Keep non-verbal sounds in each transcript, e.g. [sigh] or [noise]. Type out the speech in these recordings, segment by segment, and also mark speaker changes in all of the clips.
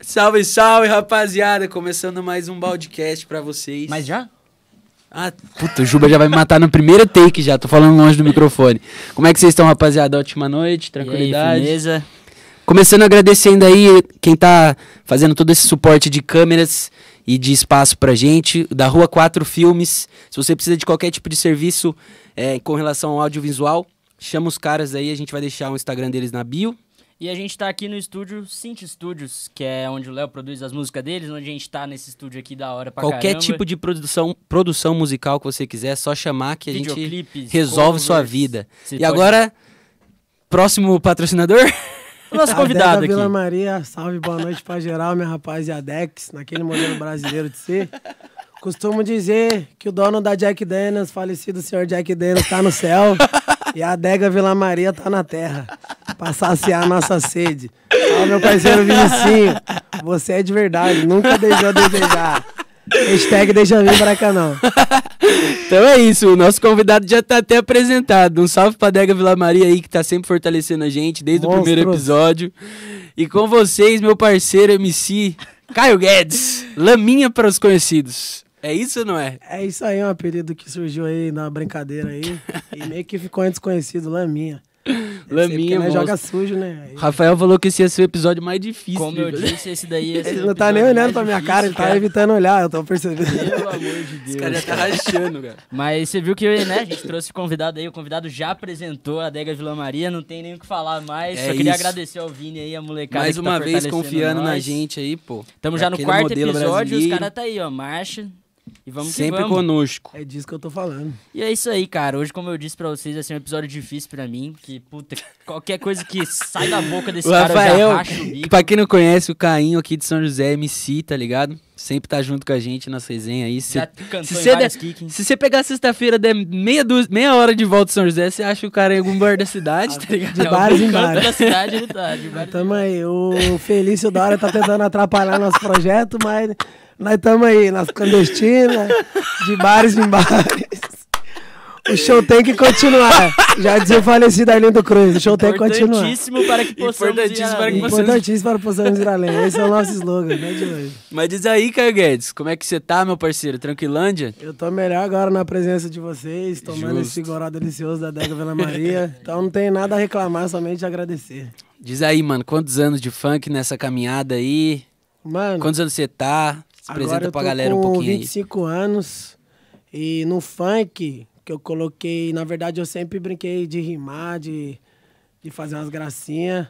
Speaker 1: Salve, salve, rapaziada. Começando mais um Baldcast pra vocês.
Speaker 2: Mas já?
Speaker 1: Ah, puta, o Juba já vai me matar no primeiro take já. Tô falando longe do microfone. Como é que vocês estão, rapaziada? Ótima noite,
Speaker 2: Tranquilidade.
Speaker 1: tranquilidade. Começando agradecendo aí quem tá fazendo todo esse suporte de câmeras e de espaço pra gente, da Rua 4 Filmes. Se você precisa de qualquer tipo de serviço é, com relação ao audiovisual, chama os caras aí, a gente vai deixar o Instagram deles na bio.
Speaker 2: E a gente tá aqui no estúdio Synth Studios, que é onde o Léo produz as músicas deles, onde a gente tá nesse estúdio aqui da hora pra
Speaker 1: qualquer
Speaker 2: caramba.
Speaker 1: tipo de produção, produção musical que você quiser, é só chamar que a gente
Speaker 2: Videoclipes,
Speaker 1: resolve
Speaker 2: covers.
Speaker 1: sua vida.
Speaker 2: Você
Speaker 1: e
Speaker 2: pode-
Speaker 1: agora, próximo patrocinador?
Speaker 2: o
Speaker 1: [laughs]
Speaker 2: nosso
Speaker 3: Adega
Speaker 2: convidado aqui.
Speaker 3: Vila Maria, salve, boa noite pra geral, minha rapaz e a Dex, naquele modelo brasileiro de ser. Costumo dizer que o dono da Jack Daniels, falecido senhor Jack Daniels, tá no céu e a adega Vila Maria tá na terra, pra saciar a nossa sede. Ó, meu parceiro Vinicinho, você é de verdade, nunca deixou desejar. Hashtag deixa vir pra cá não.
Speaker 1: Então é isso, o nosso convidado já tá até apresentado. Um salve pra Dega Vila Maria aí, que tá sempre fortalecendo a gente desde o primeiro
Speaker 3: Monstros.
Speaker 1: episódio. E com vocês, meu parceiro MC Caio Guedes, Laminha para os conhecidos. É isso ou não é?
Speaker 3: É isso aí, um apelido que surgiu aí na brincadeira aí e meio que ficou em desconhecido, Laminha.
Speaker 1: Laminha,
Speaker 3: Porque nós
Speaker 1: monstro.
Speaker 3: joga sujo, né? Aí-
Speaker 1: Rafael falou que esse ia ser o episódio mais difícil.
Speaker 2: Como
Speaker 1: de
Speaker 2: eu
Speaker 1: fazer.
Speaker 2: disse,
Speaker 1: [laughs]
Speaker 2: esse daí... Esse é
Speaker 3: Ele não tá nem olhando pra minha cara, ele tá evitando olhar, eu tô percebendo.
Speaker 2: [laughs] Pelo amor de Deus.
Speaker 1: Esse cara já tá rachando, cara.
Speaker 2: Mas você viu que né, a gente trouxe o convidado aí, o convidado já apresentou a Adega Vila Maria, não tem nem o que falar mais.
Speaker 1: É
Speaker 2: Só queria
Speaker 1: isso.
Speaker 2: agradecer ao Vini aí, a molecada
Speaker 1: Mais
Speaker 2: que
Speaker 1: uma
Speaker 2: tá
Speaker 1: vez
Speaker 2: fortalecendo
Speaker 1: confiando na
Speaker 2: nós.
Speaker 1: gente aí, pô. É
Speaker 2: Estamos já no
Speaker 1: Aquele
Speaker 2: quarto
Speaker 1: modelo
Speaker 2: episódio, os
Speaker 1: brasileiro,
Speaker 2: caras tá aí, ó, marcha. E vamos que
Speaker 1: Sempre
Speaker 2: vamos.
Speaker 1: conosco.
Speaker 3: É disso que eu tô falando.
Speaker 2: E é isso aí, cara. Hoje, como eu disse pra vocês, vai ser um episódio difícil pra mim. Que, puta, qualquer coisa que sai da boca
Speaker 3: [laughs]
Speaker 2: desse
Speaker 1: O
Speaker 2: cara, eu já
Speaker 1: Rafael,
Speaker 2: racho o
Speaker 1: que
Speaker 2: bico.
Speaker 1: pra quem não conhece, o Cainho aqui de São José, MC, tá ligado? Sempre tá junto com a gente nas resenhas aí. Cê-
Speaker 2: Já cantou
Speaker 1: se
Speaker 2: em
Speaker 1: cê
Speaker 2: várias
Speaker 1: der-
Speaker 2: kickings.
Speaker 1: se você pegar sexta-feira, der meia, dúzia- meia hora de volta de São José, você acha o cara em algum bar da
Speaker 2: [laughs] Ah,
Speaker 1: cidade, tá ligado?
Speaker 3: De vários em
Speaker 2: Canto
Speaker 3: vários.
Speaker 2: da cidade, ele tá.
Speaker 3: [laughs]
Speaker 2: De vários...
Speaker 3: Tamo aí, o Felício da hora tá tentando atrapalhar nosso projeto, mas nós tamo aí, nas clandestinas, de bares em bares. O show tem que continuar. Já dizia o falecido Arlindo Cruz, o show tem que continuar.
Speaker 2: Importantíssimo para que possamos
Speaker 1: Importantíssimo
Speaker 2: ir
Speaker 3: é
Speaker 1: para que
Speaker 2: além.
Speaker 1: você-
Speaker 3: Importantíssimo para possamos ir além. Esse é o nosso slogan, né, de hoje.
Speaker 1: Mas diz aí, Caio Guedes, como é que você tá, meu parceiro? Tranquilândia?
Speaker 3: Eu tô melhor agora na presença de vocês, tomando esse goró delicioso da Dega Vila Maria. Então não tem nada a reclamar, somente agradecer.
Speaker 1: Diz aí, mano, quantos anos de funk nessa caminhada aí?
Speaker 3: Mano,
Speaker 1: Quantos anos você tá? Se
Speaker 3: agora
Speaker 1: apresenta
Speaker 3: eu
Speaker 1: pra
Speaker 3: tô
Speaker 1: galera um
Speaker 3: com
Speaker 1: pouquinho aí.
Speaker 3: 25 anos e no funk que eu coloquei, na verdade eu sempre brinquei de rimar, de, de fazer umas gracinhas.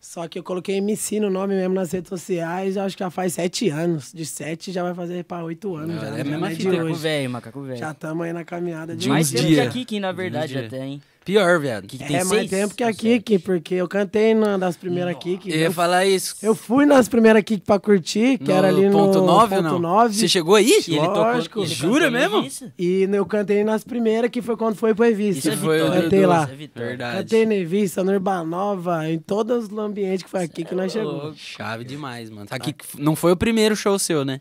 Speaker 3: Só que eu coloquei MC no nome mesmo nas redes sociais, acho que já faz sete anos. De sete já vai fazer pra oito anos.
Speaker 1: Não,
Speaker 3: já,
Speaker 1: é a
Speaker 3: já
Speaker 1: mesma
Speaker 3: não é de
Speaker 1: fita
Speaker 2: Macaco
Speaker 3: hoje.
Speaker 2: velho, macaco velho.
Speaker 3: Já estamos aí na caminhada de
Speaker 2: Mais
Speaker 1: uns
Speaker 2: tempo que
Speaker 1: um dia.
Speaker 2: a Kiki, na verdade,
Speaker 1: dia.
Speaker 2: até, hein?
Speaker 1: Pior, viado.
Speaker 2: Kiki tem
Speaker 3: É mais
Speaker 2: seis?
Speaker 3: tempo que a
Speaker 2: Não sei.
Speaker 3: Kiki, porque eu cantei na das primeiras Kiki.
Speaker 1: Eu ia
Speaker 3: Eu,
Speaker 1: falar isso.
Speaker 3: eu fui nas primeiras Kiki pra curtir, que
Speaker 1: No
Speaker 3: era ali no
Speaker 1: ponto 9 ou não?
Speaker 3: ponto nove,
Speaker 1: Você chegou aí?
Speaker 2: E ele tocou...
Speaker 3: Lógico.
Speaker 2: ele cantou
Speaker 1: Jura
Speaker 2: no
Speaker 1: mesmo?
Speaker 2: Melissa?
Speaker 3: E eu cantei nas primeiras, que foi quando foi pro
Speaker 2: Isso
Speaker 3: Revista.
Speaker 2: é
Speaker 1: o
Speaker 2: vitória.
Speaker 1: do-
Speaker 3: Cantei
Speaker 1: do-
Speaker 3: lá.
Speaker 2: É vitória.
Speaker 1: Verdade.
Speaker 3: Cantei na Revista, no Urbanova, em todos os ambientes que foi aqui que nós chegamos.
Speaker 1: Chave demais, mano. Tá
Speaker 3: Tá.
Speaker 1: Aqui não foi o primeiro show seu, né?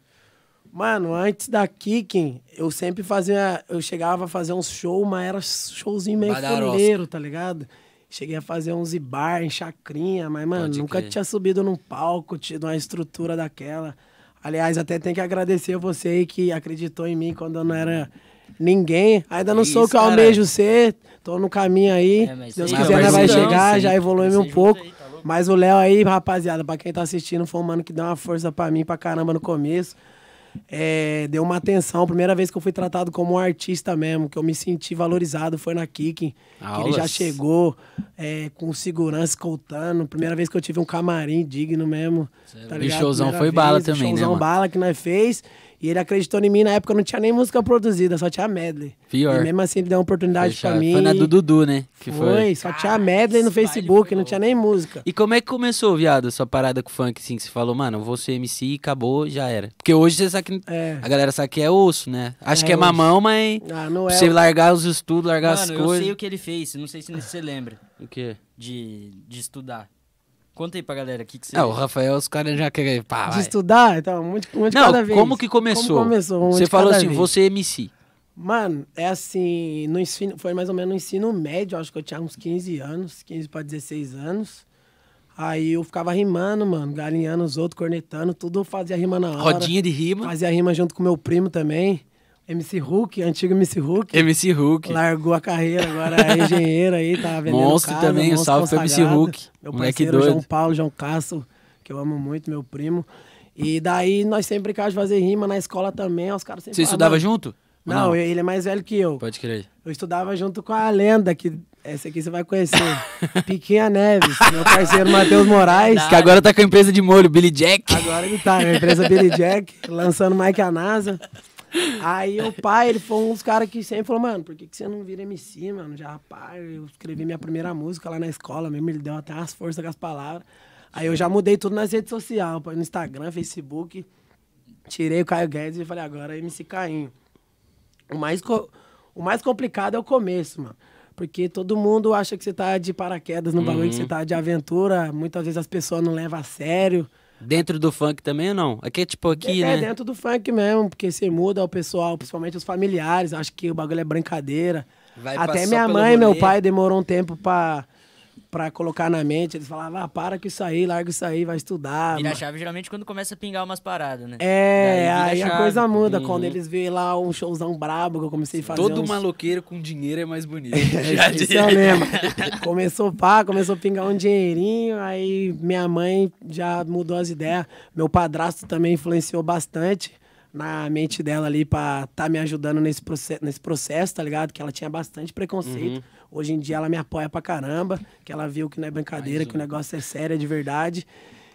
Speaker 3: Mano, antes da Kicking, eu sempre fazia. Eu chegava a fazer uns shows, mas era showzinho meio
Speaker 1: Badarosca.
Speaker 3: fuleiro, tá ligado? Cheguei a fazer uns bar em chacrinha, mas, mano,
Speaker 1: Pode
Speaker 3: nunca
Speaker 1: crer.
Speaker 3: tinha subido num palco, tido uma estrutura daquela. Aliás, até tem que agradecer você aí que acreditou em mim quando eu não era ninguém. Ainda não sou o
Speaker 1: Isso,
Speaker 3: que eu
Speaker 1: caralho.
Speaker 3: almejo ser, tô no caminho aí.
Speaker 2: É, mas
Speaker 3: Se Deus
Speaker 2: isso
Speaker 1: aí
Speaker 3: quiser,
Speaker 1: é
Speaker 3: nós vai
Speaker 1: parceirão,
Speaker 3: chegar,
Speaker 1: isso
Speaker 3: já
Speaker 1: aí.
Speaker 3: evolui
Speaker 2: Isso
Speaker 3: um
Speaker 2: aí junto
Speaker 3: pouco.
Speaker 2: aí, tá louco?
Speaker 3: Mas o Léo aí, rapaziada, pra quem tá assistindo, foi um mano que deu uma força pra mim pra caramba no começo. É, deu uma atenção. Primeira vez que eu fui tratado como um artista mesmo, que eu me senti valorizado, foi na Kicking. Que ele já
Speaker 1: Aulas.
Speaker 3: chegou é, com segurança, escoltando. Primeira vez que eu tive um camarim digno mesmo.
Speaker 2: é
Speaker 3: Tá ligado?
Speaker 1: E showzão
Speaker 3: Primeira
Speaker 1: foi
Speaker 3: vez,
Speaker 1: bala também, né,
Speaker 3: showzão
Speaker 1: mano?
Speaker 3: bala que nós fez. E ele acreditou em mim. Na época não tinha nem música produzida, só tinha medley.
Speaker 1: Pior.
Speaker 3: E mesmo assim ele deu uma oportunidade pra mim.
Speaker 1: Foi na do Dudu, né? Que
Speaker 3: Foi,
Speaker 1: foi.
Speaker 3: só tinha medley no
Speaker 2: esse baile
Speaker 3: Facebook,
Speaker 2: foi
Speaker 3: não
Speaker 2: louco.
Speaker 3: tinha nem música.
Speaker 1: E como é que começou, viado, essa parada com o funk, assim, que você falou, mano, eu vou ser MC e acabou, já era. Porque hoje você sabe que.
Speaker 3: É.
Speaker 1: A galera sabe que é osso, né? Acho
Speaker 3: É
Speaker 1: que é
Speaker 3: osso.
Speaker 1: mamão, mas.
Speaker 3: Ah, não
Speaker 1: pra
Speaker 3: é.
Speaker 1: você largar os estudos, largar
Speaker 2: Mano,
Speaker 1: as
Speaker 2: eu
Speaker 1: coisas.
Speaker 2: sei o que ele fez, não sei se você lembra
Speaker 1: O quê?
Speaker 2: de, de estudar. Conta aí pra galera o que, que você...
Speaker 1: Ah, o Rafael, os caras já querem. Pá,
Speaker 3: De
Speaker 1: vai.
Speaker 3: estudar, então, um de, um de cada
Speaker 1: Não,
Speaker 3: vez.
Speaker 1: como que começou?
Speaker 3: Como começou? Um
Speaker 1: você
Speaker 3: de
Speaker 1: falou
Speaker 3: cada
Speaker 1: assim,
Speaker 3: vez.
Speaker 1: você é MC.
Speaker 3: Mano, é assim, no ensino, foi mais ou menos no ensino médio, acho que eu tinha uns 15 anos, 15 para 16 anos. Aí eu ficava rimando, mano, galinhando os outros, cornetando, tudo eu fazia rima na hora.
Speaker 1: Rodinha de rima.
Speaker 3: Fazia rima junto com meu primo também. MC Hulk, antigo MC Hulk.
Speaker 1: MC Hulk.
Speaker 3: Largou a carreira, agora é engenheiro aí, tá vendendo
Speaker 1: Monstro
Speaker 3: casa,
Speaker 1: também, um
Speaker 3: monstro
Speaker 1: salve pro
Speaker 3: consagrado.
Speaker 1: MC Hulk,
Speaker 3: Meu
Speaker 1: moleque
Speaker 3: parceiro
Speaker 1: doido.
Speaker 3: João Paulo, João Castro, que eu amo muito, meu primo. E daí nós sempre brincávamos de fazer rima na escola também, os caras sempre
Speaker 1: Você
Speaker 3: falavam,
Speaker 1: estudava junto? Ou
Speaker 3: Não, eu- ele é mais velho que eu.
Speaker 1: Pode crer.
Speaker 3: Eu estudava junto com a lenda, que essa aqui você
Speaker 1: [laughs]
Speaker 3: vai conhecer. Piquinha Neves, meu parceiro Matheus Moraes.
Speaker 1: Que agora tá com a empresa de molho, Billy Jack.
Speaker 3: Agora ele tá na empresa Billy Jack, lançando Mike a NASA. Aí o pai, ele foi um dos caras que sempre falou, mano, por que, que você não vira MC, mano? Já, pai, eu escrevi minha primeira música lá na escola mesmo, ele deu até umas forças com as palavras. Aí eu já mudei tudo nas redes sociais, pô, no Instagram, Facebook. Tirei o Caio Guedes e falei, agora é MC Caim. O mais, co- o mais complicado é o começo, mano. Porque todo mundo acha que você tá de paraquedas no bagulho, que você tá de aventura. Muitas vezes as pessoas não levam a sério.
Speaker 1: Dentro do funk também ou não? Aqui é tipo aqui,
Speaker 3: É,
Speaker 1: né?
Speaker 3: dentro do funk mesmo, porque você muda o pessoal, principalmente os familiares, acho que o bagulho é brincadeira.
Speaker 1: Vai
Speaker 3: Até
Speaker 1: passar
Speaker 3: minha
Speaker 1: pelo
Speaker 3: mãe e meu
Speaker 1: rolê.
Speaker 3: pai demorou um tempo pra, pra colocar na mente. Eles falavam, ah, para com isso aí, larga isso aí, vai estudar.
Speaker 2: Vira
Speaker 3: mano."
Speaker 2: chave geralmente quando começa a pingar umas paradas, né?
Speaker 3: Ah, É,
Speaker 2: Daí vira
Speaker 3: aí a
Speaker 2: chave.
Speaker 3: coisa muda. Quando eles vê lá um showzão brabo que eu comecei a fazer.
Speaker 1: Todo
Speaker 3: uns...
Speaker 1: maloqueiro com dinheiro é mais
Speaker 3: [laughs]
Speaker 1: bonito. [laughs]
Speaker 3: É, Esse é o lema. Começou pá, começou a pingar um dinheirinho, aí minha mãe já mudou as ideias. Meu padrasto também influenciou bastante na mente dela ali pra tá me ajudando nesse, proce nesse processo, tá ligado? Que ela tinha bastante preconceito.
Speaker 1: Uhum.
Speaker 3: Hoje em dia ela me apoia pra caramba, que ela viu que não é brincadeira,
Speaker 1: um.
Speaker 3: que o negócio é sério, é de verdade.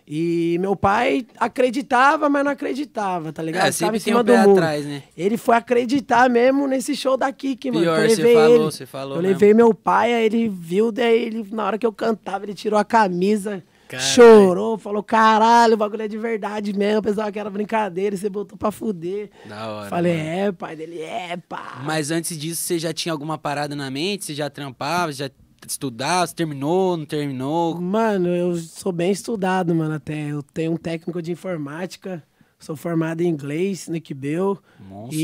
Speaker 3: E meu pai acreditava, mas não acreditava, tá ligado?
Speaker 1: É,
Speaker 3: Ficava
Speaker 1: sempre
Speaker 3: em
Speaker 1: tem
Speaker 3: cima
Speaker 1: um pé
Speaker 3: do muro.
Speaker 1: atrás, né?
Speaker 3: Ele foi acreditar mesmo nesse show da Kiki, mano. que
Speaker 1: Pior,
Speaker 3: eu
Speaker 1: você
Speaker 3: levei
Speaker 1: falou,
Speaker 3: ele.
Speaker 1: você falou
Speaker 3: Eu
Speaker 1: mesmo.
Speaker 3: levei meu pai, aí ele viu, daí ele, na hora que eu cantava, ele tirou a camisa, chorou, falou: caralho, o bagulho é de verdade mesmo. Eu pensava que era brincadeira, e você botou pra fuder.
Speaker 1: Da hora,
Speaker 3: Falei,
Speaker 1: mano.
Speaker 3: é, pai dele, é, pá.
Speaker 1: Mas antes disso, você já tinha alguma parada na mente? Você já trampava, já estudava, você terminou, não
Speaker 3: Hum,
Speaker 1: terminou?
Speaker 3: Mano, eu sou bem estudado, mano, até. Eu tenho um técnico de informática, sou formado em inglês, no Iqbel.
Speaker 1: Monstro.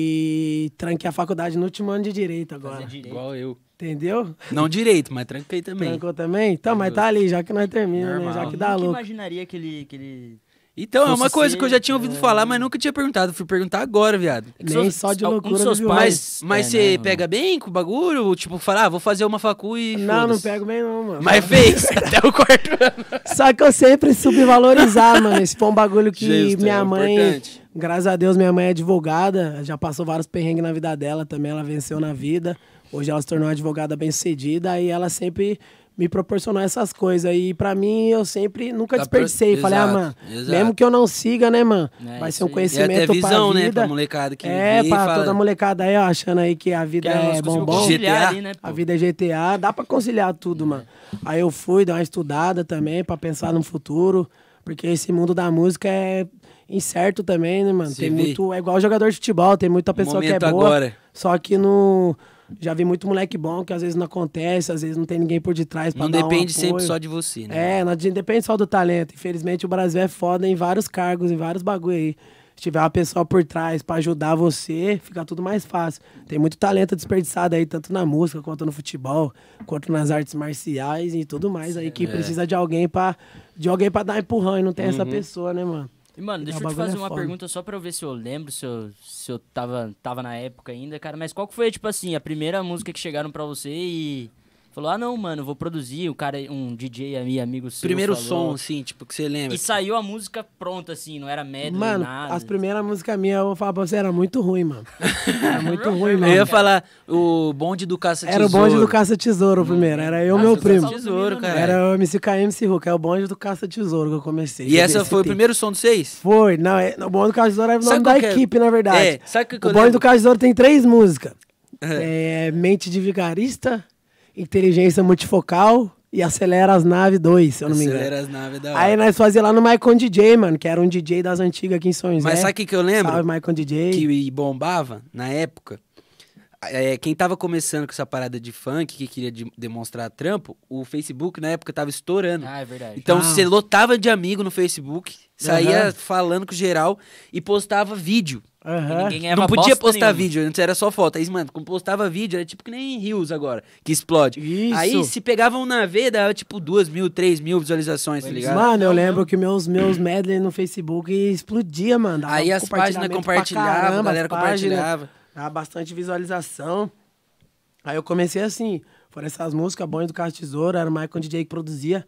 Speaker 3: E tranquei a faculdade no último ano de direito agora.
Speaker 2: Fazer direito.
Speaker 1: Igual eu.
Speaker 3: Entendeu?
Speaker 1: Não direito, mas tranquei também.
Speaker 3: Trancou também? Então, mas tá ali, já que nós termina, né?
Speaker 1: Normal.
Speaker 3: Já que
Speaker 2: Eu
Speaker 3: dá
Speaker 2: nunca
Speaker 3: louco.
Speaker 2: imaginaria que ele... Que ele...
Speaker 1: Então, é
Speaker 2: Fosse
Speaker 1: uma coisa
Speaker 2: ser,
Speaker 1: que eu já tinha ouvido
Speaker 2: é.
Speaker 1: falar, mas nunca tinha perguntado. Fui perguntar agora, viado.
Speaker 2: que
Speaker 3: É Nem
Speaker 2: seus-
Speaker 3: só de
Speaker 2: algum
Speaker 3: loucura
Speaker 2: dos seus
Speaker 3: vive
Speaker 2: pais-
Speaker 3: mais.
Speaker 1: Mas, mas
Speaker 2: É,
Speaker 1: você
Speaker 2: né?
Speaker 1: pega bem com o bagulho? Ou, Tipo, falar, ah, vou fazer uma facu e.
Speaker 3: Não, não
Speaker 1: foda-se.
Speaker 3: pego bem não, mano.
Speaker 1: Mas fez [laughs] até o quarto ano.
Speaker 3: Só que eu sempre subvalorizar, mano. Esse foi um bagulho que
Speaker 1: Justo,
Speaker 3: minha
Speaker 1: é
Speaker 3: mãe.
Speaker 1: importante.
Speaker 3: Graças a Deus, minha mãe é advogada. Já passou vários perrengues na vida dela também. Ela venceu na vida. Hoje ela se tornou uma advogada bem sucedida. E ela sempre me proporcionou essas coisas. E pra mim, eu sempre nunca
Speaker 1: Tá pro-
Speaker 3: desperdicei. Falei, ah,
Speaker 1: Exato,
Speaker 3: mano,
Speaker 1: exato.
Speaker 3: mesmo que eu não siga, né, mano?
Speaker 2: É,
Speaker 3: vai
Speaker 2: isso
Speaker 3: ser um
Speaker 2: aí. E até
Speaker 3: conhecimento
Speaker 1: visão,
Speaker 3: pra
Speaker 1: né,
Speaker 3: vida.
Speaker 1: pra molecada que
Speaker 3: É,
Speaker 1: vê e
Speaker 3: pra
Speaker 1: fala-
Speaker 3: toda molecada aí, ó, achando aí que a vida
Speaker 2: Que elas
Speaker 3: é
Speaker 2: conseguiram
Speaker 3: bombom.
Speaker 2: conciliar
Speaker 1: GTA.
Speaker 2: ali, né, pô?
Speaker 3: A vida é GTA, dá pra conciliar tudo, mano. Aí eu fui dar uma estudada também pra pensar no futuro, porque esse mundo da música é incerto também, né, mano?
Speaker 1: Se
Speaker 3: tem
Speaker 1: vê.
Speaker 3: muito, é igual jogador de futebol, tem muita pessoa que é
Speaker 1: Momento
Speaker 3: boa.
Speaker 1: agora.
Speaker 3: Só que no já vi muito moleque bom que às vezes não acontece, às vezes não tem ninguém por detrás pra
Speaker 1: Não
Speaker 3: dar um
Speaker 1: depende sempre
Speaker 3: apoio.
Speaker 1: só de você, né?
Speaker 3: É, não adi- depende só do talento. Infelizmente o Brasil é foda em vários cargos, em vários bagulho aí. Se tiver uma pessoa por trás pra ajudar você, fica tudo mais fácil. Tem muito talento desperdiçado aí, tanto na música, quanto no futebol, quanto nas artes marciais e tudo mais aí, que precisa de alguém pra de alguém para dar um empurrão e não tem essa pessoa, né, mano?
Speaker 2: E, mano, deixa eu
Speaker 3: o
Speaker 2: te
Speaker 3: bagulho
Speaker 2: fazer
Speaker 3: é
Speaker 2: uma
Speaker 3: foda.
Speaker 2: pergunta só pra eu ver se eu lembro, se eu, se eu tava, tava na época ainda, cara. Mas qual que foi, tipo assim, a primeira música que chegaram pra você e... Falou, ah, não, mano, vou produzir. O cara, um DJ ami- amigo seu
Speaker 1: Primeiro som,
Speaker 2: falou.
Speaker 1: assim, tipo, que você lembra.
Speaker 2: E saiu a música pronta, assim, não era médio,
Speaker 3: Mano,
Speaker 2: nada.
Speaker 3: as primeiras músicas minhas, eu vou falar pra você, era muito ruim, mano. Era muito
Speaker 1: Eu
Speaker 3: ruim,
Speaker 1: ia
Speaker 3: mano.
Speaker 1: falar o bonde do caça
Speaker 3: Era o bonde do caça-tesouro primeiro, era eu e meu
Speaker 1: Nossa,
Speaker 3: primo.
Speaker 1: só tesouro, cara.
Speaker 3: Era o MCK e MC Hulk, é o bonde do caça-tesouro que eu comecei.
Speaker 1: E
Speaker 3: Eu
Speaker 1: essa
Speaker 3: desse
Speaker 1: foi o
Speaker 3: tempo.
Speaker 1: primeiro som de vocês?
Speaker 3: Foi, não, é, o Bonde do Cajuzeiro era o
Speaker 1: Sabe
Speaker 3: nome
Speaker 1: qual
Speaker 3: da
Speaker 1: que é?
Speaker 3: equipe, na verdade.
Speaker 1: É, sabe o que que
Speaker 3: o
Speaker 1: eu
Speaker 3: Bonde do
Speaker 1: lembro?
Speaker 3: Cajuzeiro tem três músicas.
Speaker 1: É.
Speaker 3: É, Mente de Vigarista, Inteligência Multifocal e Acelera as Naves 2, se eu não me engano.
Speaker 1: Acelera as naves é da hora.
Speaker 3: Aí nós fazia lá no Maicon DJ, mano, que era um DJ das antigas aqui em São José.
Speaker 1: Mas sabe o que que eu lembro?
Speaker 3: Salve, Maicon DJ.
Speaker 1: que bombava na época. é, quem tava começando com essa parada de funk, que queria de- demonstrar trampo, o Facebook na época tava estourando.
Speaker 2: Ah, é verdade.
Speaker 1: Então
Speaker 3: Ah.
Speaker 1: você lotava de amigo no Facebook, saía
Speaker 3: Aham.
Speaker 1: falando com geral e postava vídeo.
Speaker 2: E
Speaker 3: Aham.
Speaker 2: ninguém ganhava
Speaker 1: Não podia
Speaker 2: bosta
Speaker 1: postar
Speaker 2: nenhuma.
Speaker 1: vídeo, antes era só foto. Aí, mano, quando postava vídeo, era tipo que nem Rios agora, que explode.
Speaker 3: Isso.
Speaker 1: Aí, se pegavam na V, dava tipo duas mil, três mil visualizações, tá ligado?
Speaker 3: Mano, eu lembro que meus, meus medley no Facebook explodia, mano. Dava
Speaker 1: Aí as páginas
Speaker 3: compartilhamento pra
Speaker 1: compartilhavam, a
Speaker 3: caramba,
Speaker 1: galera
Speaker 3: as páginas.
Speaker 1: compartilhava.
Speaker 3: Dava bastante visualização. Aí eu comecei assim. Foram essas músicas, Bonde do Carro Tesouro, era o Michael DJ que produzia.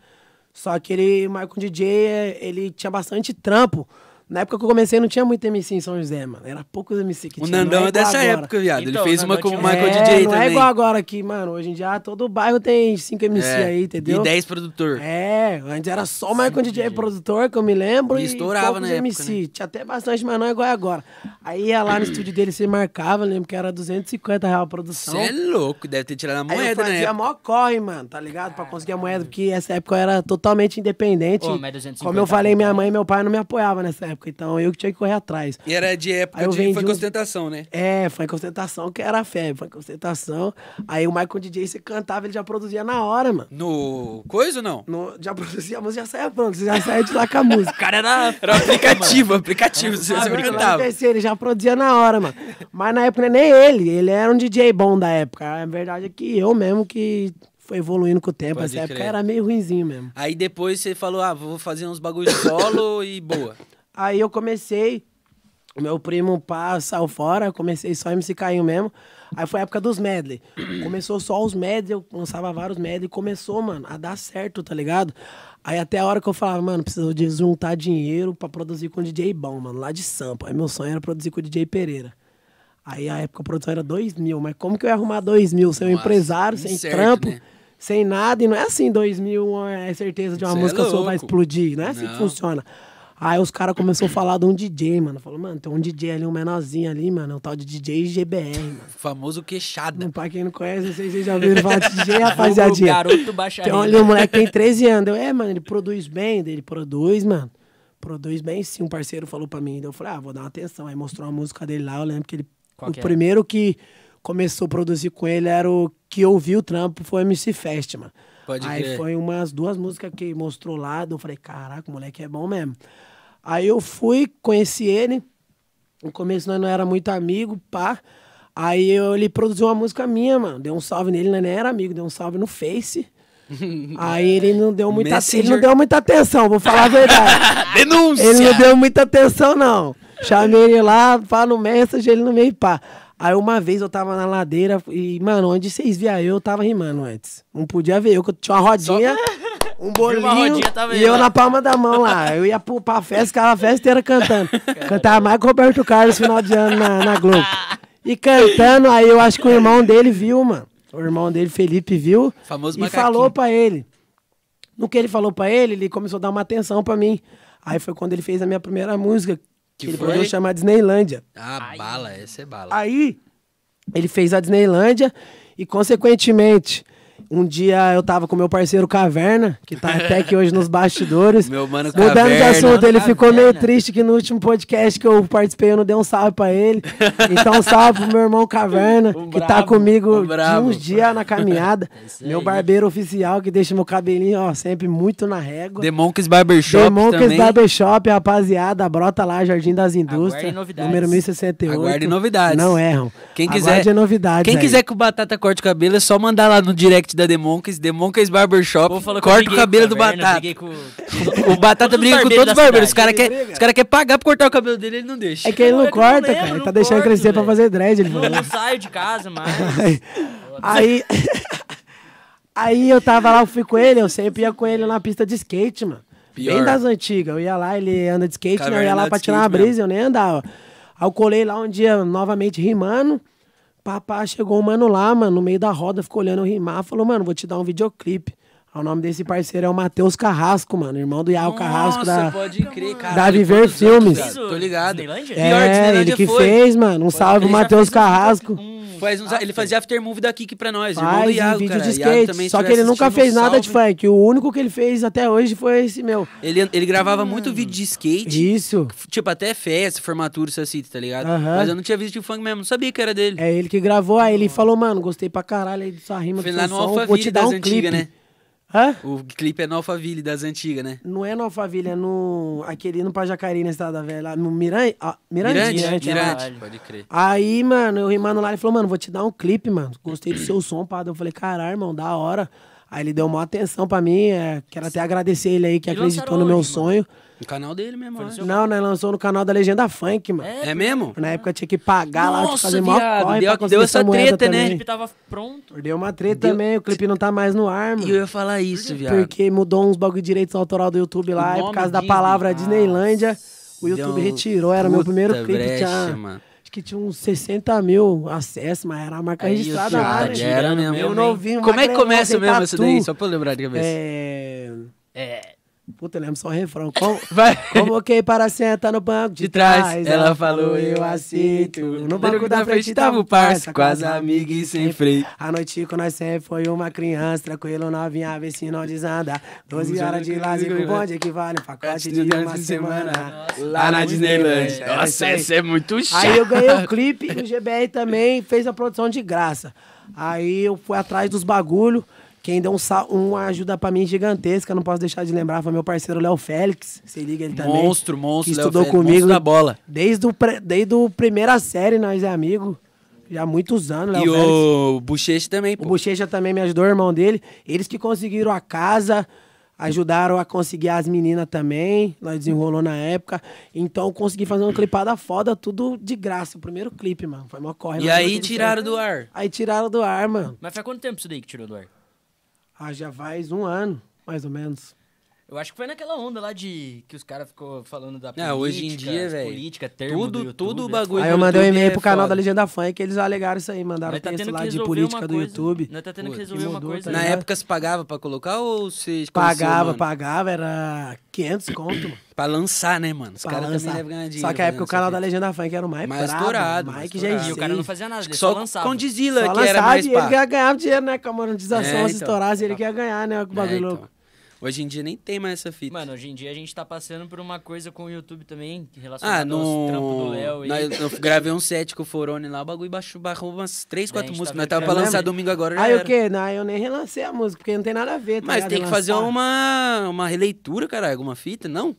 Speaker 3: Só que ele, o Michael DJ, eh, ele tinha bastante trampo. Na época que eu comecei, não tinha muito MC em São José, mano. Era poucos MC que
Speaker 1: O
Speaker 3: tinha. não
Speaker 1: Nandão é
Speaker 3: igual
Speaker 1: dessa
Speaker 3: agora.
Speaker 1: época, viado. Ele
Speaker 2: Então,
Speaker 1: fez
Speaker 2: o
Speaker 1: uma
Speaker 2: Nandão
Speaker 1: com o
Speaker 2: tinha-
Speaker 1: Michael
Speaker 3: é,
Speaker 1: DJ
Speaker 3: não
Speaker 1: também.
Speaker 3: é igual agora que, mano, hoje em dia todo bairro tem 5 MC
Speaker 1: É,
Speaker 3: aí, entendeu?
Speaker 1: E 10 produtor.
Speaker 3: É, antes era só o Michael DJ, produtor, que eu me lembro.
Speaker 1: E
Speaker 3: E,
Speaker 1: estourava
Speaker 3: poucos
Speaker 1: na época, né?
Speaker 3: MC. Tinha até bastante, mas não é igual é agora. Aí ia lá no estúdio dele, você marcava, eu lembro que era 250 reais a produção.
Speaker 1: Você é louco, deve ter tirado a
Speaker 3: Tá Aí eu
Speaker 1: moeda,
Speaker 3: fazia
Speaker 1: né?
Speaker 3: mó corre, mano, tá ligado? Pra conseguir a moeda, porque essa época eu era totalmente independente.
Speaker 2: Ô, mas 250
Speaker 3: Como eu falei, minha
Speaker 2: conto,
Speaker 3: mãe e meu pai não me apoiavam nessa época, então eu que tinha que correr atrás.
Speaker 1: E era de época
Speaker 3: Aí eu
Speaker 1: de.
Speaker 3: vendi um-
Speaker 1: Foi
Speaker 3: uns-
Speaker 1: constentação, né?
Speaker 3: É, foi concentração que era febre, foi concentração. Aí o Michael DJ, você cantava, ele já produzia na hora, mano.
Speaker 1: No. Coisa ou não?
Speaker 3: No- já produzia a música, já saia pronto, você já saia de lá com a música.
Speaker 1: Cara,
Speaker 2: [laughs]
Speaker 1: era, era aplicativo, aplicativo. Você
Speaker 3: Ah,
Speaker 1: sempre
Speaker 3: não,
Speaker 1: cantava.
Speaker 3: não, pensei, ele já produzia na hora, mano. Mas na época não é nem ele, ele era um DJ bom da época. A verdade é que eu mesmo que foi evoluindo com o tempo.
Speaker 1: Pode
Speaker 3: Essa época
Speaker 1: crer.
Speaker 3: era meio ruinzinho mesmo.
Speaker 1: Aí depois você falou, ah, vou fazer uns bagulho solo e boa.
Speaker 3: Aí eu comecei, o meu primo pá saiu fora, eu comecei só MC Caio mesmo. Aí foi a época dos medley. [clears throat] Começou só os medley, eu lançava vários medley. Começou, mano, a dar certo, tá ligado? Aí até a hora que eu falava, mano, preciso de juntar dinheiro pra produzir com DJ bom, mano, lá de Sampa. Aí meu sonho era produzir com o DJ Pereira. Aí a época a produção era 2 mil, mas como que eu ia arrumar 2 mil? Sem um
Speaker 1: Nossa,
Speaker 3: empresário, sem
Speaker 1: incerto,
Speaker 3: trampo,
Speaker 1: né?
Speaker 3: sem nada. E não é assim, 2 mil é certeza de uma
Speaker 1: Cê é
Speaker 3: música sua vai
Speaker 1: louco.
Speaker 3: explodir. Não é assim que
Speaker 1: Não.
Speaker 3: funciona funciona. Aí os caras começaram a falar de um DJ, mano. Falou, mano, tem um DJ ali, um menorzinho ali, mano. é Um tal de DJ GBR, mano.
Speaker 1: O famoso queixada.
Speaker 3: Não, pra quem não conhece, vocês já ouviram falar de
Speaker 2: [laughs]
Speaker 3: DJ, rapaziadinha.
Speaker 2: garoto baixa
Speaker 3: Tem um, ali,
Speaker 2: renda.
Speaker 3: um moleque que tem 13 anos. Eu, é, mano, ele produz bem. Daí Ele produz, mano. Produz bem sim. Um parceiro falou pra mim. Daí Eu falei, ah, vou dar uma atenção. Aí mostrou uma música dele lá. Eu lembro que ele.
Speaker 2: Qual
Speaker 3: o
Speaker 2: que é? era?
Speaker 3: primeiro que começou a produzir com ele era o que eu vi o trampo, foi o MC Fest, mano.
Speaker 1: Pode
Speaker 3: Aí
Speaker 1: crer.
Speaker 3: foi umas duas músicas que mostrou lá. daí Eu falei, caraca, o moleque é bom mesmo. Aí eu fui, conheci ele. No começo nós não era muito amigo, pá. Aí eu, ele produziu uma música minha, mano. Deu um salve nele, nós nem era amigo, deu um salve no Face. Aí ele não deu muita ele
Speaker 1: Messenger.
Speaker 3: não deu muita atenção, vou falar a verdade.
Speaker 2: Ah,
Speaker 1: Denúncia!
Speaker 3: ele não deu muita atenção, não. Chamei ele lá, pá no message, ele não veio pá. Aí uma vez eu tava na ladeira e, mano, onde vocês via eu, eu tava rimando antes. Não podia ver eu, que eu tinha
Speaker 1: [laughs]
Speaker 3: uma rodinha, um bolinho
Speaker 2: rodinha,
Speaker 1: tá
Speaker 2: tava
Speaker 3: e
Speaker 2: eu
Speaker 3: eu
Speaker 2: lá.
Speaker 3: na palma da mão lá. Eu ia pro, pra festa, ficava a festa inteira cantando. Cantava mais que o Roberto Carlos final de ano na, na Globo. E cantando, aí eu acho que o irmão dele viu, mano. O irmão dele, Felipe, viu.
Speaker 1: Famoso
Speaker 3: e
Speaker 1: macaquinho.
Speaker 3: falou pra ele. No que ele falou pra ele, ele começou a dar uma atenção pra mim. Aí foi quando ele fez a minha primeira música,
Speaker 1: Que
Speaker 3: que, ele
Speaker 1: foi?
Speaker 3: foi chamar Disneylândia.
Speaker 1: Ah, bala, essa é bala.
Speaker 3: Aí ele fez a Disneylândia e, consequentemente, um dia eu tava com meu parceiro Caverna, que tá até aqui hoje nos
Speaker 1: [laughs]
Speaker 3: bastidores.
Speaker 1: Meu mano
Speaker 3: Mudando de
Speaker 1: Caverna.
Speaker 3: assunto, ele ficou meio
Speaker 2: Caverna.
Speaker 3: triste que no último podcast que eu participei eu não dei um salve pra ele. Então, um salve pro meu irmão Caverna,
Speaker 2: Um
Speaker 3: que tá
Speaker 2: brabo,
Speaker 1: um
Speaker 3: comigo de
Speaker 1: brabo.
Speaker 3: uns dias na caminhada.
Speaker 1: [laughs]
Speaker 2: isso
Speaker 3: meu
Speaker 2: aí.
Speaker 3: barbeiro oficial, que deixa meu cabelinho, ó, sempre muito na régua.
Speaker 1: The Monkeys Barbershop
Speaker 3: The Monkeys
Speaker 1: também.
Speaker 3: Barbershop, rapaziada, brota lá, Jardim das Indústrias,
Speaker 2: Aguardem novidades.
Speaker 3: número 1068.
Speaker 1: Aguardem novidades.
Speaker 3: Não erram.
Speaker 1: Quem quiser,
Speaker 3: Aguardem novidades
Speaker 1: quem
Speaker 3: aí.
Speaker 1: quiser que o Batata corte o cabelo, é só mandar lá no direct da The Monkeys, The Monkeys Barbershop,
Speaker 2: Vou falar que eu
Speaker 1: corta o
Speaker 2: briguei
Speaker 1: cabelo
Speaker 2: com
Speaker 1: do
Speaker 2: a Verna,
Speaker 1: Batata.
Speaker 2: né? briguei com-
Speaker 1: O Batata
Speaker 2: todos os
Speaker 1: briga com
Speaker 2: barbeiros
Speaker 1: todos os
Speaker 2: da
Speaker 1: barbeiros. Os
Speaker 2: cidade.
Speaker 1: caras querem cara quer pagar pra cortar o cabelo dele, ele não deixa.
Speaker 3: É que ele não,
Speaker 2: Não,
Speaker 3: corta,
Speaker 2: eu não lembro,
Speaker 3: cara. Ele tá
Speaker 2: não
Speaker 3: deixando
Speaker 2: corto,
Speaker 3: crescer pra
Speaker 2: velho.
Speaker 3: fazer dread, ele
Speaker 2: Não,
Speaker 1: [laughs]
Speaker 3: falou.
Speaker 2: não saio de casa mais.
Speaker 3: Aí. Aí eu tava lá, eu fui com ele, eu sempre ia com ele na pista de skate, mano.
Speaker 1: Pior.
Speaker 3: Bem das antigas. Eu ia lá, ele anda de skate, né? eu ia
Speaker 1: Caverna
Speaker 3: lá
Speaker 1: de
Speaker 3: pra tirar uma
Speaker 1: skate
Speaker 3: brisa, eu nem andava. Aí eu colei lá um dia, novamente rimando. Papá chegou um mano lá, mano, no meio da roda, ficou olhando eu rimar, falou, mano, vou te dar um videoclipe. Aí o nome desse parceiro é o Matheus Carrasco, mano, irmão do Iago é Carrasco da,
Speaker 1: pode crer, cara.
Speaker 3: da
Speaker 1: Ele
Speaker 3: Viver
Speaker 1: quantos anos,
Speaker 3: Filmes.
Speaker 1: viado? Tô ligado.
Speaker 2: Disneylândia?
Speaker 1: Pior,
Speaker 3: É, ele
Speaker 1: Disneylândia
Speaker 3: que
Speaker 1: foi.
Speaker 3: fez, mano. Um salve pro
Speaker 2: Ele já
Speaker 3: Matheus
Speaker 2: fez um-
Speaker 3: Carrasco.
Speaker 1: Faz uns- ele fazia after move daqui que pra nós, irmão do
Speaker 3: Faz
Speaker 1: Iago,
Speaker 3: em vídeo
Speaker 1: cara.
Speaker 3: um de
Speaker 1: Iago também,
Speaker 3: skate.
Speaker 1: se
Speaker 3: Só que
Speaker 1: tiver
Speaker 3: ele nunca
Speaker 1: assistindo,
Speaker 3: fez
Speaker 1: um
Speaker 3: nada de
Speaker 1: salve.
Speaker 3: funk. O único que ele fez até hoje foi esse meu.
Speaker 1: Ele, ele gravava
Speaker 3: Hum.
Speaker 1: muito vídeo de skate,
Speaker 3: Isso.
Speaker 1: tipo até festa, formatura, isso assim, tá ligado?
Speaker 3: Aham.
Speaker 1: Mas eu não tinha visto de funk mesmo, não sabia que era dele.
Speaker 3: É ele que gravou. Aí ele falou, mano, gostei pra caralho aí da sua rima.
Speaker 1: Foi
Speaker 3: do
Speaker 1: lá no
Speaker 3: seu som,
Speaker 1: Alphaville
Speaker 3: um Vou te dar
Speaker 1: das
Speaker 3: um
Speaker 1: antigas,
Speaker 3: clipe.
Speaker 1: né?
Speaker 3: Hã?
Speaker 1: O clipe é no Alphaville, das antigas, né?
Speaker 3: Não é no Alphaville, é no. Aquele no Pajacarí, na Estrada Velha. lá No Miran... ah, Mirandinha.
Speaker 1: Mirante,
Speaker 2: é
Speaker 1: Mirante.
Speaker 2: caralho.
Speaker 1: Pode crer.
Speaker 3: Aí, mano, eu rimando lá, ele falou, mano, vou te dar um clipe, mano. Gostei do seu som, padre. Eu falei, caralho, irmão, da hora. Aí ele deu uma atenção pra mim. é, quero até agradecer ele aí que
Speaker 2: E
Speaker 3: acreditou
Speaker 2: lançaram
Speaker 3: no meu
Speaker 2: onde,
Speaker 3: sonho.
Speaker 1: No canal dele mesmo, né?
Speaker 3: Não, né? Lançou no canal da Legenda Funk, mano.
Speaker 2: É,
Speaker 1: É mesmo?
Speaker 3: Na época eu tinha que pagar lá, tinha que
Speaker 1: Nossa,
Speaker 3: fazer maior
Speaker 1: viado,
Speaker 3: corre
Speaker 1: deu-
Speaker 3: pra conseguir
Speaker 1: deu essa
Speaker 3: moeda
Speaker 1: treta, né?
Speaker 2: o
Speaker 3: também.
Speaker 2: clipe tava pronto.
Speaker 3: Deu uma treta
Speaker 1: Deu-
Speaker 3: também, o clipe não tá mais no ar,
Speaker 1: E eu
Speaker 3: mano.
Speaker 1: ia falar isso, viado.
Speaker 3: Porque mudou uns bagulho de direitos autoral do YouTube lá, e por
Speaker 1: nome
Speaker 3: causa da
Speaker 1: Disney. Ah,
Speaker 3: palavra Disneylândia, o YouTube
Speaker 1: Deu- um
Speaker 3: retirou, era meu
Speaker 1: Puta
Speaker 3: primeiro clipe,
Speaker 1: brecha,
Speaker 3: tinha,
Speaker 1: mano.
Speaker 3: acho que tinha uns 60 mil acessos, mas era a marca
Speaker 2: Aí,
Speaker 3: registrada
Speaker 2: YouTube,
Speaker 3: lá,
Speaker 1: Ah,
Speaker 3: né?
Speaker 2: Tirando
Speaker 1: era mesmo.
Speaker 2: meu,
Speaker 1: hein?
Speaker 3: novinho,
Speaker 1: Como é que
Speaker 3: magrelão,
Speaker 1: começa
Speaker 3: sem
Speaker 1: mesmo isso
Speaker 3: tatu.
Speaker 1: daí? Só pra eu lembrar de cabeça.
Speaker 3: É...
Speaker 2: É.
Speaker 3: Puta, eu lembro só o [laughs] refrão. Com...
Speaker 1: Vai.
Speaker 3: Convoquei é para sentar no banco de,
Speaker 1: De trás, ela falou,
Speaker 3: eu
Speaker 1: eu
Speaker 3: aceito.
Speaker 1: aceito.
Speaker 3: No banco da frente tava o parça, quase amigo e sem freio. A noite com nós sempre foi uma criança, tranquilo, novinha, vê se não desanda. 12 horas de lazer com bonde equivale um pacote de uma semana.
Speaker 1: Lá na Disneyland.
Speaker 3: Era isso
Speaker 1: Nossa,
Speaker 3: aí.
Speaker 1: essa é muito chata.
Speaker 3: Aí eu ganhei
Speaker 1: [laughs]
Speaker 3: o clipe e o GBR também fez a produção de graça. Aí eu fui atrás dos bagulho. Quem deu um sal- uma ajuda pra mim gigantesca, não posso deixar de lembrar, foi meu parceiro Léo Félix. Se liga ele também.
Speaker 1: Monstro, monstro,
Speaker 3: que
Speaker 1: Léo
Speaker 3: estudou
Speaker 1: Félix,
Speaker 3: comigo.
Speaker 1: monstro da bola.
Speaker 3: Desde o, pre- desde o primeira série, nós é amigo. Já há muitos anos, Léo
Speaker 1: E
Speaker 3: Félix.
Speaker 1: o Bochecha também,
Speaker 3: O
Speaker 1: pô.
Speaker 3: Bochecha também me ajudou, o irmão dele. Eles que conseguiram a casa, ajudaram a conseguir as meninas também. Nós desenrolou na época. Então eu consegui fazer uma clipada foda, tudo de graça. O primeiro clipe, mano. Foi uma corre.
Speaker 1: E
Speaker 3: mas
Speaker 1: aí
Speaker 3: deu tudo
Speaker 1: tiraram
Speaker 3: certo.
Speaker 1: do ar.
Speaker 3: Aí tiraram do ar, mano.
Speaker 2: Mas faz quanto tempo isso daí que tirou do ar?
Speaker 3: Ah, já faz um ano, mais ou menos.
Speaker 2: Eu acho que foi naquela onda lá de que os caras ficou falando da política,
Speaker 1: Não, É, hoje em dia,
Speaker 2: as
Speaker 1: velho,
Speaker 2: Política, termo
Speaker 1: tudo-
Speaker 2: do YouTube,
Speaker 1: tudo o
Speaker 2: né?
Speaker 1: bagulho- O
Speaker 3: aí eu
Speaker 1: do
Speaker 3: mandei um
Speaker 1: YouTube
Speaker 3: e-mail
Speaker 1: é
Speaker 3: pro canal
Speaker 1: foda.
Speaker 3: da Legenda Funk, eles alegaram isso aí, mandaram
Speaker 2: Nós tá
Speaker 3: texto
Speaker 2: tendo
Speaker 3: lá
Speaker 2: que
Speaker 3: de
Speaker 2: resolver
Speaker 3: política
Speaker 2: uma
Speaker 3: do
Speaker 2: coisa.
Speaker 3: YouTube.
Speaker 2: Nós tá tendo
Speaker 1: Pô,
Speaker 2: que resolver
Speaker 3: que
Speaker 2: uma
Speaker 3: mudou,
Speaker 2: coisa.
Speaker 3: tá
Speaker 1: Na
Speaker 2: né?
Speaker 3: ligado?
Speaker 1: época se pagava pra colocar ou se
Speaker 3: Pagava,
Speaker 1: pra...
Speaker 3: pagava, era 500 conto, mano.
Speaker 1: pra lançar, né, mano? Os
Speaker 3: Pra
Speaker 1: caras
Speaker 3: lançar.
Speaker 1: também devem ganhar dinheiro.
Speaker 3: Só que a
Speaker 1: fazendo
Speaker 3: época o canal
Speaker 1: essa
Speaker 3: da Legenda Funk era o mais,
Speaker 1: Mais
Speaker 3: brabo,
Speaker 1: dourado,
Speaker 3: Mike
Speaker 1: mais dourado.
Speaker 3: fita.
Speaker 2: E o cara não fazia nada,
Speaker 1: Acho
Speaker 2: ele
Speaker 1: que
Speaker 2: só,
Speaker 1: só
Speaker 2: lançava.
Speaker 1: com Dizila
Speaker 3: Só
Speaker 1: que era
Speaker 3: lançava
Speaker 1: mais
Speaker 3: dinheiro,
Speaker 1: pá.
Speaker 3: ele ganhava dinheiro, né? Com a monetização,
Speaker 1: É,
Speaker 3: se
Speaker 1: então.
Speaker 3: estourasse, ele que ia ganhar, né? Com o
Speaker 1: É,
Speaker 3: bagulho
Speaker 1: então.
Speaker 3: louco.
Speaker 1: Hoje em dia nem tem mais essa fita.
Speaker 2: Mano, hoje em dia a gente tá passando por uma coisa com o YouTube também, relacionada
Speaker 1: ah,
Speaker 2: aos trampos do
Speaker 1: no...
Speaker 2: Léo. e-
Speaker 1: na- eu
Speaker 2: [laughs]
Speaker 1: gravei um set com o Forone lá, o bagulho baixou, barrou umas 3,
Speaker 2: Daí
Speaker 1: 4
Speaker 2: a gente
Speaker 1: músicas.
Speaker 2: tá
Speaker 1: Nós tava
Speaker 2: vendo
Speaker 1: pra
Speaker 2: que é
Speaker 1: lançar
Speaker 2: mesmo.
Speaker 1: domingo agora, já
Speaker 3: Aí o
Speaker 1: era.
Speaker 3: quê? Não, Ah, eu nem relancei a música, porque não tem nada a ver, tá
Speaker 1: Mas
Speaker 3: ligado?
Speaker 1: tem que
Speaker 3: Relançar.
Speaker 1: fazer uma, uma releitura, cara, alguma fita, não?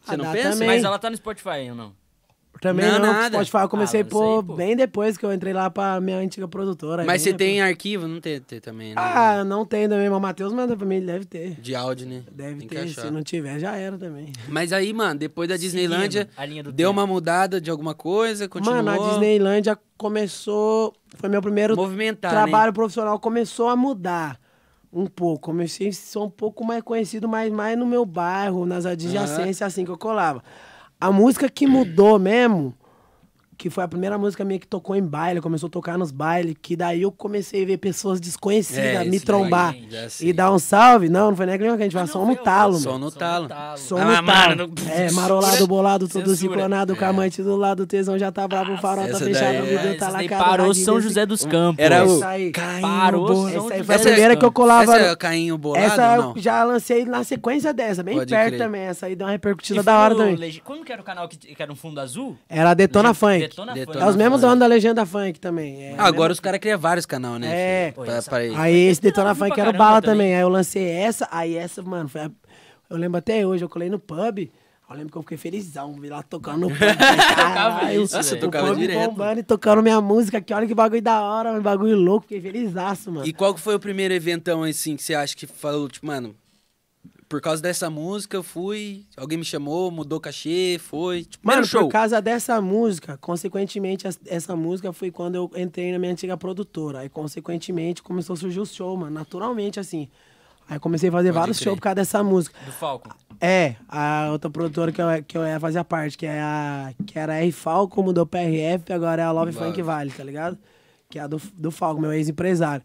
Speaker 1: Você
Speaker 3: Ah,
Speaker 1: não
Speaker 3: dá
Speaker 1: pensa?
Speaker 3: também.
Speaker 2: Mas ela tá no Spotify ou não?
Speaker 3: Também
Speaker 1: Não,
Speaker 3: não, não
Speaker 1: nada.
Speaker 3: Spotify eu comecei
Speaker 2: Ah,
Speaker 3: a
Speaker 2: mas
Speaker 3: pôr
Speaker 2: aí, pô.
Speaker 3: bem depois que eu entrei lá pra minha antiga
Speaker 1: Mas
Speaker 3: produtora. bem
Speaker 2: né,
Speaker 1: você tem
Speaker 3: depois.
Speaker 1: arquivo? Não tem, tem também, né?
Speaker 3: Ah, não tem também, mas o Matheus manda pra mim, ele deve ter.
Speaker 1: De áudio, né?
Speaker 3: Deve
Speaker 1: Tem que
Speaker 3: ter,
Speaker 1: achar.
Speaker 3: se não tiver, já era também.
Speaker 1: Mas aí, mano, depois da Disneylândia,
Speaker 2: Seguindo a linha do
Speaker 1: deu
Speaker 2: tempo.
Speaker 1: uma mudada de alguma coisa, continuou.
Speaker 3: Mano, a é Disneylândia começou. Foi meu primeiro
Speaker 1: Movimentar, né?
Speaker 3: trabalho profissional. Começou a mudar um pouco. Comecei a ser um pouco mais conhecido, mas mais no meu bairro, nas adjacências, assim que eu colava. A música que mudou mesmo, que foi a primeira música minha que tocou em baile, começou a tocar nos bailes, que daí eu comecei a ver pessoas desconhecidas
Speaker 1: É,
Speaker 3: me
Speaker 1: isso
Speaker 3: trombar
Speaker 1: daí, já sei. Ah,
Speaker 3: e dar um salve. Não, não foi nem que a gente vai, só no talo,
Speaker 1: Só um
Speaker 3: mano.
Speaker 1: no
Speaker 2: Só no
Speaker 1: talo.
Speaker 2: talo.
Speaker 3: Som
Speaker 1: Ah,
Speaker 3: no
Speaker 1: mano,
Speaker 3: talo.
Speaker 1: não-
Speaker 3: É, marolado, bolado, tudo
Speaker 2: Censura.
Speaker 3: ciclonado, com a amante do lado, o tesão já tá bravo, o farol tá
Speaker 1: É. essa
Speaker 3: fechado,
Speaker 1: daí
Speaker 3: o
Speaker 1: é-
Speaker 3: vídeo tá
Speaker 2: Essa daí
Speaker 3: lacado.
Speaker 2: parou
Speaker 3: radinho
Speaker 2: São
Speaker 3: desse-
Speaker 2: José dos Campos.
Speaker 1: Era o.
Speaker 3: Essa aí.
Speaker 1: Caim
Speaker 2: Parou,
Speaker 1: Bolado.
Speaker 2: São
Speaker 3: Essa aí
Speaker 2: José
Speaker 3: foi a
Speaker 2: dos
Speaker 3: primeira
Speaker 2: Campos.
Speaker 3: que eu colava.
Speaker 1: Essa é o Caim Bolado
Speaker 3: Essa
Speaker 1: ou
Speaker 3: eu
Speaker 1: não?
Speaker 3: já lancei na sequência dessa, bem
Speaker 1: Pode
Speaker 3: perto
Speaker 1: crer.
Speaker 3: também. Essa aí deu uma repercutida
Speaker 2: E
Speaker 3: da
Speaker 2: foi
Speaker 3: hora
Speaker 2: o
Speaker 3: também.
Speaker 2: Legi- Como que era o canal que, que era um fundo azul?
Speaker 3: Era a Detona
Speaker 2: Legi-
Speaker 3: Funk.
Speaker 2: Detona Funk.
Speaker 1: Detona
Speaker 3: É os mesmos
Speaker 1: Funk.
Speaker 3: donos da Legenda Funk também. É,
Speaker 1: Ah, agora os caras criam vários canal, né?
Speaker 3: É.
Speaker 1: filho?
Speaker 2: Pô,
Speaker 1: Pra-
Speaker 2: essa-
Speaker 1: pra aí.
Speaker 3: Aí esse Detona
Speaker 2: Eu fui
Speaker 3: Funk
Speaker 2: pra
Speaker 3: era o
Speaker 2: caramba
Speaker 3: bala
Speaker 2: também.
Speaker 3: também. Aí eu lancei essa, aí essa, mano, foi a... Eu lembro até hoje, eu colei no pub. Eu lembro que eu fiquei felizão, vi lá tocando
Speaker 1: [laughs]
Speaker 3: no pub. Caralho,
Speaker 2: isso, Nossa, eu
Speaker 3: o
Speaker 1: tocava
Speaker 3: pub
Speaker 1: direto.
Speaker 3: bombando e tocando minha música. Que olha que bagulho da hora, um bagulho louco. Fiquei felizaço, mano.
Speaker 1: E qual que foi o primeiro eventão, assim, que você acha que falou, tipo, mano, por causa dessa música eu fui, alguém me chamou, mudou cachê, foi. Tipo,
Speaker 3: Mano,
Speaker 1: primeiro show.
Speaker 3: por causa dessa música, consequentemente, as- essa música foi quando eu entrei na minha antiga produtora. Aí, consequentemente, começou a surgir o show, mano. Naturalmente, assim. Aí comecei a fazer
Speaker 1: Pode
Speaker 3: vários
Speaker 1: crer.
Speaker 3: shows por causa dessa música.
Speaker 2: Do Falco.
Speaker 3: É, a outra produtora que eu, que eu ia fazer parte, que, é a, que era a R Falco, mudou pra RF, agora é a Love
Speaker 1: Love.
Speaker 3: Funk Vale, tá ligado? Que é a do, do Falco, meu ex-empresário.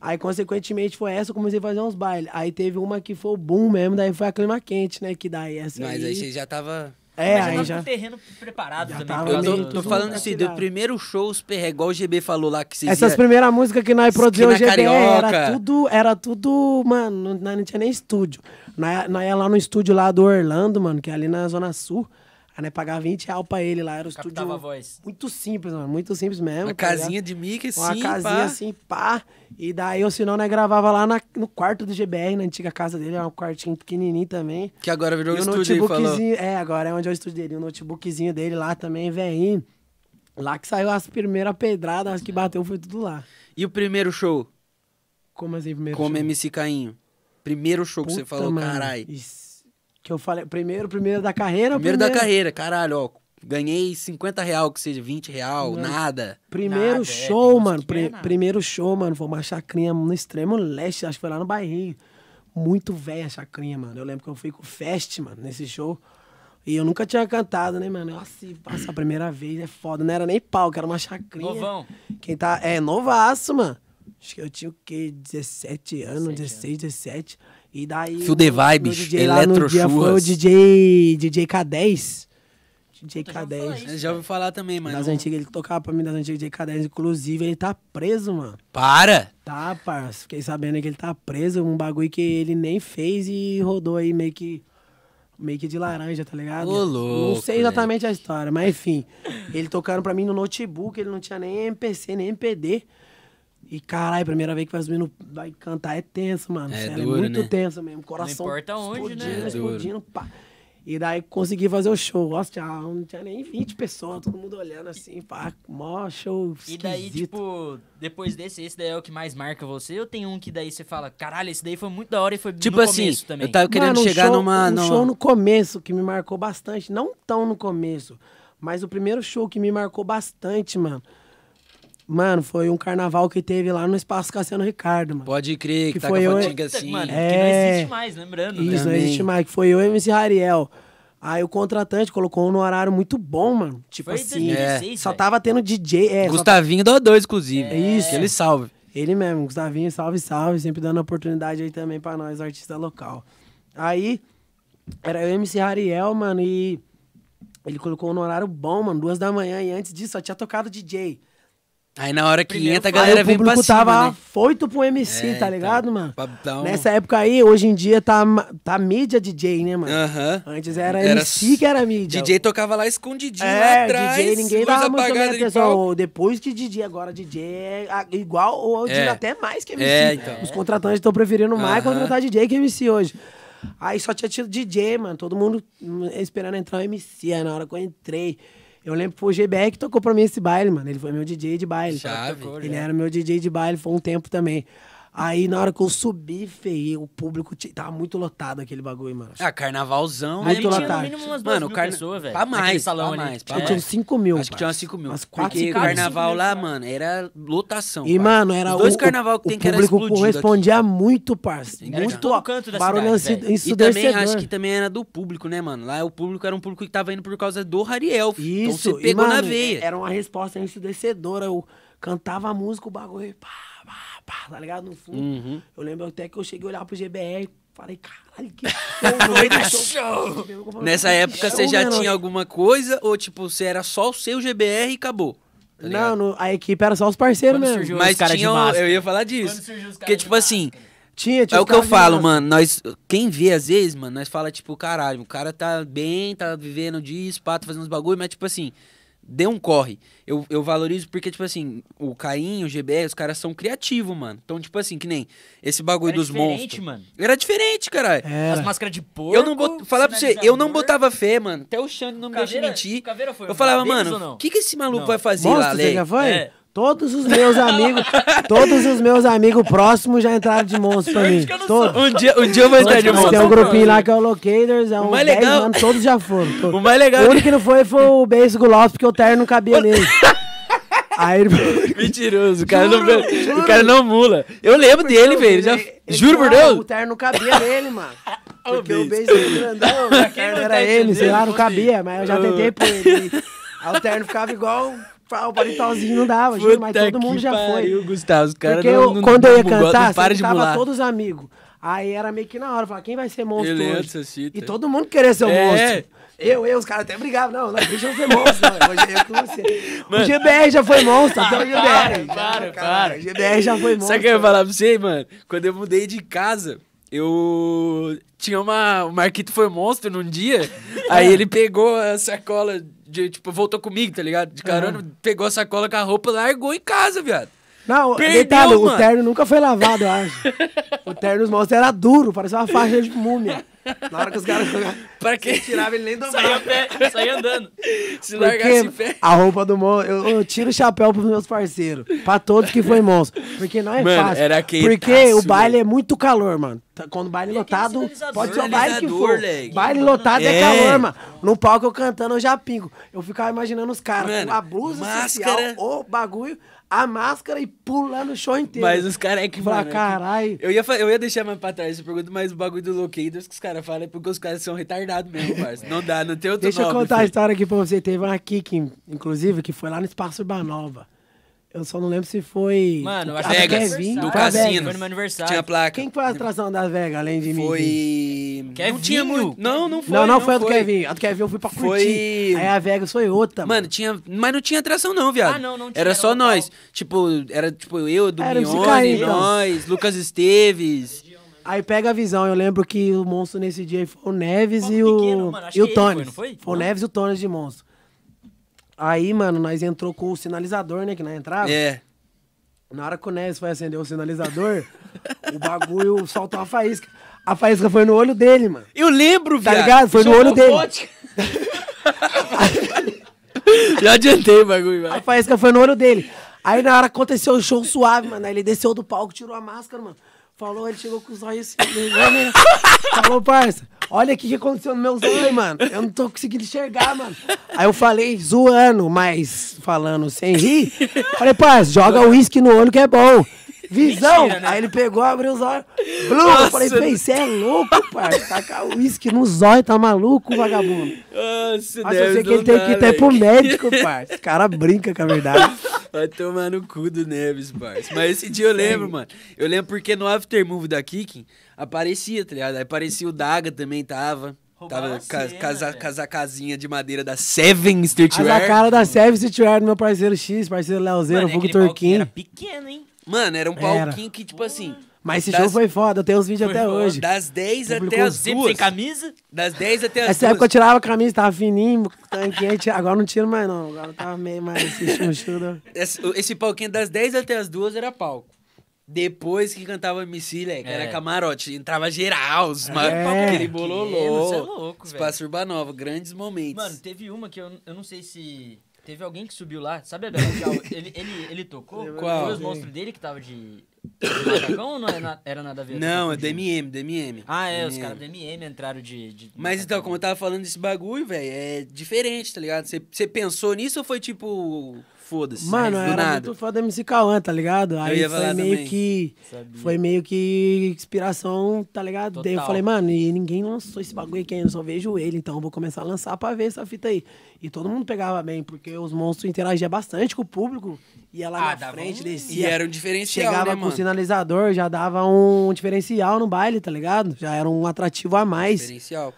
Speaker 3: Aí, consequentemente, foi essa, eu comecei a fazer uns bailes. Aí teve uma que foi o boom mesmo, daí foi a Clima Quente, né? Que daí essa
Speaker 1: Mas aí você já tava.
Speaker 3: É,
Speaker 2: Mas já
Speaker 3: aí
Speaker 2: tava
Speaker 3: já...
Speaker 2: com o terreno preparado também.
Speaker 3: tava
Speaker 2: por
Speaker 1: Eu
Speaker 2: causa
Speaker 1: tô,
Speaker 3: meio
Speaker 1: tô
Speaker 3: tudo
Speaker 1: falando assim, do
Speaker 3: compartilhado.
Speaker 1: primeiro show, os perre- igual o GB falou lá que vocês
Speaker 3: Essas
Speaker 1: ia-
Speaker 3: primeiras músicas que nós produzimos
Speaker 1: Esquina
Speaker 3: GBR, era
Speaker 1: Carioca.
Speaker 3: tudo, era tudo, mano, nós não tinha nem estúdio. Nós, nós ia lá no estúdio lá do Orlando, mano, que é ali na Zona Sul. Aí nós pagava 20 real pra ele lá. Era o estúdio
Speaker 2: Captava a voz.
Speaker 3: muito simples, mano. Muito simples mesmo.
Speaker 1: Uma
Speaker 3: tá ligado?
Speaker 1: casinha de Mickey, sim.
Speaker 3: Uma casinha
Speaker 1: pá.
Speaker 3: assim, pá. E daí, ou senão, nós gravava lá na- no quarto do GBR, na antiga casa dele. Era um quartinho pequenininho também.
Speaker 1: Que agora virou
Speaker 3: E
Speaker 1: um
Speaker 3: o
Speaker 1: estúdio aí, falou.
Speaker 3: notebookzinho, é, agora é onde é o estúdio dele. O notebookzinho dele lá também, velhinho. Lá que saiu as primeiras pedradas, as que bateu foi tudo lá.
Speaker 1: E o primeiro show?
Speaker 3: Como assim, primeiro
Speaker 1: Como
Speaker 3: show?
Speaker 1: MC Cainho. Primeiro show que você
Speaker 3: Puta,
Speaker 1: falou,
Speaker 3: mano.
Speaker 1: caralho.
Speaker 3: Isso. Que eu falei, primeiro, primeiro da carreira ou
Speaker 1: Primeiro da
Speaker 3: primeiro?
Speaker 1: carreira, caralho, ó. Ganhei 50 real, que seja 20 real, nada.
Speaker 3: Primeiro
Speaker 2: Nada, é,
Speaker 3: show,
Speaker 2: tem uns
Speaker 3: mano.
Speaker 2: que
Speaker 3: pri-
Speaker 2: é nada.
Speaker 3: primeiro show, mano. Foi uma chacrinha no extremo leste, acho que foi lá no bairrinho. Muito velha a chacrinha, mano. Eu lembro que eu fui com o Fest, mano, nesse show. E eu nunca tinha cantado, né, mano? Nossa, e, nossa, a primeira vez é foda. Não era nem pau, que era uma chacrinha.
Speaker 2: Novão.
Speaker 3: Quem tá. É, novaço, mano. Acho que eu tinha o quê? 17 anos, 16, 17. E daí.
Speaker 1: Fio de
Speaker 3: meu- meu
Speaker 1: vibes,
Speaker 3: DJ lá no dia Foi o
Speaker 1: eletrochurras.
Speaker 3: DJ. DJ K10. DJ K10.
Speaker 1: Eu já ouvi falar também, mas.
Speaker 3: Das
Speaker 1: não-
Speaker 3: antigas, ele tocava pra mim das antigas de K10. Inclusive, ele tá preso, mano.
Speaker 1: Para!
Speaker 3: Tá, parça. Fiquei sabendo aí que ele tá preso. Um bagulho que ele nem fez e rodou aí meio que. Meio que de laranja, tá ligado?
Speaker 1: Ô, louco, né?
Speaker 3: não sei exatamente a história, mas enfim. Ele tocando pra mim no notebook, ele não tinha nem MPC, nem MPD. E caralho, primeira vez que vai subir no. Vai cantar é tenso, mano.
Speaker 1: É
Speaker 3: Sério,
Speaker 1: duro,
Speaker 3: é muito
Speaker 1: né?
Speaker 3: tenso mesmo. Coração.
Speaker 2: Não importa onde, né?
Speaker 3: explodindo,
Speaker 1: É duro.
Speaker 3: Explodindo, pá. E daí consegui fazer o show. Nossa, tinha, não tinha nem 20 pessoas, todo mundo olhando assim, pá. Mó show.
Speaker 2: E daí,
Speaker 3: esquisito.
Speaker 2: tipo, depois desse, esse daí é o que mais marca você? Ou tem um que daí você fala, caralho, esse daí foi muito da hora e foi
Speaker 1: Tipo
Speaker 2: no
Speaker 1: assim,
Speaker 2: começo também?
Speaker 1: eu tava querendo
Speaker 3: Mano, um
Speaker 1: chegar
Speaker 3: show-
Speaker 1: numa.
Speaker 3: Um
Speaker 1: numa-
Speaker 3: show no começo que me marcou bastante. Não tão no começo, mas o primeiro show que me marcou bastante, mano. Mano, foi um carnaval que teve lá no Espaço Cassiano Ricardo, mano.
Speaker 1: Pode crer, que,
Speaker 3: Que
Speaker 1: tá
Speaker 3: foi
Speaker 1: com a
Speaker 3: eu-
Speaker 1: fatinga
Speaker 2: Puta,
Speaker 1: assim.
Speaker 2: Mano, que não
Speaker 3: É.
Speaker 2: existe mais, lembrando, né?
Speaker 3: Isso, não
Speaker 1: Também.
Speaker 3: existe mais. Que foi eu e o MC Rariel. Aí o contratante colocou um horário muito bom, mano. Tipo
Speaker 2: Foi em
Speaker 1: É.
Speaker 3: assim,
Speaker 2: 2016,
Speaker 3: só
Speaker 2: velho.
Speaker 3: tava tendo DJ. É, só
Speaker 1: Gustavinho do O2, inclusive.
Speaker 3: É isso.
Speaker 1: Que ele salve.
Speaker 3: Ele mesmo, Gustavinho, salve, salve, sempre dando oportunidade aí também pra nós, artista local. Aí, era eu e o MC Ariel, mano, e ele colocou um horário bom, mano, duas da manhã, e antes disso só tinha tocado DJ.
Speaker 1: Aí na hora que
Speaker 2: Primeiro
Speaker 1: entra, a
Speaker 3: Aí
Speaker 1: galera
Speaker 3: o
Speaker 1: vem
Speaker 3: público
Speaker 1: pra cima,
Speaker 3: tava
Speaker 1: né?
Speaker 3: foito pro MC,
Speaker 1: É,
Speaker 3: tá
Speaker 1: então,
Speaker 3: ligado, mano?
Speaker 1: pra dar um-
Speaker 3: Nessa época aí, hoje em dia tá, ma- tá mídia DJ, né, mano?
Speaker 1: Aham.
Speaker 3: Antes era,
Speaker 1: Ah. Era
Speaker 3: MC que era mídia.
Speaker 1: DJ tocava lá escondidinho lá
Speaker 3: É,
Speaker 1: atrás.
Speaker 3: DJ, ninguém
Speaker 1: luz
Speaker 3: dava muito
Speaker 1: apagada
Speaker 3: minha
Speaker 1: de
Speaker 3: atenção.
Speaker 1: palco.
Speaker 3: Ou Depois que DJ, agora DJ é a- igual, ou eu
Speaker 1: É.
Speaker 3: digo até mais que MC.
Speaker 1: É, então.
Speaker 3: Os contratantes estão preferindo mais
Speaker 1: Aham.
Speaker 3: contratar DJ que MC hoje. Aí só tinha tido DJ, mano. Todo mundo hum, esperando entrar o MC. Aí na hora que eu entrei, eu lembro que foi o GBR que tocou pra mim esse baile, mano. Ele foi meu DJ de baile.
Speaker 1: Chave.
Speaker 3: Ele era meu DJ de baile, foi um tempo também. Aí na hora que eu subi, feio, o público t- tava muito lotado aquele bagulho, mano.
Speaker 1: Ah, carnavalzão.
Speaker 3: Muito
Speaker 1: né?
Speaker 2: tinha
Speaker 3: lotado.
Speaker 2: no mínimo umas duas
Speaker 1: Mano,
Speaker 2: mil
Speaker 1: carna-
Speaker 2: pessoas, velho.
Speaker 1: pra mais,
Speaker 2: naquele salão
Speaker 1: pra
Speaker 2: ali.
Speaker 1: mais, pra
Speaker 3: Acho que
Speaker 1: É.
Speaker 3: tinha uns 5 mil.
Speaker 1: Acho que tinha umas 5 mil.
Speaker 3: Umas 4,
Speaker 1: porque
Speaker 3: 5
Speaker 1: o
Speaker 3: mil.
Speaker 1: carnaval lá, mano, era lotação.
Speaker 3: E,
Speaker 1: parça.
Speaker 3: mano, era
Speaker 1: Os dois
Speaker 3: o,
Speaker 1: carnaval que
Speaker 3: o
Speaker 1: tem que era
Speaker 3: público
Speaker 1: explodido aqui. tipo um
Speaker 3: correspondia muito, parceiro.
Speaker 2: Era de
Speaker 3: Muito
Speaker 2: todo
Speaker 3: ó,
Speaker 2: canto da
Speaker 3: barulho
Speaker 2: cidade,
Speaker 3: ansi-
Speaker 2: velho.
Speaker 1: E também,
Speaker 3: ensurdecedor.
Speaker 1: acho que também era do público, né, mano? Lá o público era um público que tava indo por causa do Rariel. filho. Então
Speaker 3: Isso,
Speaker 1: você pegou
Speaker 3: e, mano,
Speaker 1: na veia.
Speaker 3: Era uma resposta ensurdecedora. Eu cantava a música, o bagulho, pá, pá, pá, tá ligado? No fundo.
Speaker 1: Uhum.
Speaker 3: Eu lembro até que eu cheguei a olhar pro GBR falei, caralho, que show,
Speaker 1: Foi
Speaker 3: mano,
Speaker 1: no
Speaker 3: que
Speaker 1: show!
Speaker 3: Eu
Speaker 1: [laughs]
Speaker 3: falei,
Speaker 1: Nessa
Speaker 3: que
Speaker 1: época
Speaker 3: um show, né,
Speaker 1: você já
Speaker 3: mano.
Speaker 1: tinha alguma coisa ou, tipo, você era só o seu GBR e acabou? tá ligado?
Speaker 3: Não, no- a equipe era só os parceiros
Speaker 2: Quando
Speaker 3: mesmo.
Speaker 2: surgiu- os
Speaker 1: Mas
Speaker 2: cara de
Speaker 1: tinha, um-
Speaker 2: máscara.
Speaker 1: eu ia falar
Speaker 2: Quando
Speaker 1: disso.
Speaker 2: surgiu os cara
Speaker 1: Porque,
Speaker 2: de
Speaker 1: tipo assim,
Speaker 3: Tinha, tinha
Speaker 1: é
Speaker 3: os
Speaker 1: o que eu
Speaker 3: caras de
Speaker 1: falo,
Speaker 3: máscara.
Speaker 1: mano. Nós, quem vê às vezes, mano, nós fala tipo, caralho, o cara tá bem, tá vivendo disso, pá, tá fazendo uns bagulho, mas tipo assim, deu um corre. Eu, eu valorizo porque, tipo assim, o Caim, o GBR, os caras são criativos, mano. Então, tipo assim, que nem esse bagulho
Speaker 2: Era
Speaker 1: dos monstros.
Speaker 2: diferente, mano.
Speaker 1: Era diferente, caralho.
Speaker 2: As
Speaker 3: Era.
Speaker 2: máscaras de porco.
Speaker 1: Eu não bot... falar pra você, eu não
Speaker 2: sinalizador.
Speaker 1: botava fé, mano. Até o Xande não me deixa
Speaker 2: Caveira-
Speaker 1: mentir.
Speaker 2: Caveira foi
Speaker 1: eu
Speaker 2: um
Speaker 1: falava,
Speaker 2: deles ou
Speaker 1: mano,
Speaker 2: não?
Speaker 1: o que, que esse maluco
Speaker 2: Não.
Speaker 1: vai fazer
Speaker 3: Monstro,
Speaker 1: Assim, lá,
Speaker 3: você
Speaker 1: Lê?
Speaker 3: já foi?
Speaker 2: É.
Speaker 3: Todos os meus amigos, todos os meus amigos próximos já entraram de monstro pra mim.
Speaker 2: que eu não
Speaker 3: Todos.
Speaker 1: Um dia, um dia eu vou entrar de
Speaker 2: eu não
Speaker 3: Mas
Speaker 1: monstro.
Speaker 3: tem um
Speaker 2: sou
Speaker 3: grupinho
Speaker 2: não,
Speaker 3: lá
Speaker 2: né?
Speaker 3: que é o Locators, é um
Speaker 1: mais
Speaker 3: 10
Speaker 1: legal-
Speaker 3: anos, todos já foram. todos.
Speaker 1: O mais legal-
Speaker 3: O único que não foi foi o Beijo Guloso, porque o terno não cabia nele. Aí ele...
Speaker 1: Mentiroso, o cara, não, o cara não mula. Eu lembro dele, velho. ele já-
Speaker 3: né?
Speaker 1: juro por
Speaker 3: Não,
Speaker 1: Deus.
Speaker 3: O terno não cabia
Speaker 1: [laughs]
Speaker 3: nele, mano. Porque o
Speaker 1: Beijo.
Speaker 3: Beijo
Speaker 1: [laughs]
Speaker 3: é grandão, o terno
Speaker 2: não
Speaker 3: era
Speaker 2: tá
Speaker 3: ele, sei
Speaker 2: entendendo,
Speaker 3: lá, não
Speaker 2: fodei.
Speaker 3: cabia, mas eu já tentei pôr ele.
Speaker 1: [laughs]
Speaker 3: Aí o terno ficava igual, o palitauzinho não dava, juro, mas todo mundo já foi.
Speaker 1: pariu, Gustavo. Os caras
Speaker 3: Porque
Speaker 1: não,
Speaker 3: eu-
Speaker 1: não-
Speaker 3: quando eu ia
Speaker 1: não- não
Speaker 3: cantar,
Speaker 1: para de
Speaker 3: tava
Speaker 1: mular.
Speaker 3: todos os amigos. Aí era meio que na hora, eu falava, quem vai ser monstro
Speaker 1: Eu lembro
Speaker 3: hoje?
Speaker 1: dessa fita.
Speaker 3: E todo mundo queria ser o
Speaker 1: É.
Speaker 3: monstro. Eu, eu, os caras até brigavam. Não, não, deixa eu ser monstro. não, Hoje eu
Speaker 1: [laughs]
Speaker 3: com você. O GBR já foi monstro, até o GBR.
Speaker 2: para,
Speaker 3: já, Então, cara, O GBR já foi monstro.
Speaker 1: Sabe o que eu ia falar pra você, mano? Quando eu
Speaker 3: [laughs]
Speaker 1: mudei de casa, eu. Tinha uma. O Marquito foi monstro num dia. Aí ele pegou a sacola, de, tipo, voltou comigo, tá ligado? De carona, pegou a sacola com a roupa, largou em casa, viado.
Speaker 3: Não,
Speaker 1: Perdeu,
Speaker 3: detalhe, o
Speaker 1: mano.
Speaker 3: terno nunca foi lavado, eu acho.
Speaker 1: [laughs]
Speaker 3: o terno dos monstros era duro, parecia uma faixa de múmia. Na hora que os caras
Speaker 1: Pra que
Speaker 3: tiravam, ele nem dobrava.
Speaker 2: Saí a pé, saí
Speaker 3: [laughs]
Speaker 2: andando.
Speaker 1: [laughs] se largasse em
Speaker 3: Porque
Speaker 1: pé?
Speaker 3: a roupa do monstro, eu, eu tiro o chapéu pros meus parceiros, pra todos que foi monstro. Porque não é
Speaker 1: Mano,
Speaker 3: fácil.
Speaker 1: era queitaço,
Speaker 3: porque o baile é muito calor, mano. Tá- Quando o baile
Speaker 1: é
Speaker 3: lotado,
Speaker 2: sinalizador,
Speaker 3: pode ser o baile que for.
Speaker 1: sinalizador, leg.
Speaker 3: Baile lotado é.
Speaker 1: É.
Speaker 3: calor, mano. No palco eu cantando, eu já pingo. Eu ficava imaginando os caras com
Speaker 1: Mano,
Speaker 3: a blusa
Speaker 1: máscara.
Speaker 3: social, o bagulho, a máscara e pulando o show inteiro.
Speaker 1: Mas os caras é que,
Speaker 3: Eu falava,
Speaker 1: mano, é que-
Speaker 3: caralho.
Speaker 1: Eu ia, fa- eu ia deixar mais pra trás essa pergunta, mas o bagulho do locators que os caras falam é porque os caras são retardados mesmo, parceiro. Não dá, não tem outro
Speaker 3: Deixa eu
Speaker 1: nome,
Speaker 3: contar a
Speaker 1: filho.
Speaker 3: história aqui pra você. Teve uma Kiki, inclusive, que foi lá no Espaço Urbanova. Eu só não lembro se foi.
Speaker 2: Mano, eu
Speaker 3: a
Speaker 2: acho é
Speaker 1: Vegas,
Speaker 3: Kevin,
Speaker 1: no
Speaker 3: foi a
Speaker 1: cassino.
Speaker 2: Foi
Speaker 3: Vegas.
Speaker 2: no meu aniversário.
Speaker 1: Tinha placa.
Speaker 3: Quem que foi a atração da Vega, além de mim?
Speaker 1: Foi.
Speaker 2: Kevin.
Speaker 1: Não tinha muito. Não, não foi.
Speaker 3: não, não, foi a do Kevin. A do Kevin eu fui pra curtir.
Speaker 1: Foi-
Speaker 3: Aí a Vegas foi outra.
Speaker 1: Mano, tinha. Mas não tinha atração, não, viado.
Speaker 2: Ah, não, não tinha,
Speaker 1: Era
Speaker 2: era
Speaker 1: só
Speaker 2: local.
Speaker 1: nós. Tipo, era tipo eu, do
Speaker 3: Era o
Speaker 1: Mione,
Speaker 3: Sicaí, então.
Speaker 1: nós, Lucas Esteves.
Speaker 3: Aí pega a visão. Eu lembro que o monstro nesse dia foi o Neves
Speaker 2: Foi
Speaker 3: e
Speaker 2: o
Speaker 3: o.
Speaker 2: pequeno, mano, acho
Speaker 3: e o
Speaker 2: que ele foi,
Speaker 3: Tones.
Speaker 2: não foi?
Speaker 3: o
Speaker 2: Não.
Speaker 3: Neves e o Tones de monstro. Aí, mano, nós entrou com o sinalizador, né? Que nós entrava.
Speaker 1: É.
Speaker 3: Na hora que o Neves foi acender o sinalizador, o bagulho soltou a faísca. A faísca foi no olho dele, mano.
Speaker 1: Eu lembro,
Speaker 3: Tá
Speaker 1: viado.
Speaker 3: ligado? Foi no
Speaker 1: Jogou
Speaker 3: olho dele.
Speaker 1: vodka. [laughs] Já adiantei o bagulho,
Speaker 3: A
Speaker 2: né?
Speaker 1: velho.
Speaker 3: faísca foi no olho dele. Aí na hora aconteceu o show suave, mano. Aí ele desceu do palco, tirou a máscara, mano. Falou, ele chegou com os olhos assim, brilhando, né? Falou, parça, olha o que que aconteceu nos meus olhos, mano. Eu não tô conseguindo enxergar, mano. Aí eu falei, zoando, mas falando sem rir. Falei, parça, joga o uísque no olho que é bom. Visão!
Speaker 2: Mentira, né?
Speaker 3: Aí ele pegou, abriu os olhos. Blum, eu
Speaker 1: Nossa.
Speaker 3: falei, véi, você é louco, parça. Tacar o uísque nos olhos, tá maluco, vagabundo.
Speaker 1: Nossa,
Speaker 3: Mas
Speaker 1: Deus,
Speaker 3: eu sei que
Speaker 1: Ah, não
Speaker 3: ele tem
Speaker 1: dá, né?
Speaker 3: que ir até
Speaker 1: velho. [laughs]
Speaker 3: pro médico, parça. O cara brinca com a verdade.
Speaker 1: Vai tomar no cu do Neves, parça. Mas esse dia eu lembro, mano. Eu lembro porque no after move da Kikin aparecia, tá ligado? Aí aparecia o Daga também, tava.
Speaker 2: Roubaram
Speaker 1: tava
Speaker 2: a
Speaker 1: ca
Speaker 2: cena,
Speaker 1: casa
Speaker 2: velho.
Speaker 1: casacazinha de madeira da Seven
Speaker 3: Mas a
Speaker 1: Streetwear.
Speaker 3: cara da Service Tirar do meu parceiro X, parceiro Leozeiro,
Speaker 1: é
Speaker 2: Mano,
Speaker 3: Fogo
Speaker 2: aquele palco Era
Speaker 3: Turquinho.
Speaker 2: pequeno, hein?
Speaker 1: Mano, era um
Speaker 3: Era.
Speaker 1: palquinho que, tipo assim,
Speaker 3: Mas esse
Speaker 1: das-
Speaker 3: show foi foda, eu tenho os vídeos
Speaker 2: Foi
Speaker 3: até
Speaker 2: foda.
Speaker 3: hoje.
Speaker 1: das 10 até
Speaker 3: Publicou
Speaker 1: as
Speaker 2: Sempre sem
Speaker 1: duas.
Speaker 2: camisa.
Speaker 1: Das 10 até as
Speaker 3: Essa época eu
Speaker 1: duas.
Speaker 3: tirava a camisa, tava fininho, tanquinho, aí tira- agora não tiro mais não, agora tava meio mais esse né? chunchudo.
Speaker 1: Esse, esse palquinho das 10 até as duas era palco. Depois que cantava MC, Leque,
Speaker 2: É.
Speaker 1: era camarote. Entrava geral, os
Speaker 3: É.
Speaker 1: é. aquele
Speaker 2: Pequeno,
Speaker 1: bololô.
Speaker 2: cê é louco, velho.
Speaker 1: Espaço Urbanova, grandes momentos.
Speaker 2: Mano, teve uma que eu, eu não sei se. Teve alguém que subiu lá, sabe a Bela
Speaker 1: [laughs]
Speaker 2: Tchau? Ele, ele, ele tocou?
Speaker 1: Qual?
Speaker 2: Foi os monstros dele que
Speaker 1: [coughs]
Speaker 2: tava de. de macacão ou não era, na- era nada a ver?
Speaker 1: Não, é
Speaker 2: Tô confundindo.
Speaker 1: DMM, DMM.
Speaker 2: Ah, é, os
Speaker 1: DMM.
Speaker 2: caras do MM entraram de. de
Speaker 1: Mas então, como eu
Speaker 2: macacão.
Speaker 1: tava falando desse bagulho, velho, é diferente, tá ligado? Você pensou nisso ou foi tipo. Foda-se.
Speaker 3: Mano,
Speaker 1: do
Speaker 3: eu era
Speaker 1: nada.
Speaker 3: muito fã do MC Cauã, tá ligado? Aí
Speaker 1: ia
Speaker 3: foi
Speaker 1: falar
Speaker 3: meio
Speaker 1: também.
Speaker 3: que...
Speaker 2: Sabia.
Speaker 3: Foi meio que inspiração, tá ligado? Daí eu
Speaker 2: Total.
Speaker 3: falei, mano, e ninguém lançou esse bagulho aqui, ainda, eu só vejo ele, então eu vou começar a lançar pra ver essa fita aí. E todo mundo pegava bem, porque os monstros interagiam bastante com o público, ia lá
Speaker 2: Ah,
Speaker 3: na
Speaker 2: dava um-
Speaker 3: frente,
Speaker 1: E
Speaker 3: descia,
Speaker 1: era um diferencial,
Speaker 3: chegava
Speaker 1: né,
Speaker 3: com o
Speaker 1: mano?
Speaker 3: sinalizador, já dava um diferencial no baile, tá ligado? Já era um atrativo a mais.
Speaker 1: Diferencial.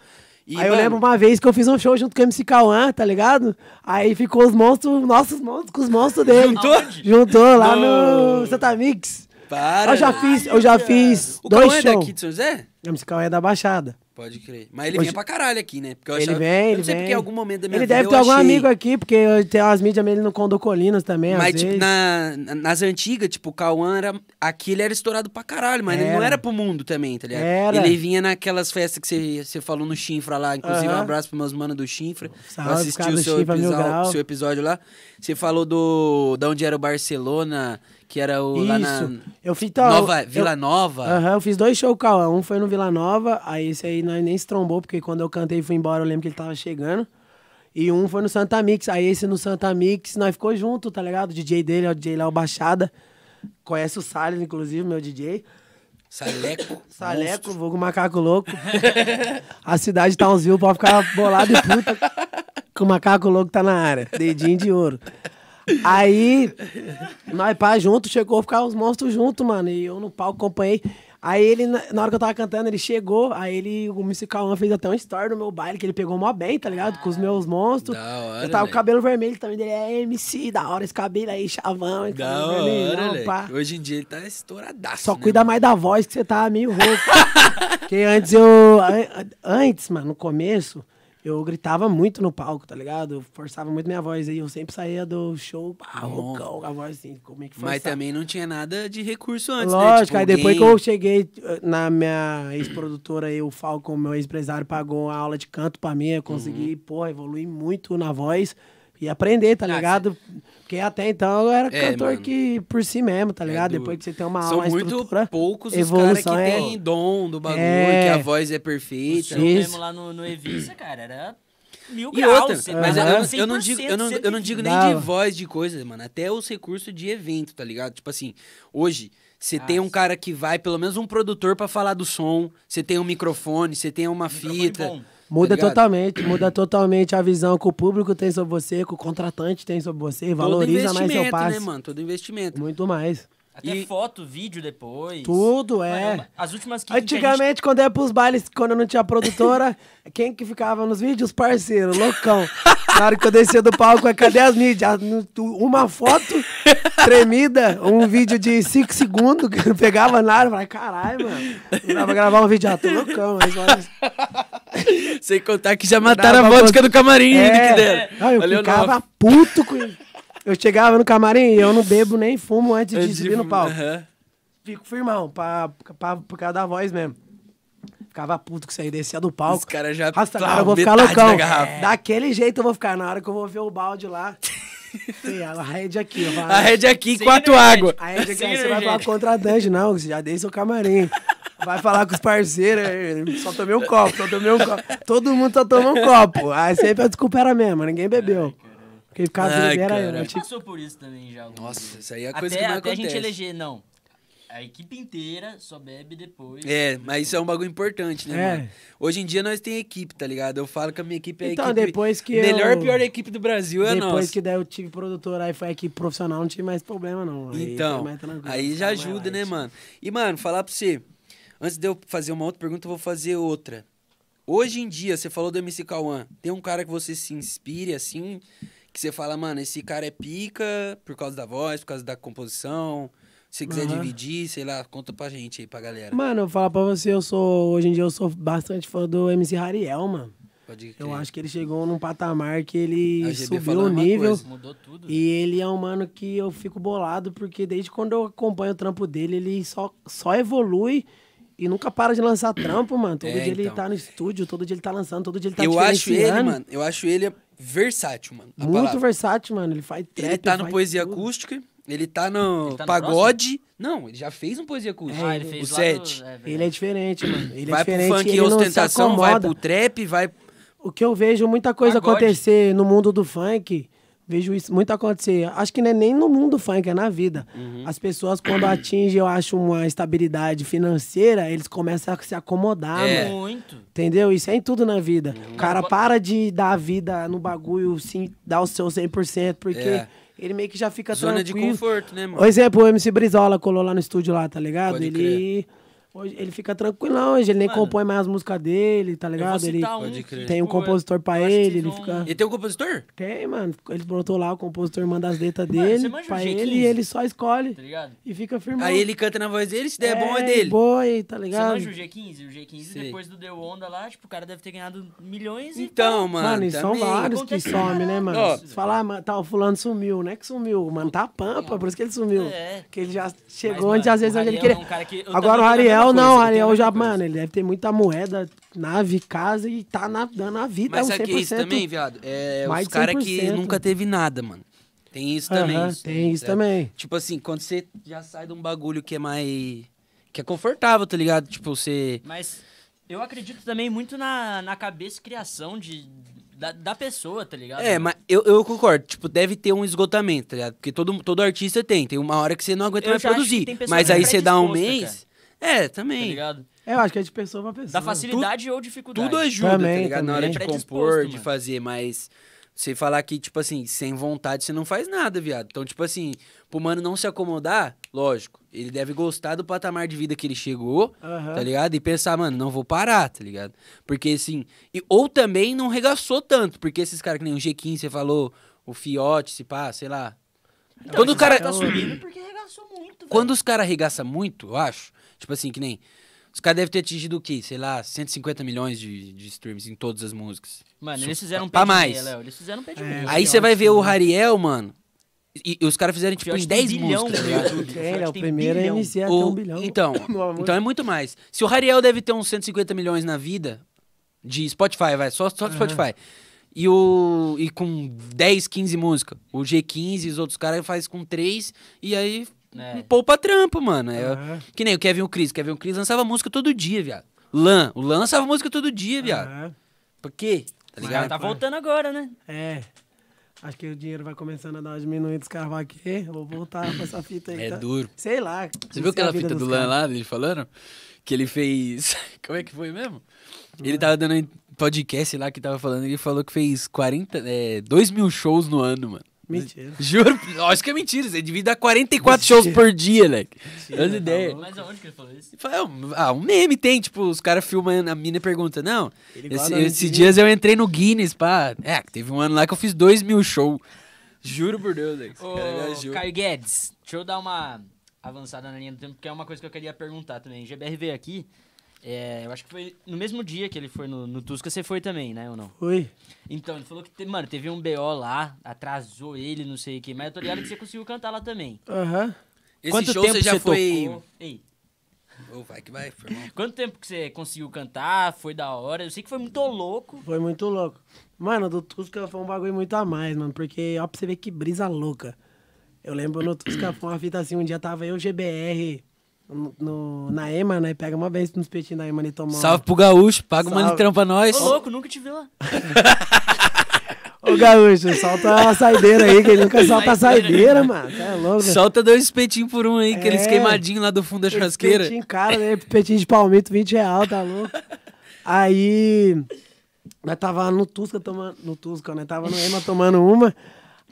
Speaker 1: E,
Speaker 3: aí eu
Speaker 1: mano,
Speaker 3: lembro uma vez que eu fiz um show junto com o MC Cauã, tá ligado? Aí ficou os monstros, nossos monstros com os monstros dele.
Speaker 1: Juntou?
Speaker 3: Juntou lá no
Speaker 1: No-
Speaker 3: Santa Mix.
Speaker 1: Para.
Speaker 3: eu já
Speaker 1: velho.
Speaker 3: fiz, eu já fiz
Speaker 1: O
Speaker 3: dois
Speaker 1: Cauã é
Speaker 3: shows.
Speaker 1: daqui de São José?
Speaker 3: O MC Cauã é da Baixada.
Speaker 1: Pode crer. Mas ele
Speaker 3: Hoje-
Speaker 1: vinha pra caralho aqui, né? Porque eu
Speaker 3: Ele
Speaker 1: achava...
Speaker 3: vem,
Speaker 1: eu
Speaker 3: ele
Speaker 1: não sei
Speaker 3: vem.
Speaker 1: porque em algum momento da minha
Speaker 3: Ele
Speaker 1: vida
Speaker 3: deve
Speaker 1: eu
Speaker 3: ter algum
Speaker 1: achei-
Speaker 3: amigo aqui, porque eu- tem umas mídias dele no Condô Colinas também,
Speaker 1: Mas,
Speaker 3: às
Speaker 1: tipo,
Speaker 3: vezes.
Speaker 1: na- na- nas antigas, tipo, o Cauã era. Aqui ele era estourado pra caralho, mas ele não
Speaker 3: Era.
Speaker 1: era pro mundo também, tá ligado?
Speaker 3: Era.
Speaker 1: Ele vinha naquelas festas que você- você falou no Chinfra lá. Inclusive,
Speaker 3: Aham.
Speaker 1: um abraço pros meus manos do Chinfra.
Speaker 3: Salve,
Speaker 1: eu assisti
Speaker 3: cara
Speaker 1: o
Speaker 3: do
Speaker 1: seu,
Speaker 3: Chinfra, Mil Grau.
Speaker 1: episódio, seu episódio lá. Você falou do. Da onde era o Barcelona, que era o.
Speaker 3: Isso.
Speaker 1: Lá na.
Speaker 3: Eu fiz... Então,
Speaker 1: Nova,
Speaker 3: eu-
Speaker 1: Vila Nova.
Speaker 3: Aham, eu fiz dois shows com o Cauã. Um foi no Vila Nova, aí esse aí nós nem se trombou, porque quando eu cantei e fui embora, eu lembro que ele tava chegando. E um foi no Santa Mix. Aí esse no Santa Mix, nós ficou junto, tá ligado? O DJ dele é o DJ Léo Baixada. Conhece o Salles, inclusive, meu DJ.
Speaker 1: Saleco.
Speaker 3: Saleco, vulgo macaco louco. A cidade tá uns viu, pode ficar bolado e puta que o macaco louco tá na área. Dedinho de ouro. Aí, nós pá junto, chegou a ficar os monstros junto, mano. E eu no palco acompanhei. Aí ele, na na hora que eu tava cantando, ele chegou. Aí ele, o MC Cauã fez até um story no meu baile, que ele pegou mó bem, tá ligado? Com os meus monstros.
Speaker 1: Ah, Da hora,
Speaker 3: eu tava com
Speaker 1: moleque.
Speaker 3: o cabelo vermelho também dele. É MC, da hora esse cabelo aí, chavão. esse
Speaker 1: Da
Speaker 3: cabelo
Speaker 1: hora,
Speaker 3: vermelhão,
Speaker 1: moleque.
Speaker 3: pá.
Speaker 1: Hoje em dia ele tá estouradaço.
Speaker 3: Só
Speaker 1: né,
Speaker 3: cuida mais da
Speaker 1: [laughs]
Speaker 3: voz que você tá meio rouco. Porque antes eu. an- an- Antes, mano, no começo, Eu gritava muito no palco, tá ligado? Eu forçava muito minha voz aí. Eu sempre saía do show, pá, roncão, com a voz assim, como é que
Speaker 1: Mas
Speaker 3: forçava.
Speaker 1: também não tinha nada de recurso antes, né?
Speaker 3: Lógico,
Speaker 1: Tipo,
Speaker 3: aí
Speaker 1: alguém-
Speaker 3: depois que eu cheguei eh, na minha ex-produtora aí, o Falcon, meu ex-empresário, pagou a aula de canto pra mim,
Speaker 1: Uhum.
Speaker 3: eu consegui, porra, evoluir muito na voz e aprender, tá
Speaker 1: Ah,
Speaker 3: ligado? Porque até então eu era
Speaker 1: É,
Speaker 3: cantor
Speaker 1: mano.
Speaker 3: que por si mesmo, tá
Speaker 1: É
Speaker 3: ligado?
Speaker 1: duro.
Speaker 3: Depois que você tem uma aula,
Speaker 1: São
Speaker 3: uma
Speaker 1: muito
Speaker 3: estrutura,
Speaker 1: poucos os
Speaker 3: evolução
Speaker 1: caras que
Speaker 3: é-
Speaker 1: têm dom do bagulho,
Speaker 3: É.
Speaker 1: que a voz é
Speaker 2: O
Speaker 1: perfeita.
Speaker 2: show mesmo lá no, no Evisa, cara, era mil
Speaker 1: E
Speaker 2: graus. um
Speaker 1: outra,
Speaker 2: você
Speaker 1: mas eu,
Speaker 2: tava
Speaker 1: eu- eu não digo, eu, não,
Speaker 2: 100%,
Speaker 1: eu não digo nem de
Speaker 3: Dava.
Speaker 1: voz de coisa, mano. Até os recursos de evento, tá ligado? Tipo assim, hoje, você
Speaker 2: Ah,
Speaker 1: tem um
Speaker 2: sim.
Speaker 1: cara que vai, pelo menos um produtor pra falar do som, você tem um microfone, você tem uma
Speaker 2: microfone
Speaker 1: fita. tá
Speaker 2: bom.
Speaker 3: Muda
Speaker 1: ligado?
Speaker 3: totalmente, muda totalmente a visão que o público tem sobre você, que o contratante tem sobre você, valoriza
Speaker 1: Todo
Speaker 3: mais seu
Speaker 1: investimento,
Speaker 3: passe.
Speaker 1: né, mano? Todo investimento.
Speaker 3: Muito mais.
Speaker 2: Até
Speaker 1: E-
Speaker 2: foto, vídeo depois.
Speaker 3: Tudo é.
Speaker 2: Caramba, As últimas que que a
Speaker 3: Antigamente, quando eu ia pros bailes, quando eu não tinha produtora, quem que ficava nos vídeos? Parceiro, loucão. Na hora que eu descia do palco, é, cadê as mídias? Ah, não, tu- Uma foto tremida, um vídeo de 5 segundos, que não pegava nada. Eu falei, caralho, mano. Não dá pra gravar um vídeo, ah, tô loucão. Mas olha,
Speaker 1: [laughs] Sem contar que já
Speaker 3: Dava pra
Speaker 1: do camarim ainda
Speaker 3: É.
Speaker 1: que deram.
Speaker 3: Ah, eu
Speaker 1: Valeu,
Speaker 3: ficava
Speaker 1: Nova.
Speaker 3: puto com isso. Eu chegava no camarim e eu não bebo nem fumo antes de subir no palco.
Speaker 1: Aham.
Speaker 3: Fico firmão, pra, pra, por causa da voz mesmo. Ficava puto com isso aí, descia do
Speaker 1: Os
Speaker 3: palco.
Speaker 1: caras já.
Speaker 3: Rasta,
Speaker 1: Plau,
Speaker 3: cara, eu vou ficar
Speaker 1: É metade da
Speaker 3: loucão. É.
Speaker 1: garrafa.
Speaker 3: Daquele jeito eu vou ficar. Na hora que eu vou ver o
Speaker 1: [laughs]
Speaker 3: balde lá. Tem a rede aqui. Eu falo,
Speaker 1: A rede aqui,
Speaker 2: Sem
Speaker 1: quatro
Speaker 2: energético.
Speaker 1: águas.
Speaker 3: a rede aqui.
Speaker 2: Sim,
Speaker 3: aí você vai
Speaker 2: gente.
Speaker 3: falar contra a Dange, não. Você já dei seu camarim. Vai falar com os parceiros. aí, Só tomei um copo, só tomei um copo. Todo mundo só tomou um copo. Aí sempre a desculpa era mesmo. Ninguém bebeu. Quem ficava
Speaker 1: Ai,
Speaker 3: bebendo era eu.
Speaker 1: caralho.
Speaker 3: eu
Speaker 2: gente
Speaker 3: tinha-
Speaker 2: passou por isso também já. algumas
Speaker 1: Nossa,
Speaker 2: vezes.
Speaker 1: isso aí é a
Speaker 2: até,
Speaker 1: coisa que mais
Speaker 2: até a gente
Speaker 1: acontece.
Speaker 2: eleger, não. A equipe inteira só bebe depois.
Speaker 1: É, mas isso é um bagulho importante, né,
Speaker 3: É.
Speaker 1: mano? Hoje em dia nós tem equipe, tá ligado? Eu falo que a minha equipe é a
Speaker 3: Então,
Speaker 1: equipe...
Speaker 3: depois que
Speaker 1: Melhor
Speaker 3: eu-
Speaker 1: e pior equipe do Brasil é a
Speaker 3: Depois
Speaker 1: nossa.
Speaker 3: que daí eu tive produtora, aí foi a equipe profissional, não tive mais problema, não. Aí foi
Speaker 1: Então,
Speaker 3: mais tranquilo,
Speaker 1: aí já
Speaker 3: ficava mais
Speaker 1: ajuda, né,
Speaker 3: light.
Speaker 1: mano? E, mano, falar pra você... Antes de eu fazer uma outra pergunta, eu vou fazer outra. Hoje em dia, você falou do MC Cauã. Tem um cara que você se inspire, assim... Que você fala, mano, esse cara é pica por causa da voz, por causa da composição. Se você quiser
Speaker 3: Aham.
Speaker 1: dividir, sei lá, conta pra gente aí, pra galera.
Speaker 3: Mano, eu vou falar pra você, eu sou. Hoje em dia eu sou bastante fã do MC Rariel, mano.
Speaker 1: Pode
Speaker 3: Eu
Speaker 1: crer.
Speaker 3: acho que ele chegou num patamar que
Speaker 1: A
Speaker 3: ele
Speaker 1: GB
Speaker 3: subiu
Speaker 1: falou a
Speaker 3: o
Speaker 1: mesma
Speaker 3: nível.
Speaker 1: coisa.
Speaker 2: Mudou tudo.
Speaker 3: E ele é um mano que eu fico bolado, porque desde quando eu acompanho o trampo dele, ele só, só evolui e nunca para de lançar trampo, mano. Todo
Speaker 1: É,
Speaker 3: dia ele
Speaker 1: então.
Speaker 3: tá no estúdio, todo dia ele tá lançando, todo dia ele tá
Speaker 1: eu acho ele,
Speaker 3: diferenciando.
Speaker 1: mano, eu acho ele versátil, mano. a
Speaker 3: Muito
Speaker 1: palavra.
Speaker 3: versátil, mano. Ele faz trap,
Speaker 1: Ele tá no
Speaker 3: faz
Speaker 1: poesia
Speaker 3: tudo.
Speaker 1: acústica, ele tá no
Speaker 2: Ele tá no
Speaker 1: pagode. Não, ele já fez um poesia acústica.
Speaker 2: Ah, ele fez
Speaker 1: o
Speaker 2: lá no-
Speaker 1: set.
Speaker 2: é verdade.
Speaker 3: Ele é diferente, mano. Ele é
Speaker 1: vai pro
Speaker 3: diferente.
Speaker 1: funk
Speaker 3: ele
Speaker 1: e
Speaker 3: não se
Speaker 1: ostentação, vai
Speaker 3: acomoda.
Speaker 1: pro trap, vai.
Speaker 3: O que eu vejo muita coisa
Speaker 2: Pagode.
Speaker 3: acontecer no mundo do funk. Vejo isso muito acontecer. Acho que não é nem no mundo do funk, é na vida.
Speaker 1: Uhum.
Speaker 3: As pessoas, quando atingem, eu acho, uma estabilidade financeira, eles começam a se acomodar,
Speaker 1: É. Uhum.
Speaker 3: mano.
Speaker 2: Muito.
Speaker 3: Entendeu? Isso é em tudo na vida. O cara para de dar a vida no bagulho, sim, dar o seu 100%, porque
Speaker 1: É.
Speaker 3: ele meio que já fica
Speaker 1: Zona de
Speaker 3: tranquilo.
Speaker 1: conforto, né,
Speaker 3: Por
Speaker 1: mano?
Speaker 3: exemplo, o MC Brizola colou lá no estúdio lá, tá ligado?
Speaker 1: Pode
Speaker 3: ele. Hoje, ele fica tranquilão hoje, ele nem
Speaker 2: Mano,
Speaker 3: compõe mais as músicas dele, tá
Speaker 2: Eu vou
Speaker 3: ligado? Ele
Speaker 2: citar um
Speaker 1: Pode
Speaker 2: que,
Speaker 1: crer.
Speaker 3: tem um
Speaker 2: tipo, eu-
Speaker 3: compositor pra
Speaker 2: eu acho que
Speaker 3: ele,
Speaker 2: vocês
Speaker 3: ele
Speaker 2: vão-
Speaker 3: fica.
Speaker 1: E tem um compositor?
Speaker 3: Tem, é, mano. Ele botou lá, o compositor manda as letras
Speaker 2: Mano,
Speaker 3: dele
Speaker 2: você manja
Speaker 3: pra
Speaker 2: o G15?
Speaker 3: ele e ele só escolhe.
Speaker 2: Tá ligado?
Speaker 3: E fica firmão.
Speaker 1: Aí ele canta na voz dele, se der bom é dele.
Speaker 3: Boi, tá
Speaker 2: Você
Speaker 3: ligado?
Speaker 2: manja o G15? O G15
Speaker 1: Sei.
Speaker 2: depois do The Onda lá, tipo, o cara deve ter ganhado milhões e
Speaker 1: Então,
Speaker 3: Mano,
Speaker 1: mano.
Speaker 3: e são
Speaker 1: também.
Speaker 3: vários que
Speaker 2: Acontece
Speaker 3: somem, né,
Speaker 2: caralho
Speaker 3: mano?
Speaker 1: Ó.
Speaker 3: Você fala, ah, mano, tá, o fulano sumiu. Não é que sumiu, mano, tá a pampa, por isso que ele sumiu.
Speaker 2: É.
Speaker 3: Que ele já
Speaker 2: Mas,
Speaker 3: chegou
Speaker 2: mano,
Speaker 3: onde, às vezes,
Speaker 2: o
Speaker 3: onde ele
Speaker 2: Rariel
Speaker 3: queria.
Speaker 2: é um cara que- eu
Speaker 3: Agora o
Speaker 2: também tenho a mesma
Speaker 3: Ariel,
Speaker 2: coisa,
Speaker 3: não,
Speaker 2: eu
Speaker 3: o
Speaker 2: tenho a
Speaker 3: Ariel
Speaker 2: mesma
Speaker 3: já,
Speaker 2: coisa.
Speaker 3: mano, ele deve ter muita moeda, nave, casa e tá na, dando a vida,
Speaker 1: Mas
Speaker 3: é um
Speaker 1: sabe o que é
Speaker 3: 100%.
Speaker 1: isso também, viado? É os
Speaker 3: Mais de
Speaker 1: caras que
Speaker 3: 100%.
Speaker 1: nunca teve nada, mano. Tem isso
Speaker 3: Aham,
Speaker 1: também.
Speaker 3: tem isso
Speaker 1: sabe?
Speaker 3: também.
Speaker 1: Tipo assim, quando você já sai de um bagulho que é mais. que é confortável, tá ligado? Tipo, você.
Speaker 2: Mas eu acredito também muito na, na cabeça e criação de, da, da pessoa, tá ligado?
Speaker 1: É, mas eu, eu concordo. Tipo, deve ter um esgotamento, tá ligado? Porque todo, todo artista tem. Tem uma hora que você não aguenta
Speaker 2: Eu
Speaker 1: mais
Speaker 2: já acho que
Speaker 1: produzir.
Speaker 2: tem pessoa
Speaker 1: Mas
Speaker 2: que é
Speaker 1: aí você dá um
Speaker 2: predisposta,
Speaker 1: mês. É,
Speaker 2: Tá
Speaker 1: também.
Speaker 2: ligado?
Speaker 3: É, eu acho que é de pessoa pra pessoa.
Speaker 2: Da facilidade ou dificuldade.
Speaker 1: Tudo ajuda, tá
Speaker 3: Também,
Speaker 1: ligado? Na hora
Speaker 3: também.
Speaker 1: de
Speaker 2: Predisposto,
Speaker 1: compor, de
Speaker 2: mano.
Speaker 1: fazer, mas. Você falar que, tipo assim, sem vontade você não faz nada, viado. Então, tipo assim, pro mano não se acomodar, lógico, ele deve gostar do patamar de vida que ele chegou,
Speaker 3: Aham.
Speaker 1: tá ligado? E pensar, mano, não vou parar, tá ligado? Porque assim. E, ou também não regaçou tanto, porque esses caras que nem o G15, você falou, o Fiote, se pá, sei lá.
Speaker 2: Então,
Speaker 1: quando o
Speaker 2: esse cara
Speaker 1: cara.
Speaker 2: tá subindo porque regaçou muito, velho.
Speaker 1: Quando os caras arregaçam muito, eu acho, tipo assim, que nem. Os caras devem ter atingido o quê? Sei lá, 150 milhões de, de streams em todas as músicas.
Speaker 2: Mano, eles fizeram um
Speaker 1: Pra
Speaker 2: pay to
Speaker 1: mais. É.
Speaker 2: play, Léo. Eles fizeram um pay to play.
Speaker 1: Aí você vai ver o Rariel, mano. E, e os caras fizeram tipo
Speaker 2: Pior que
Speaker 1: em
Speaker 2: tem
Speaker 1: 10
Speaker 2: bilhão
Speaker 1: músicas.
Speaker 2: no
Speaker 1: tá ligado?
Speaker 2: YouTube.
Speaker 3: Tem,
Speaker 2: Pior que
Speaker 3: né? O
Speaker 2: tem
Speaker 3: primeiro é
Speaker 2: bilhão.
Speaker 3: iniciar até
Speaker 1: O-
Speaker 3: um bilhão.
Speaker 1: Então,
Speaker 3: [coughs] Pelo amor
Speaker 1: então é muito mais. Se o Rariel deve ter uns 150 milhões na vida, de Spotify, vai, só, só Spotify. E, o, e com 10, 15 músicas. O G15 e os outros caras faz com 3 e aí
Speaker 2: É.
Speaker 1: poupa trampo, mano. É,
Speaker 3: Aham.
Speaker 1: Que nem o Kevin e o Chris. Kevin e o Chris lançava música todo dia, viado. Lan. O Lan lançava música todo dia, viado.
Speaker 3: Aham.
Speaker 1: Por quê? Tá
Speaker 2: Mas
Speaker 1: ligado?
Speaker 2: tá voltando agora, né?
Speaker 3: É. Acho que o dinheiro vai começando a dar uma diminuída dos caras vão aqui. Vou voltar pra essa fita aí.
Speaker 1: É
Speaker 3: tá?
Speaker 1: duro.
Speaker 3: Sei lá.
Speaker 1: Você viu
Speaker 3: é
Speaker 1: aquela fita do Lan lá, dele falando? Que ele fez. [laughs] Como é que foi mesmo? Ele tava dando um podcast lá que tava falando, ele falou que fez 40. É, 2 mil shows no ano, mano.
Speaker 3: Mentira.
Speaker 1: Juro, acho que é mentira. Você devia dar 44 shows por dia, moleque. Olha a ideia.
Speaker 2: Mas aonde que ele falou isso?
Speaker 1: Fala, "É um- Ah, um meme tem, tipo, os caras filmam, a mina pergunta, não,
Speaker 3: Ele
Speaker 1: esse-
Speaker 3: guarda a
Speaker 1: esses
Speaker 3: mentirinha.
Speaker 1: dias eu entrei no Guinness, pá. É, teve um ano lá que eu fiz 2 mil shows. Juro por Deus, moleque. Esse cara
Speaker 2: Ô,
Speaker 1: viajou.
Speaker 2: Caio Guedes, deixa eu dar uma avançada na linha do tempo, porque é uma coisa que eu queria perguntar também. GBR veio aqui, é, eu acho que foi no mesmo dia que ele foi no, no Tusca, você foi também, né, ou não?
Speaker 3: Ui.
Speaker 2: Então, ele falou que, te- mano, teve um BO lá, atrasou ele, não sei o que, mas eu tô ligado que você conseguiu cantar lá também.
Speaker 3: Aham.
Speaker 1: Esse
Speaker 4: Quanto
Speaker 1: show
Speaker 4: tempo
Speaker 1: você já
Speaker 4: você
Speaker 1: foi.
Speaker 2: Ô, ei,
Speaker 1: Ô, vai que vai, foi irmão.
Speaker 2: quanto tempo que você conseguiu cantar? Foi da hora? Eu sei que foi muito louco.
Speaker 3: Foi muito louco. Mano, do Tusca foi um bagulho muito a mais, mano. Porque, ó, pra você ver que brisa louca. Eu lembro no Tusca foi uma fita assim, um dia tava eu, GBR, no, no- na EMA, né? Pega uma vez nos peitinhos da EMA e toma.
Speaker 1: Salve pro Gaúcho, paga uma
Speaker 3: Salve.
Speaker 1: litrão pra nós.
Speaker 2: Ô, louco, nunca te vi lá.
Speaker 3: Ô, Gaúcho, solta a saideira aí, que ele nunca solta a saideira, mano. Cê é louco, né?
Speaker 1: Solta dois espetinhos por um aí, aqueles
Speaker 3: É.
Speaker 1: queimadinhos lá do fundo da churrasqueira.
Speaker 3: Petinho cara, né? Petinho de palmito, 20 real, tá louco? Aí. Nós tava no Tusca tomando. No Tusca, né? Tava no Ema tomando uma.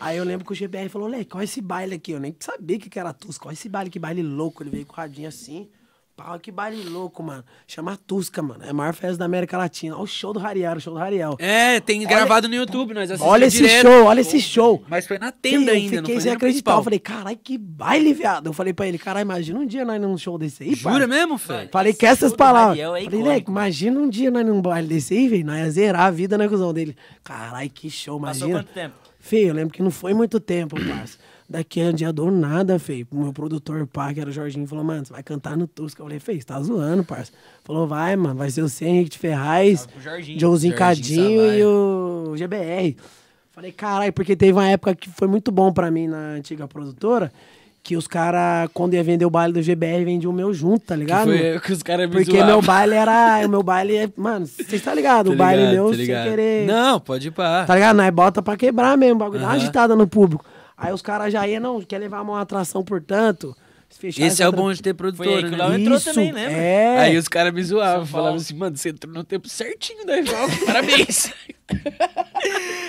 Speaker 3: Aí eu lembro que o GBR falou, moleque, olha esse baile aqui. Eu nem sabia o que que era Tusca. Olha esse baile, que baile louco. Ele veio com o radinho assim. Pau, que baile louco, mano. Chama Tusca, mano. É a maior festa da América Latina. Olha o show do Rariel, o show do Rariel.
Speaker 1: É, tem gravado no YouTube, nós assistimos
Speaker 3: Olha esse
Speaker 1: É, direto.
Speaker 3: show, olha esse show.
Speaker 1: Mas foi na tenda
Speaker 3: eu
Speaker 1: ainda, não
Speaker 3: fiquei
Speaker 1: foi
Speaker 3: sem
Speaker 1: nem no
Speaker 3: acreditar. Eu
Speaker 1: principal.
Speaker 3: falei, caralho, que baile, viado. Eu falei pra ele, caralho, imagina um dia nós num show desse aí,
Speaker 1: Jura
Speaker 3: pai."
Speaker 1: mesmo, Fê?
Speaker 3: Falei
Speaker 2: Esse
Speaker 3: que essas
Speaker 2: show do
Speaker 3: palavras.
Speaker 2: Rariel é
Speaker 3: Falei,
Speaker 2: icônico.
Speaker 3: Leco, imagina um dia nós num baile desse aí, velho. Nós ia zerar a vida na cuzão dele. Caralho, que show,
Speaker 2: Passou
Speaker 3: imagina.
Speaker 2: quanto tempo?
Speaker 3: Feio, eu lembro que não foi muito tempo, parça. Daqui a um dia do nada, feio. O meu produtor, pá, que era o Jorginho, falou, mano, você vai cantar no Tusca. Eu falei, feio, você tá zoando, parça. Falou, vai, mano, vai ser o C, Henrique de Ferraz,
Speaker 2: Salve pro Jorginho.
Speaker 3: Joãozinho
Speaker 1: Jorginho
Speaker 3: Cadinho
Speaker 1: Sampaio.
Speaker 3: e o GBR. Falei, caralho, porque teve uma época que foi muito bom pra mim na antiga produtora, que os caras, quando ia vender o baile do GBR, vendiam o meu junto, tá ligado?
Speaker 1: Foi que os caras me
Speaker 3: Porque
Speaker 1: zoavam.
Speaker 3: meu baile era. O meu baile é. Mano, vocês tá ligado?
Speaker 1: Tá
Speaker 3: o baile
Speaker 1: ligado,
Speaker 3: meu
Speaker 1: tá
Speaker 3: sem
Speaker 1: ligado.
Speaker 3: querer.
Speaker 1: Não, pode ir pra.
Speaker 3: Tá ligado? Nós bota pra quebrar mesmo, o bagulho. Dá uma
Speaker 1: Aham.
Speaker 3: agitada no público. Aí os caras já iam, não, quer levar uma atração, portanto. se fechar
Speaker 1: Esse
Speaker 3: essa
Speaker 1: é o
Speaker 3: tra-
Speaker 1: bom de ter
Speaker 2: Foi aí que
Speaker 1: produtora,
Speaker 2: o
Speaker 1: né?
Speaker 2: Léo entrou
Speaker 3: Isso,
Speaker 2: também, lembra?
Speaker 3: tá É.
Speaker 1: Aí os caras me zoavam,
Speaker 2: São Paulo.
Speaker 1: falavam assim, mano, você entrou no tempo certinho da Rival, [laughs] parabéns.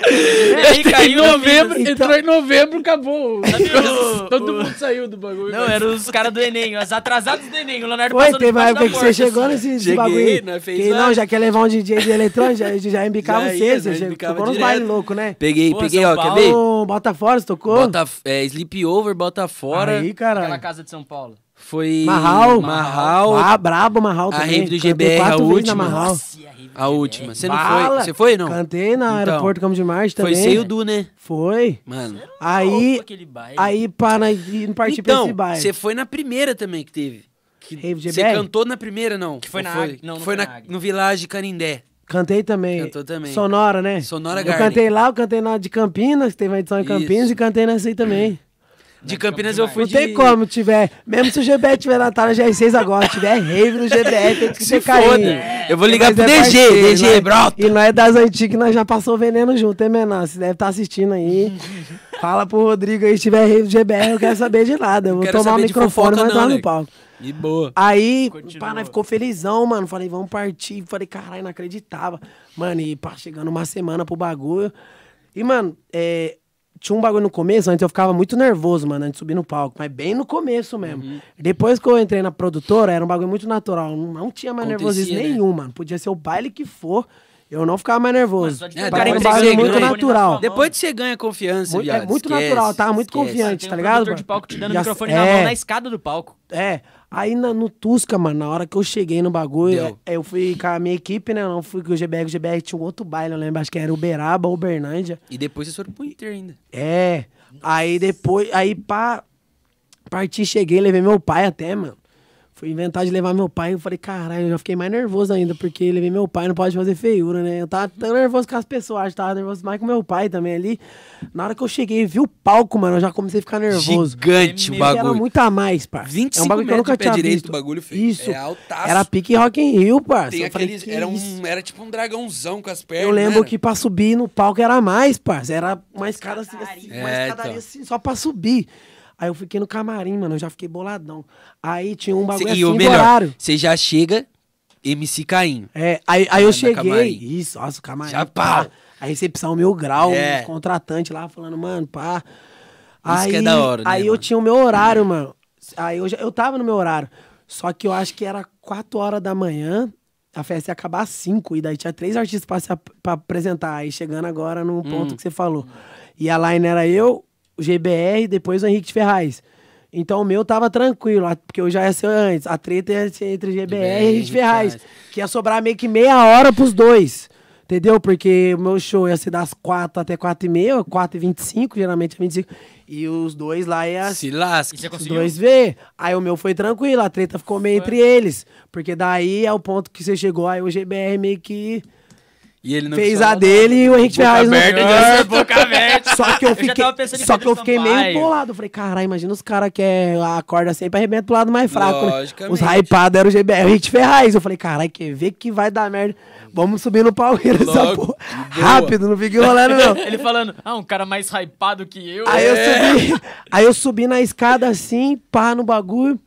Speaker 3: É,
Speaker 2: E
Speaker 1: [laughs]
Speaker 2: aí
Speaker 1: em
Speaker 2: caiu a
Speaker 1: novembro,
Speaker 3: Então-
Speaker 1: entrou em novembro, acabou.
Speaker 2: o-
Speaker 1: Todo mundo saiu do bagulho. né?
Speaker 2: Não, é eram os caras do Enem, os atrasados do Enem. O Leonardo
Speaker 3: Foi,
Speaker 2: Tá passando
Speaker 3: teve uma
Speaker 2: debaixo da
Speaker 3: época que
Speaker 2: porta,
Speaker 3: você chegou
Speaker 2: assim.
Speaker 3: nesse nesse
Speaker 1: Cheguei,
Speaker 3: bagulho.
Speaker 1: nós fez
Speaker 3: que
Speaker 1: lá.
Speaker 3: não, já quer levar um DJ de eletrônico, já, já embicava
Speaker 1: [laughs] Já
Speaker 3: você,
Speaker 1: ia,
Speaker 3: você
Speaker 1: nós
Speaker 3: chegou-
Speaker 1: embicava
Speaker 3: tocou nos
Speaker 1: direto.
Speaker 3: bailes loucos, né?
Speaker 1: Peguei,
Speaker 2: Pô,
Speaker 1: peguei,
Speaker 2: São
Speaker 1: ó, quer
Speaker 2: Paulo-
Speaker 1: ver?
Speaker 3: O Botafora, você tocou?
Speaker 1: Bota, é, sleep over, bota fora.
Speaker 3: Aí,
Speaker 2: Aquela
Speaker 3: caralho.
Speaker 2: casa de São Paulo.
Speaker 1: Foi.
Speaker 3: Marral.
Speaker 1: Marral.
Speaker 3: Ah, brabo, Marral
Speaker 1: A
Speaker 3: também.
Speaker 1: rave do
Speaker 3: Cantei
Speaker 1: GBR, a
Speaker 3: quatro vezes na
Speaker 1: última.
Speaker 3: Marral.
Speaker 2: Nossa, e a Riva
Speaker 1: A
Speaker 2: de
Speaker 1: última.
Speaker 2: BR.
Speaker 1: Você não
Speaker 3: Bala.
Speaker 1: foi? Você foi, não?
Speaker 3: Cantei na
Speaker 1: Então,
Speaker 3: aeroporto Campo de Marte também.
Speaker 1: Foi você e o Du, né?
Speaker 3: Foi.
Speaker 1: Mano.
Speaker 3: Aí,
Speaker 2: Louco aquele baile.
Speaker 3: aí para não partir pra
Speaker 1: Então,
Speaker 3: esse baile.
Speaker 1: você foi na primeira também que teve. Que
Speaker 3: Rave
Speaker 1: você
Speaker 3: GBR?
Speaker 1: cantou na primeira, não?
Speaker 2: Que foi
Speaker 1: Ou
Speaker 2: na
Speaker 1: foi?
Speaker 2: Ag- não, não
Speaker 1: foi
Speaker 2: foi
Speaker 1: na,
Speaker 2: na Ag.
Speaker 1: no Village Canindé.
Speaker 3: Cantei também.
Speaker 1: Cantou também.
Speaker 3: Sonora, né?
Speaker 1: Sonora
Speaker 3: Eu
Speaker 1: Garden.
Speaker 3: cantei lá, eu cantei na de Campinas, que teve uma edição em
Speaker 1: Isso.
Speaker 3: Campinas, e cantei nessa aí também.
Speaker 1: De Campinas eu fui
Speaker 3: Não
Speaker 1: de...
Speaker 3: tem como tiver. Mesmo se o GBR tiver na tala GR6 agora, tiver rave no GBR, tem que
Speaker 1: Se
Speaker 3: ser
Speaker 1: foda.
Speaker 3: carinho.
Speaker 1: Eu vou ligar
Speaker 3: Mas
Speaker 1: pro
Speaker 3: é
Speaker 1: DG,
Speaker 3: parceiro,
Speaker 1: DG,
Speaker 3: nós-
Speaker 1: brota.
Speaker 3: E nós é das antigas, nós já passou veneno junto, hein, menor? Você deve estar
Speaker 1: [laughs]
Speaker 3: assistindo aí. Fala pro Rodrigo aí, se tiver rave do GBR, eu quero saber de nada. Eu vou
Speaker 1: quero
Speaker 3: tomar o
Speaker 1: saber de
Speaker 3: microfone
Speaker 1: fofoca
Speaker 3: e vai
Speaker 1: não, né?
Speaker 3: entrar no
Speaker 1: nego.
Speaker 3: palco.
Speaker 1: E boa.
Speaker 2: Tá
Speaker 3: Aí,
Speaker 2: Continua.
Speaker 3: pá, nós ficou felizão, mano. Falei, vamos partir. Falei, caralho, não acreditava. Mano, e pá, chegando uma semana pro bagulho. E, mano, é, tinha um bagulho no começo, antes eu ficava muito nervoso, mano, antes de subir no palco. Mas bem no começo mesmo. Depois que eu entrei na produtora, era um bagulho muito natural. Não, não tinha mais
Speaker 1: Acontecia,
Speaker 3: nervosismo
Speaker 1: né?
Speaker 3: nenhum, mano. Podia ser o baile que for. eu não ficava mais
Speaker 2: Mano,
Speaker 3: nervoso. um
Speaker 2: só de
Speaker 1: É,
Speaker 2: ter o
Speaker 1: depois
Speaker 2: cara
Speaker 1: que
Speaker 2: pegando
Speaker 1: você né?
Speaker 2: o
Speaker 1: ganha,
Speaker 2: microfone na
Speaker 3: natural.
Speaker 2: sua mão,
Speaker 1: Depois que você ganha confiança,
Speaker 3: Muito- é
Speaker 1: viado,
Speaker 3: muito
Speaker 1: esquece,
Speaker 3: natural, tá? Muito
Speaker 2: cara,
Speaker 3: confiante.
Speaker 2: tem
Speaker 3: tá
Speaker 2: um
Speaker 3: ligado,
Speaker 2: produtor
Speaker 3: mano?
Speaker 2: de palco te dando o
Speaker 3: Já-
Speaker 2: microfone na mão
Speaker 3: é.
Speaker 2: na escada do palco.
Speaker 3: É, aí na- no Tusca, mano, na hora que eu cheguei no bagulho,
Speaker 1: Deu.
Speaker 3: é, eu fui com a minha equipe, né? Eu não fui com o GBR, o GBR tinha um outro baile, eu lembro, acho que era Uberaba, Uberlândia.
Speaker 1: E depois vocês foram pro Inter ainda.
Speaker 3: É, aí depois, aí pá, parti, cheguei, levei meu pai até, mano. Fui inventar de levar meu pai, eu falei, caralho, eu já fiquei mais nervoso ainda, porque levei meu pai, não pode fazer feiura, né? Eu tava tão nervoso com as pessoas, acho que tava nervoso mais com meu pai também ali. Na hora que eu cheguei, vi o palco, mano, eu já comecei a ficar nervoso.
Speaker 1: Gigante o
Speaker 3: Porque era
Speaker 1: um bagulho.
Speaker 3: muito a mais, pá.
Speaker 1: 25
Speaker 3: é um bagulho que eu
Speaker 1: metros
Speaker 3: nunca
Speaker 1: de pé
Speaker 3: tinha
Speaker 1: direito
Speaker 3: visto.
Speaker 1: o bagulho, filho.
Speaker 3: Isso.
Speaker 1: É altaço.
Speaker 3: Era pique Rock in Rio, parça.
Speaker 1: Tem
Speaker 3: eu falei,
Speaker 1: aqueles,
Speaker 3: que
Speaker 1: era,
Speaker 3: isso?
Speaker 1: um, era tipo um dragãozão com as pernas.
Speaker 3: Eu lembro
Speaker 1: né?
Speaker 3: que pra subir no palco era mais, parça. Era uma escada assim, assim, uma
Speaker 1: É,
Speaker 3: escadaria
Speaker 1: então.
Speaker 3: assim, só pra subir. Aí eu fiquei no camarim, mano. Eu já fiquei boladão. Aí tinha um bagulho
Speaker 1: Cê-
Speaker 3: assim
Speaker 1: e o
Speaker 3: do
Speaker 1: melhor,
Speaker 3: horário.
Speaker 1: você já chega MC Caim.
Speaker 3: É, aí, aí eu
Speaker 1: no
Speaker 3: cheguei.
Speaker 1: camarim.
Speaker 3: Isso, nossa, o camarim.
Speaker 1: Já pá.
Speaker 3: A recepção mil grau,
Speaker 1: É.
Speaker 3: os contratantes lá falando, mano, pá.
Speaker 1: Isso que é da hora, né,
Speaker 3: Aí eu
Speaker 1: mano?
Speaker 3: tinha o meu horário, mano. Aí eu, já- eu tava no meu horário. Só que eu acho que era 4 horas da manhã, a festa ia acabar às 5. E daí tinha três artistas pra, se, ap- pra apresentar. Aí chegando agora no
Speaker 1: Hum.
Speaker 3: ponto que você falou. E a line era eu, o GBR e depois o Henrique de Ferraz. Então o meu tava tranquilo, a- porque eu já ia ser antes. A treta ia ser entre GBR, e Henrique de Ferraz. Que ia sobrar meio que meia hora pros dois. Entendeu? Porque o meu show ia ser das 4 até 4 e meia, 4 e 25, geralmente é 25. E os dois lá ia
Speaker 1: Se lasca.
Speaker 2: E você
Speaker 3: os
Speaker 2: conseguiu?
Speaker 3: dois ver. Aí o meu foi tranquilo, a treta ficou meio entre eles. Porque daí é o ponto que você chegou, aí o GBR meio que
Speaker 1: E ele não
Speaker 3: fez
Speaker 1: falou
Speaker 3: a
Speaker 1: nada.
Speaker 3: dele e o Henrique
Speaker 1: né, Boca
Speaker 3: Ferraz
Speaker 1: aberta,
Speaker 3: não...
Speaker 1: já- boca [laughs] aberta.
Speaker 3: Só que eu
Speaker 2: É, Eu já
Speaker 3: fiquei,
Speaker 2: tava pensando em
Speaker 3: só
Speaker 2: Pedro
Speaker 3: que eu fiquei meio
Speaker 2: Sampaio.
Speaker 3: bolado. Eu falei, caralho, imagina os caras que é, acorda sempre arrebenta pro lado mais fraco. né? Os
Speaker 1: Logicamente.
Speaker 3: hypados eram o GBR, o Hit Ferraz. Eu falei, caralho, quer ver que vai dar merda? Vamos subir no Palmeiras essa
Speaker 1: Logo,
Speaker 3: porra.
Speaker 1: boa.
Speaker 3: Rápido, não fique rolando
Speaker 1: [laughs]
Speaker 3: não.
Speaker 2: Ele falando, ah, um cara mais hypado que eu.
Speaker 3: Aí eu
Speaker 1: É.
Speaker 3: subi, aí eu subi na escada assim, pá no bagulho.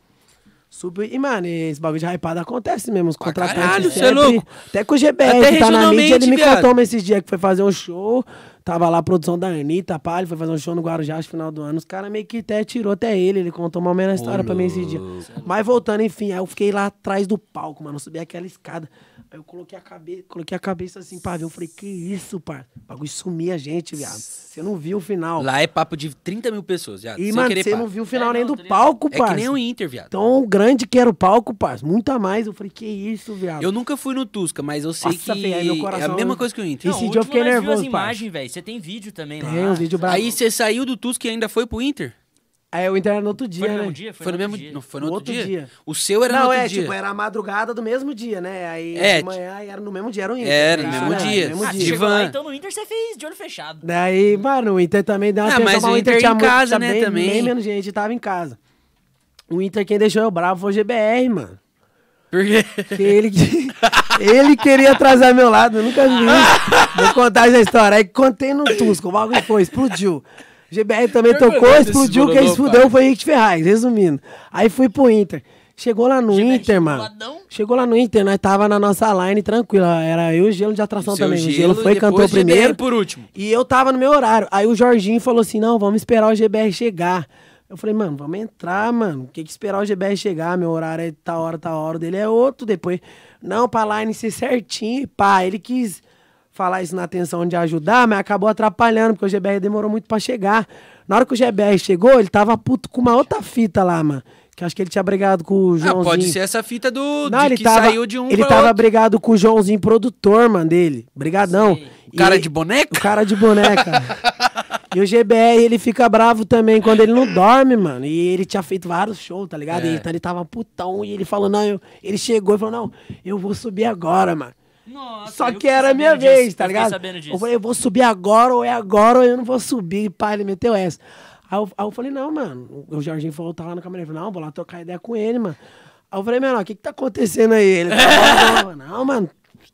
Speaker 3: Subi. E, mano, esse bagulho de hypado acontece mesmo. Os contratantes.
Speaker 1: caralho, cê é
Speaker 3: sempre-
Speaker 1: louco.
Speaker 3: Até com o GBR,
Speaker 1: Até
Speaker 3: que tá na mídia, ele
Speaker 1: regionalmente,
Speaker 3: me
Speaker 1: viado.
Speaker 3: contou esses dias que foi fazer um show. Tava lá a produção da Anitta, pá, ele foi fazer um show no Guarujá no final do ano. Os caras meio que até tirou até ele, ele contou uma menos história pra mim esse dia. é Mas voltando, enfim, aí eu fiquei lá atrás do palco, mano. Eu subi aquela escada. Aí eu coloquei a cabeça, coloquei a cabeça assim pra ver. Eu falei, que isso, par? O bagulho sumia a gente, viado. Você não viu o final.
Speaker 1: Lá é papo de 30 mil pessoas, viado.
Speaker 3: E,
Speaker 1: sem
Speaker 3: mano,
Speaker 1: Tá querer
Speaker 3: você
Speaker 1: papo.
Speaker 3: não viu o final
Speaker 2: É,
Speaker 3: nem
Speaker 2: não,
Speaker 3: do
Speaker 2: tá ligado.
Speaker 3: palco,
Speaker 1: É
Speaker 3: parça. Então,
Speaker 1: que nem o Inter, viado.
Speaker 3: Tão grande que era o palco, parça. Muito a mais. Eu falei, que isso, viado.
Speaker 1: Eu nunca fui no Tusca, mas eu sei
Speaker 3: Nossa,
Speaker 1: que
Speaker 3: velho, meu
Speaker 1: é a
Speaker 3: coração-
Speaker 1: mesma coisa que o Inter.
Speaker 3: Esse
Speaker 2: o
Speaker 3: dia eu
Speaker 2: último
Speaker 3: fiquei
Speaker 2: nós viu
Speaker 3: nervoso,
Speaker 2: as
Speaker 3: parça.
Speaker 2: imagens, velho. Você tem vídeo também lá.
Speaker 3: Tem um vídeo brabo.
Speaker 1: Aí você saiu do Tusca e ainda foi pro Inter?
Speaker 3: Aí eu entrei no outro dia,
Speaker 2: Foi no
Speaker 3: né?
Speaker 2: mesmo dia?
Speaker 1: Foi, no mesmo dia. Não, foi no outro, dia. O seu era no
Speaker 3: Não,
Speaker 1: outro
Speaker 3: é,
Speaker 1: dia.
Speaker 3: tipo, era a madrugada do mesmo dia, né? Aí
Speaker 1: É,
Speaker 3: de manhã era no mesmo dia, era o Inter.
Speaker 1: Era no
Speaker 3: Isso,
Speaker 1: mesmo
Speaker 3: né?
Speaker 1: dia.
Speaker 3: No mesmo
Speaker 2: Ah, você
Speaker 1: De
Speaker 3: dia.
Speaker 2: chegou lá,
Speaker 1: van.
Speaker 2: então no Inter você fez de olho fechado.
Speaker 3: Daí, mano, o Inter também deu uma
Speaker 1: Ah,
Speaker 3: atenção,
Speaker 1: mas o Inter
Speaker 3: tinha
Speaker 1: em
Speaker 3: muito-
Speaker 1: casa,
Speaker 3: tinha
Speaker 1: né,
Speaker 3: bem-
Speaker 1: também.
Speaker 3: Bem menos gente, tava em casa. O Inter, quem deixou eu bravo foi o GBR, mano.
Speaker 1: Porque...
Speaker 3: [laughs] Porque ele, que- ele queria atrasar meu lado, eu nunca vi isso. Vou contar essa história. Aí contei no Tusco, o bagulho foi, explodiu. GBR também
Speaker 1: Eu
Speaker 3: tocou,
Speaker 1: gosto desse
Speaker 3: explodiu, quem
Speaker 1: bololô,
Speaker 3: explodeu
Speaker 1: pai.
Speaker 3: foi Henrique Ferraz, resumindo. Aí fui pro Inter. Chegou lá no
Speaker 2: GBR
Speaker 3: Inter, mano.
Speaker 2: boladão.
Speaker 3: Chegou lá no Inter, nós tava na nossa line tranquila. Era eu e o Gelo de atração
Speaker 1: Seu
Speaker 3: também. o
Speaker 1: Gelo
Speaker 3: Gelo foi
Speaker 1: e
Speaker 3: cantou
Speaker 1: depois o GBR
Speaker 3: primeiro.
Speaker 1: por último.
Speaker 3: E eu tava no meu horário. Aí o Jorginho falou assim: não, vamos esperar o GBR chegar. Eu falei, mano, vamos entrar, mano. O que, que esperar o GBR chegar? Meu horário é tal hora, tal hora. O dele é outro. Depois, não, pra line ser certinho. E pá, ele quis falar isso na atenção de ajudar, mas acabou atrapalhando, porque o GBR demorou muito pra chegar. Na hora que o GBR chegou, ele tava puto com uma outra fita lá, mano. Que acho que ele tinha brigado com o Joãozinho.
Speaker 1: Ah, pode ser essa fita do
Speaker 3: Não,
Speaker 1: de
Speaker 3: ele
Speaker 1: que
Speaker 3: tava,
Speaker 1: saiu de um
Speaker 3: ele
Speaker 1: pra
Speaker 3: tava
Speaker 1: outro.
Speaker 3: brigado com o Joãozinho, produtor, mano, dele. Brigadão.
Speaker 1: O cara
Speaker 3: E-
Speaker 1: de boneca?
Speaker 3: O cara
Speaker 1: [laughs]
Speaker 3: de boneca. e o GBR, ele fica bravo também quando ele não dorme, mano. E ele tinha feito vários shows, tá ligado?
Speaker 1: É.
Speaker 3: E Então ele tava putão e ele falou, não, eu- ele chegou e falou, não, eu vou subir agora, mano.
Speaker 2: Nossa,
Speaker 3: Só
Speaker 2: eu
Speaker 3: que
Speaker 2: fiquei
Speaker 3: era a
Speaker 2: sabendo
Speaker 3: minha
Speaker 2: disso,
Speaker 3: vez, tá
Speaker 2: eu fiquei
Speaker 3: ligado?
Speaker 2: sabendo disso.
Speaker 3: Eu falei, eu vou subir agora, ou é agora, ou eu não vou subir. Pá, ele meteu essa. Aí eu, aí eu falei, não, mano. O Jorginho falou, tá lá no camarim. Eu falei, não, vou lá trocar ideia com ele, mano. Aí eu falei, mano, o que que tá acontecendo aí? Ele falou, não, não, mano,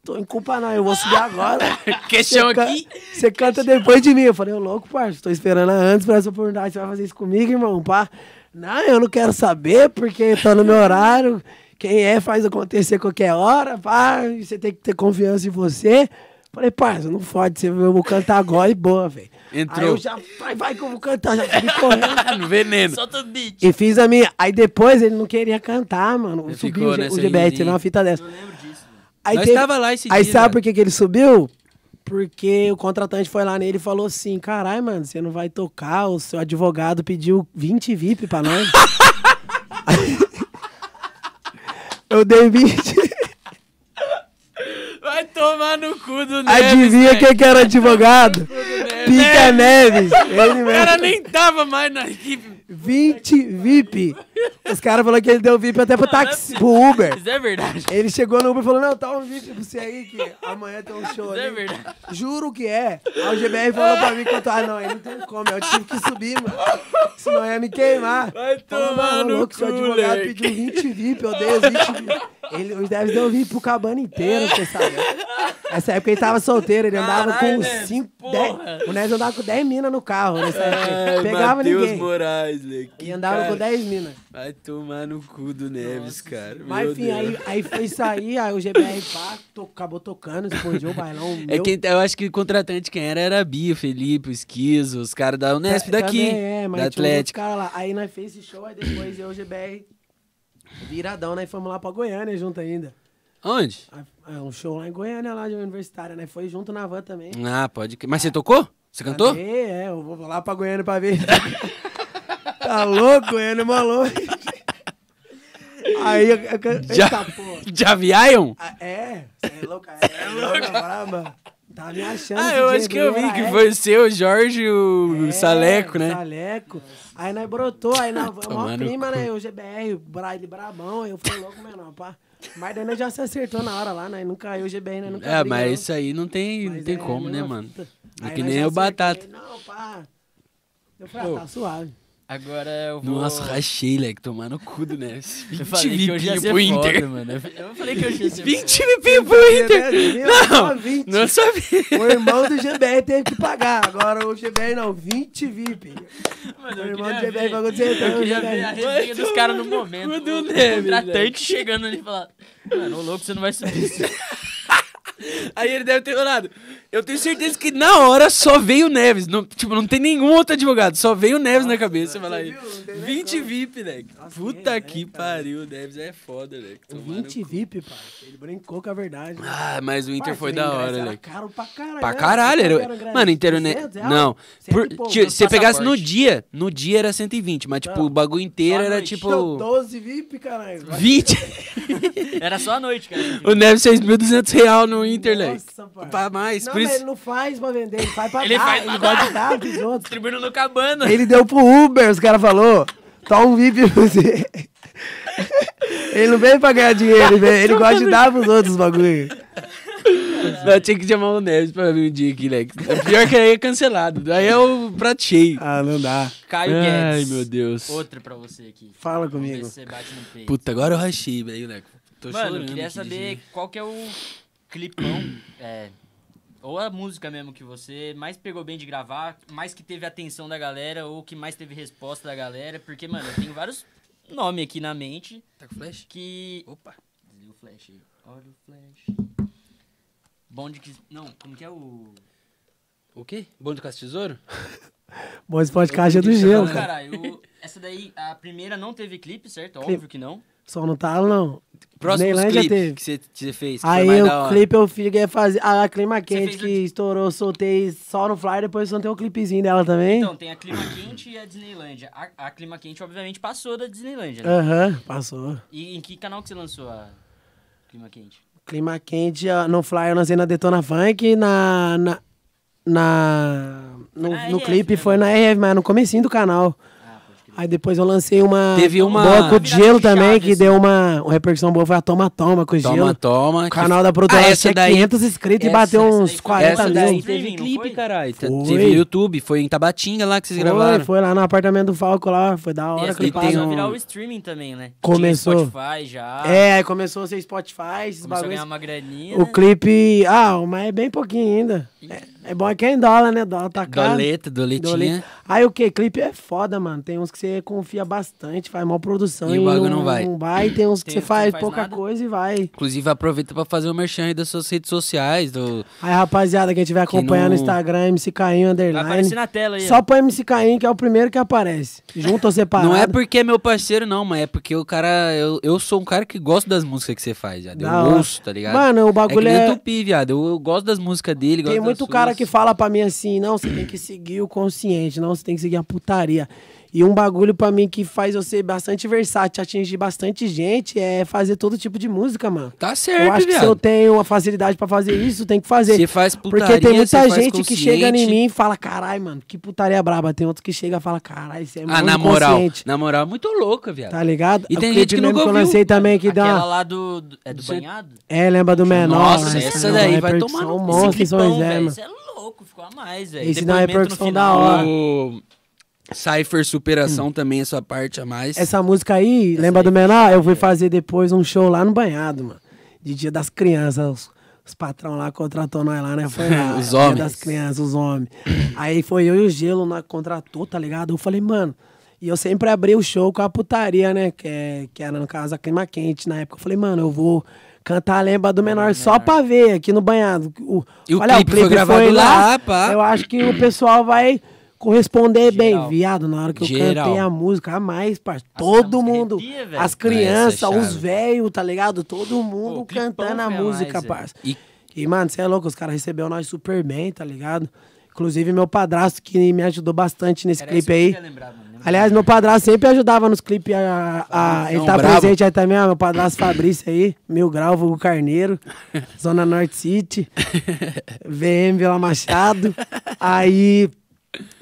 Speaker 3: tô em culpa não, eu vou subir
Speaker 2: [laughs]
Speaker 3: agora.
Speaker 1: Questão
Speaker 3: Você can-
Speaker 1: aqui.
Speaker 3: Você canta depois de mim. Eu falei, ô louco, parça, tô esperando antes pra essa oportunidade. Você vai fazer isso comigo, irmão, pá? Não, eu não quero saber, porque tá no meu horário. Quem é faz acontecer qualquer hora, pá. e Você tem que ter confiança em você. Falei, parça, não fode, você- eu vou cantar agora e boa, velho.
Speaker 1: Entrou.
Speaker 3: Aí eu já, vai, vai que eu vou cantar, já fui correndo.
Speaker 1: no [laughs] veneno.
Speaker 2: Solta o beat.
Speaker 3: E fiz a minha. Aí depois ele não queria cantar, mano. Subiu
Speaker 1: ficou
Speaker 3: o, G-
Speaker 1: nessa
Speaker 3: o GBR,
Speaker 1: aí,
Speaker 3: tirou uma fita dessa.
Speaker 2: Eu lembro disso. mano.
Speaker 3: Aí Aí
Speaker 1: Nós
Speaker 3: teve-
Speaker 1: tava lá esse
Speaker 3: Aí
Speaker 1: dia, né?
Speaker 3: sabe
Speaker 1: velho.
Speaker 3: por que, que ele subiu? Porque o contratante foi lá nele e falou assim: caralho, mano, você não vai tocar, o seu advogado pediu 20 VIP pra nós. [laughs] Eu dei 20.
Speaker 2: Vai tomar no cu do Neves.
Speaker 3: Adivinha
Speaker 2: velho.
Speaker 3: quem que era advogado? Pica Neves. Ele
Speaker 2: [laughs] O cara
Speaker 3: mesmo.
Speaker 2: nem tava mais na equipe.
Speaker 3: 20 VIP. Os caras falaram que ele deu VIP até pro táxi, pro Uber.
Speaker 2: é Isso é verdade.
Speaker 3: Ele chegou no Uber e falou: Não, tá um VIP pra você aí, que amanhã tem um show
Speaker 2: Isso é
Speaker 3: ali.
Speaker 2: verdade.
Speaker 3: Juro que é. Aí o GBR falou pra mim que eu tô. Ah, não, aí não tem como. Eu tive que subir, mano. Senão ia me queimar.
Speaker 2: Vai
Speaker 3: Falou,
Speaker 2: tomar
Speaker 3: mano,
Speaker 2: no
Speaker 3: louco, seu
Speaker 2: cu,
Speaker 3: advogado
Speaker 2: moleque.
Speaker 3: pediu 20 VIP, eu dei os 20 VIP. Ele, os devs deu VIP pro cabana inteiro, você sabe. Nessa época ele tava solteiro, ele andava
Speaker 2: Caralho,
Speaker 3: com
Speaker 2: Neves,
Speaker 3: 5,
Speaker 2: porra.
Speaker 3: 10. O Neves andava com 10 minas no carro nessa época.
Speaker 1: Ai,
Speaker 3: É, Pegava
Speaker 1: Matheus
Speaker 3: ninguém.
Speaker 1: Moraes, velho.
Speaker 3: E andava com 10 minas.
Speaker 1: Vai tomar no cu do Neves, cara.
Speaker 3: Mas
Speaker 1: Meu
Speaker 3: enfim,
Speaker 1: Deus.
Speaker 3: aí, aí foi sair, aí o GBR pá, to- acabou tocando, explodiu o bailão.
Speaker 1: É
Speaker 3: meu.
Speaker 1: quem, eu acho que o contratante quem era era a Bia, o Felipe, o Esquizo, os caras da Unesp
Speaker 3: Ta-
Speaker 1: daqui,
Speaker 3: também
Speaker 1: da
Speaker 3: É, mas tinha uns outros
Speaker 1: Atlética.
Speaker 3: caras lá. Aí nós fez esse show, aí depois eu, GBR, viradão, nós fomos lá pra Goiânia junto ainda.
Speaker 1: Onde?
Speaker 3: Aí, É um show lá em Goiânia, lá de universitária, né? Foi junto na van também.
Speaker 1: Ah, pode. que- Mas você tocou? Você cantou?
Speaker 3: Cadê? É, eu vou lá pra Goiânia pra ver. [laughs] tá louco, Goiânia é mó longe. Aí eu, eu, eu,
Speaker 1: Já-
Speaker 3: eita, porra.
Speaker 1: [laughs] Já viaram?
Speaker 3: Ah, é, você é louca, é, louca, braba. Tá me achando.
Speaker 1: Ah,
Speaker 3: esse
Speaker 1: eu
Speaker 3: dia
Speaker 1: acho que eu vi
Speaker 3: doido,
Speaker 1: que
Speaker 3: é.
Speaker 1: foi o seu, o Jorge e o
Speaker 3: É,
Speaker 1: Saleco, né?
Speaker 3: Saleco. Aí nós brotou, aí nós o maior
Speaker 1: Tomando
Speaker 3: clima,
Speaker 1: cu.
Speaker 3: né? O GBR, o Bra- ele brabão, aí eu fui louco, menor, pá. Mas daí nós já se acertou na hora lá, né? Nunca eu, o GBR, nós nunca
Speaker 1: É,
Speaker 3: briga, né? não.
Speaker 1: mas isso aí não tem, não
Speaker 3: tá Mas
Speaker 1: tem
Speaker 3: é a
Speaker 1: como, né,
Speaker 3: mesma
Speaker 1: mano?
Speaker 3: fita.
Speaker 1: É
Speaker 3: Aí
Speaker 1: que
Speaker 3: nós
Speaker 1: nem
Speaker 3: já
Speaker 1: o Batata.
Speaker 3: acertei, Não, pá. Eu falei, ah, tá suave.
Speaker 2: Agora eu vou...
Speaker 1: Nossa, rachei, leque, tomar no cu do Neves. 20
Speaker 2: Eu falei que eu já
Speaker 1: VIP
Speaker 2: ia ser
Speaker 1: pro
Speaker 2: foda,
Speaker 1: Inter.
Speaker 2: mano. Eu falei que eu já ia ser
Speaker 1: 20 VIP pro Inter!
Speaker 3: Meu, só
Speaker 1: Não,
Speaker 3: 20.
Speaker 1: não é sabia.
Speaker 3: [laughs] O irmão do GBR teve que pagar. Agora o GBR não, 20 VIP.
Speaker 2: foda. Mano,
Speaker 3: O
Speaker 2: eu
Speaker 3: irmão do
Speaker 2: queria
Speaker 3: GBR
Speaker 2: ver-
Speaker 3: pagou 200
Speaker 2: Eu queria
Speaker 3: GBR.
Speaker 2: ver a resenha dos caras no momento.
Speaker 1: cu do
Speaker 2: O
Speaker 1: Neves, velho.
Speaker 2: contratante chegando ali e falando... Mano, ô louco, você não vai subir isso.
Speaker 1: Aí ele deve ter falado. Eu tenho certeza que na hora só veio o Neves. Não, tipo, não tem nenhum outro advogado. Só veio o Neves na cabeça. Você fala aí.
Speaker 3: viu? Não tem nem
Speaker 1: 20 VIP, leque. Puta
Speaker 3: é,
Speaker 1: que
Speaker 3: né,
Speaker 1: pariu. O Neves é foda, leque. Tomar no
Speaker 3: 20
Speaker 1: cu.
Speaker 3: VIP, pai. Ele brincou com a verdade.
Speaker 1: Ah, mas o Inter
Speaker 3: Parça,
Speaker 1: foi
Speaker 3: o
Speaker 1: da
Speaker 3: ingresso
Speaker 1: hora,
Speaker 3: era
Speaker 1: leque.
Speaker 3: Caro pra caralho.
Speaker 1: Pra
Speaker 3: né?
Speaker 1: caralho,
Speaker 3: Quanto
Speaker 1: era...
Speaker 3: era o ingresso?
Speaker 1: Mano, internet.
Speaker 3: 200 real?
Speaker 1: Não.
Speaker 3: Cento
Speaker 1: Por-
Speaker 3: e pouco.
Speaker 1: tio,
Speaker 2: no
Speaker 1: se pegasse no
Speaker 2: passaporte.
Speaker 1: dia, no dia era 120, mas tipo,
Speaker 3: Não.
Speaker 1: o bagulho inteiro
Speaker 2: Só à
Speaker 1: era
Speaker 2: noite.
Speaker 3: Deu
Speaker 1: tipo.
Speaker 3: 12 VIP, caralho. [laughs]
Speaker 1: 20.
Speaker 2: Era só a noite, cara.
Speaker 1: O Neves fez 1.200 real no Inter, leque.
Speaker 3: Nossa, pai.
Speaker 1: Pra mais.
Speaker 3: Não,
Speaker 1: por
Speaker 3: mas
Speaker 1: isso.
Speaker 3: ele não faz pra vender, ele faz pra
Speaker 2: Ele
Speaker 3: dar.
Speaker 2: faz pra
Speaker 3: ele
Speaker 2: dar.
Speaker 3: gosta de dar pros outros.
Speaker 2: Distribuindo no cabana.
Speaker 3: Ele deu pro Uber, os caras falaram, tá um VIP pra você. Ele não veio pra ganhar dinheiro, ele, veio-
Speaker 2: Tá
Speaker 3: ele gosta de dar pros outros os bagulho.
Speaker 1: Eu tinha que chamar o Neves pra vir um dia aqui, Lex. O pior que aí é cancelado. Aí é o prato cheio.
Speaker 3: Ah, não dá.
Speaker 2: Caio
Speaker 1: Ai,
Speaker 2: Guedes.
Speaker 1: meu Deus.
Speaker 2: Outra pra você aqui.
Speaker 3: Fala
Speaker 2: Vamos ver
Speaker 3: comigo.
Speaker 2: se você bate no peito.
Speaker 1: Puta, agora eu rachei, velho, Leco. Tô
Speaker 2: Mano, eu
Speaker 1: chorando
Speaker 2: queria
Speaker 1: aqui de
Speaker 2: saber
Speaker 1: jeito.
Speaker 2: qual que é o clipão, [clears throat] é, ou a música mesmo que você mais pegou bem de gravar, mais que teve atenção da galera, ou que mais teve resposta da galera, porque, mano, eu tenho vários nomes aqui na mente
Speaker 1: Tá com flash?
Speaker 2: que...
Speaker 1: Opa.
Speaker 2: Desliga o flash aí. Olha o flash. Bonde que... Não, como que é o...
Speaker 1: O quê? Bom de caça tesouro?
Speaker 3: Bom, esse podcast é do
Speaker 1: Deixa eu
Speaker 3: gelo,
Speaker 2: Não,
Speaker 3: cara.
Speaker 2: caralho, o- essa daí, a primeira não teve clipe, certo? Óbvio que não.
Speaker 3: Só não tá, não.
Speaker 1: Próximos
Speaker 3: Neilândia
Speaker 1: clipes
Speaker 3: teve.
Speaker 1: que você- que você fez, que foi
Speaker 3: Aí
Speaker 1: mais da
Speaker 3: o
Speaker 1: hora.
Speaker 3: clipe eu fiquei fazer. A Clima Quente
Speaker 2: fez
Speaker 3: que
Speaker 2: o-
Speaker 3: estourou, soltei só no Flyer, depois soltei um clipezinho dela também.
Speaker 2: Então, tem a Clima Quente e a Disneylândia. A, a Clima Quente, obviamente, passou da Disneylândia, né?
Speaker 3: Aham, passou.
Speaker 2: E em que canal que você lançou a Clima Quente?
Speaker 3: Clima Quente ah, no Flyer eu lancei na Detona Funk, na. na, na- no,
Speaker 2: Na
Speaker 3: no
Speaker 2: RF,
Speaker 3: clipe
Speaker 2: né?
Speaker 3: foi na RF, mas no comecinho do canal.
Speaker 2: Ah, pode crer.
Speaker 3: Aí depois eu lancei uma.
Speaker 1: Teve uma-
Speaker 3: Boa com
Speaker 2: Virada
Speaker 3: o
Speaker 2: de
Speaker 3: gelo também,
Speaker 2: chave,
Speaker 3: que
Speaker 2: assim.
Speaker 3: deu uma. Uma repercussão boa foi a Toma Toma com o
Speaker 1: Toma,
Speaker 3: gelo.
Speaker 1: toma.
Speaker 3: O
Speaker 1: que-
Speaker 3: canal da é produtora
Speaker 1: Ah, essa
Speaker 3: tinha
Speaker 1: daí-
Speaker 3: 500 inscritos e
Speaker 1: essa-
Speaker 3: bateu
Speaker 2: essa daí
Speaker 3: uns
Speaker 2: foi-
Speaker 3: 40
Speaker 1: Essa
Speaker 3: mil.
Speaker 1: daí
Speaker 2: Streaming,
Speaker 1: teve
Speaker 2: não
Speaker 1: clipe,
Speaker 2: foi?
Speaker 1: caralho. Tá-
Speaker 3: Foi.
Speaker 1: Teve no YouTube, foi em Tabatinga lá que vocês
Speaker 3: Foi,
Speaker 1: gravaram.
Speaker 3: foi lá no apartamento do Falco lá, foi da hora.
Speaker 2: e essa
Speaker 1: clipe
Speaker 2: daí
Speaker 1: tem
Speaker 2: começou
Speaker 3: cliparam.
Speaker 2: a
Speaker 1: um-
Speaker 2: virar o streaming também, né?
Speaker 3: Começou.
Speaker 2: Tinha Spotify já.
Speaker 3: É, aí começou a ser Spotify, esses
Speaker 2: Começou a
Speaker 3: bagulhos.
Speaker 2: ganhar uma graninha.
Speaker 3: O clipe. Ah, mas é bem pouquinho ainda.
Speaker 2: né?
Speaker 3: É bom é que é em dólar, né? Dólar tá caro.
Speaker 1: Doleta, doletinha.
Speaker 3: Doleta. Aí o que? Clipe é foda, mano. Tem uns que você confia bastante, faz mal produção.
Speaker 1: E o bagulho não vai.
Speaker 3: Não vai. Tem uns que
Speaker 2: Tem
Speaker 3: você
Speaker 2: uns que
Speaker 3: faz
Speaker 2: não faz
Speaker 3: pouca
Speaker 2: nada.
Speaker 3: coisa e vai.
Speaker 1: Inclusive, aproveita pra fazer o merchan aí das suas redes sociais. Do...
Speaker 3: Aí, rapaziada, quem estiver acompanhando
Speaker 1: não-
Speaker 3: no Instagram, é MC Caim,
Speaker 2: Vai
Speaker 3: underline.
Speaker 2: aparecer na tela aí. ó.
Speaker 3: Só põe MC Caim, que é o primeiro que aparece. Junto ou separado.
Speaker 1: Não é porque é meu parceiro, não, mas é porque o cara. Eu, eu sou um cara que gosta das músicas que você faz, viado.
Speaker 3: Da
Speaker 1: Eu
Speaker 3: hora.
Speaker 1: ouço, tá ligado?
Speaker 3: Mano, o
Speaker 1: é que
Speaker 3: bagulho
Speaker 1: nem
Speaker 3: é.
Speaker 1: o Tupi, viado. Eu, eu gosto das músicas dele.
Speaker 3: Tem
Speaker 1: gosto
Speaker 3: muito
Speaker 1: das
Speaker 3: cara
Speaker 1: suas.
Speaker 3: que fala pra mim assim, não, você tem que seguir o consciente, não, você tem que seguir a putaria. E um bagulho pra mim que faz eu ser bastante versátil, atingir bastante gente, é fazer todo tipo de música, mano.
Speaker 1: Tá certo,
Speaker 3: Eu acho que
Speaker 1: viado.
Speaker 3: se eu tenho uma facilidade pra fazer isso, tem que fazer.
Speaker 1: Você faz putaria,
Speaker 3: Porque tem
Speaker 1: você
Speaker 3: muita
Speaker 1: faz
Speaker 3: gente que chega em
Speaker 1: consciente.
Speaker 3: mim e fala, caralho, mano, que putaria braba. Tem outros que chega e fala, caralho, você é muito
Speaker 1: Ah, na moral.
Speaker 3: consciente.
Speaker 1: Na moral, é muito louca, viado.
Speaker 3: Tá ligado?
Speaker 1: E
Speaker 3: O
Speaker 1: tem
Speaker 3: clipe
Speaker 1: gente que
Speaker 3: mesmo
Speaker 1: nunca
Speaker 3: eu lancei
Speaker 1: ouviu.
Speaker 3: também que dá
Speaker 2: Aquela
Speaker 3: uma-
Speaker 2: lá do. do- É do banhado?
Speaker 3: É, lembra do menor.
Speaker 1: Nossa,
Speaker 3: né?
Speaker 1: essa
Speaker 3: Deu uma
Speaker 1: daí vai
Speaker 3: repercussão
Speaker 1: tomar no-
Speaker 2: Esse
Speaker 3: monstro em São
Speaker 2: clipão,
Speaker 3: José,
Speaker 2: velho,
Speaker 3: mano.
Speaker 2: Isso é louco, ficou a mais, velho.
Speaker 3: Esse dá uma
Speaker 2: Depoimento no
Speaker 3: repercussão da
Speaker 2: final.
Speaker 3: hora.
Speaker 1: O Cypher Superação também, essa parte a mais.
Speaker 3: Essa música aí, lembra do menor?
Speaker 1: é.
Speaker 3: Eu fui fazer depois um show lá no banhado, mano. De Dia das Crianças. Os, os patrão lá contratou nós lá,
Speaker 1: [laughs]
Speaker 3: né? Foi lá.
Speaker 1: Os
Speaker 3: Dia
Speaker 1: homens.
Speaker 3: das Crianças, os homens. Aí foi eu e o Gelo na contratou, tá ligado? Eu falei, mano. E eu sempre abri o show com a putaria, né? Que, é- que era no caso a Clima Quente na época. Eu falei, mano, eu vou cantar a lembra do menor só pra ver aqui no banhado. O,
Speaker 1: E o clipe foi gravado lá, pá.
Speaker 3: Eu acho que o pessoal vai corresponder bem.
Speaker 2: Geral.
Speaker 3: Viado, na hora que eu
Speaker 1: Geral.
Speaker 3: cantei a música, a mais, parça. Todo
Speaker 2: música
Speaker 3: mundo.
Speaker 2: arrepia, velho.
Speaker 3: as
Speaker 1: Essa
Speaker 3: crianças,
Speaker 1: é chave.
Speaker 3: os velhos, tá ligado? Todo mundo
Speaker 2: o clipão
Speaker 3: cantando a
Speaker 2: foi a
Speaker 3: música,
Speaker 2: é mais, velho.
Speaker 3: parça.
Speaker 1: E-
Speaker 3: E, mano, você é louco, os caras receberam nós super bem, tá ligado? Inclusive, meu padrasto, que me ajudou bastante nesse
Speaker 2: Era isso
Speaker 3: clipe
Speaker 2: que eu
Speaker 3: aí.
Speaker 2: queria lembrar, é
Speaker 1: né?
Speaker 2: mano. Lembra?
Speaker 3: Aliás, meu padrasto sempre ajudava nos clipes. A,
Speaker 1: Ah,
Speaker 3: a- ele tá
Speaker 1: brabo.
Speaker 3: presente aí também, ó, meu padrasto Fabrício aí, Mil Grau, Vulgo
Speaker 1: [laughs]
Speaker 3: Carneiro, Zona Norte City, VM Vila Machado. Aí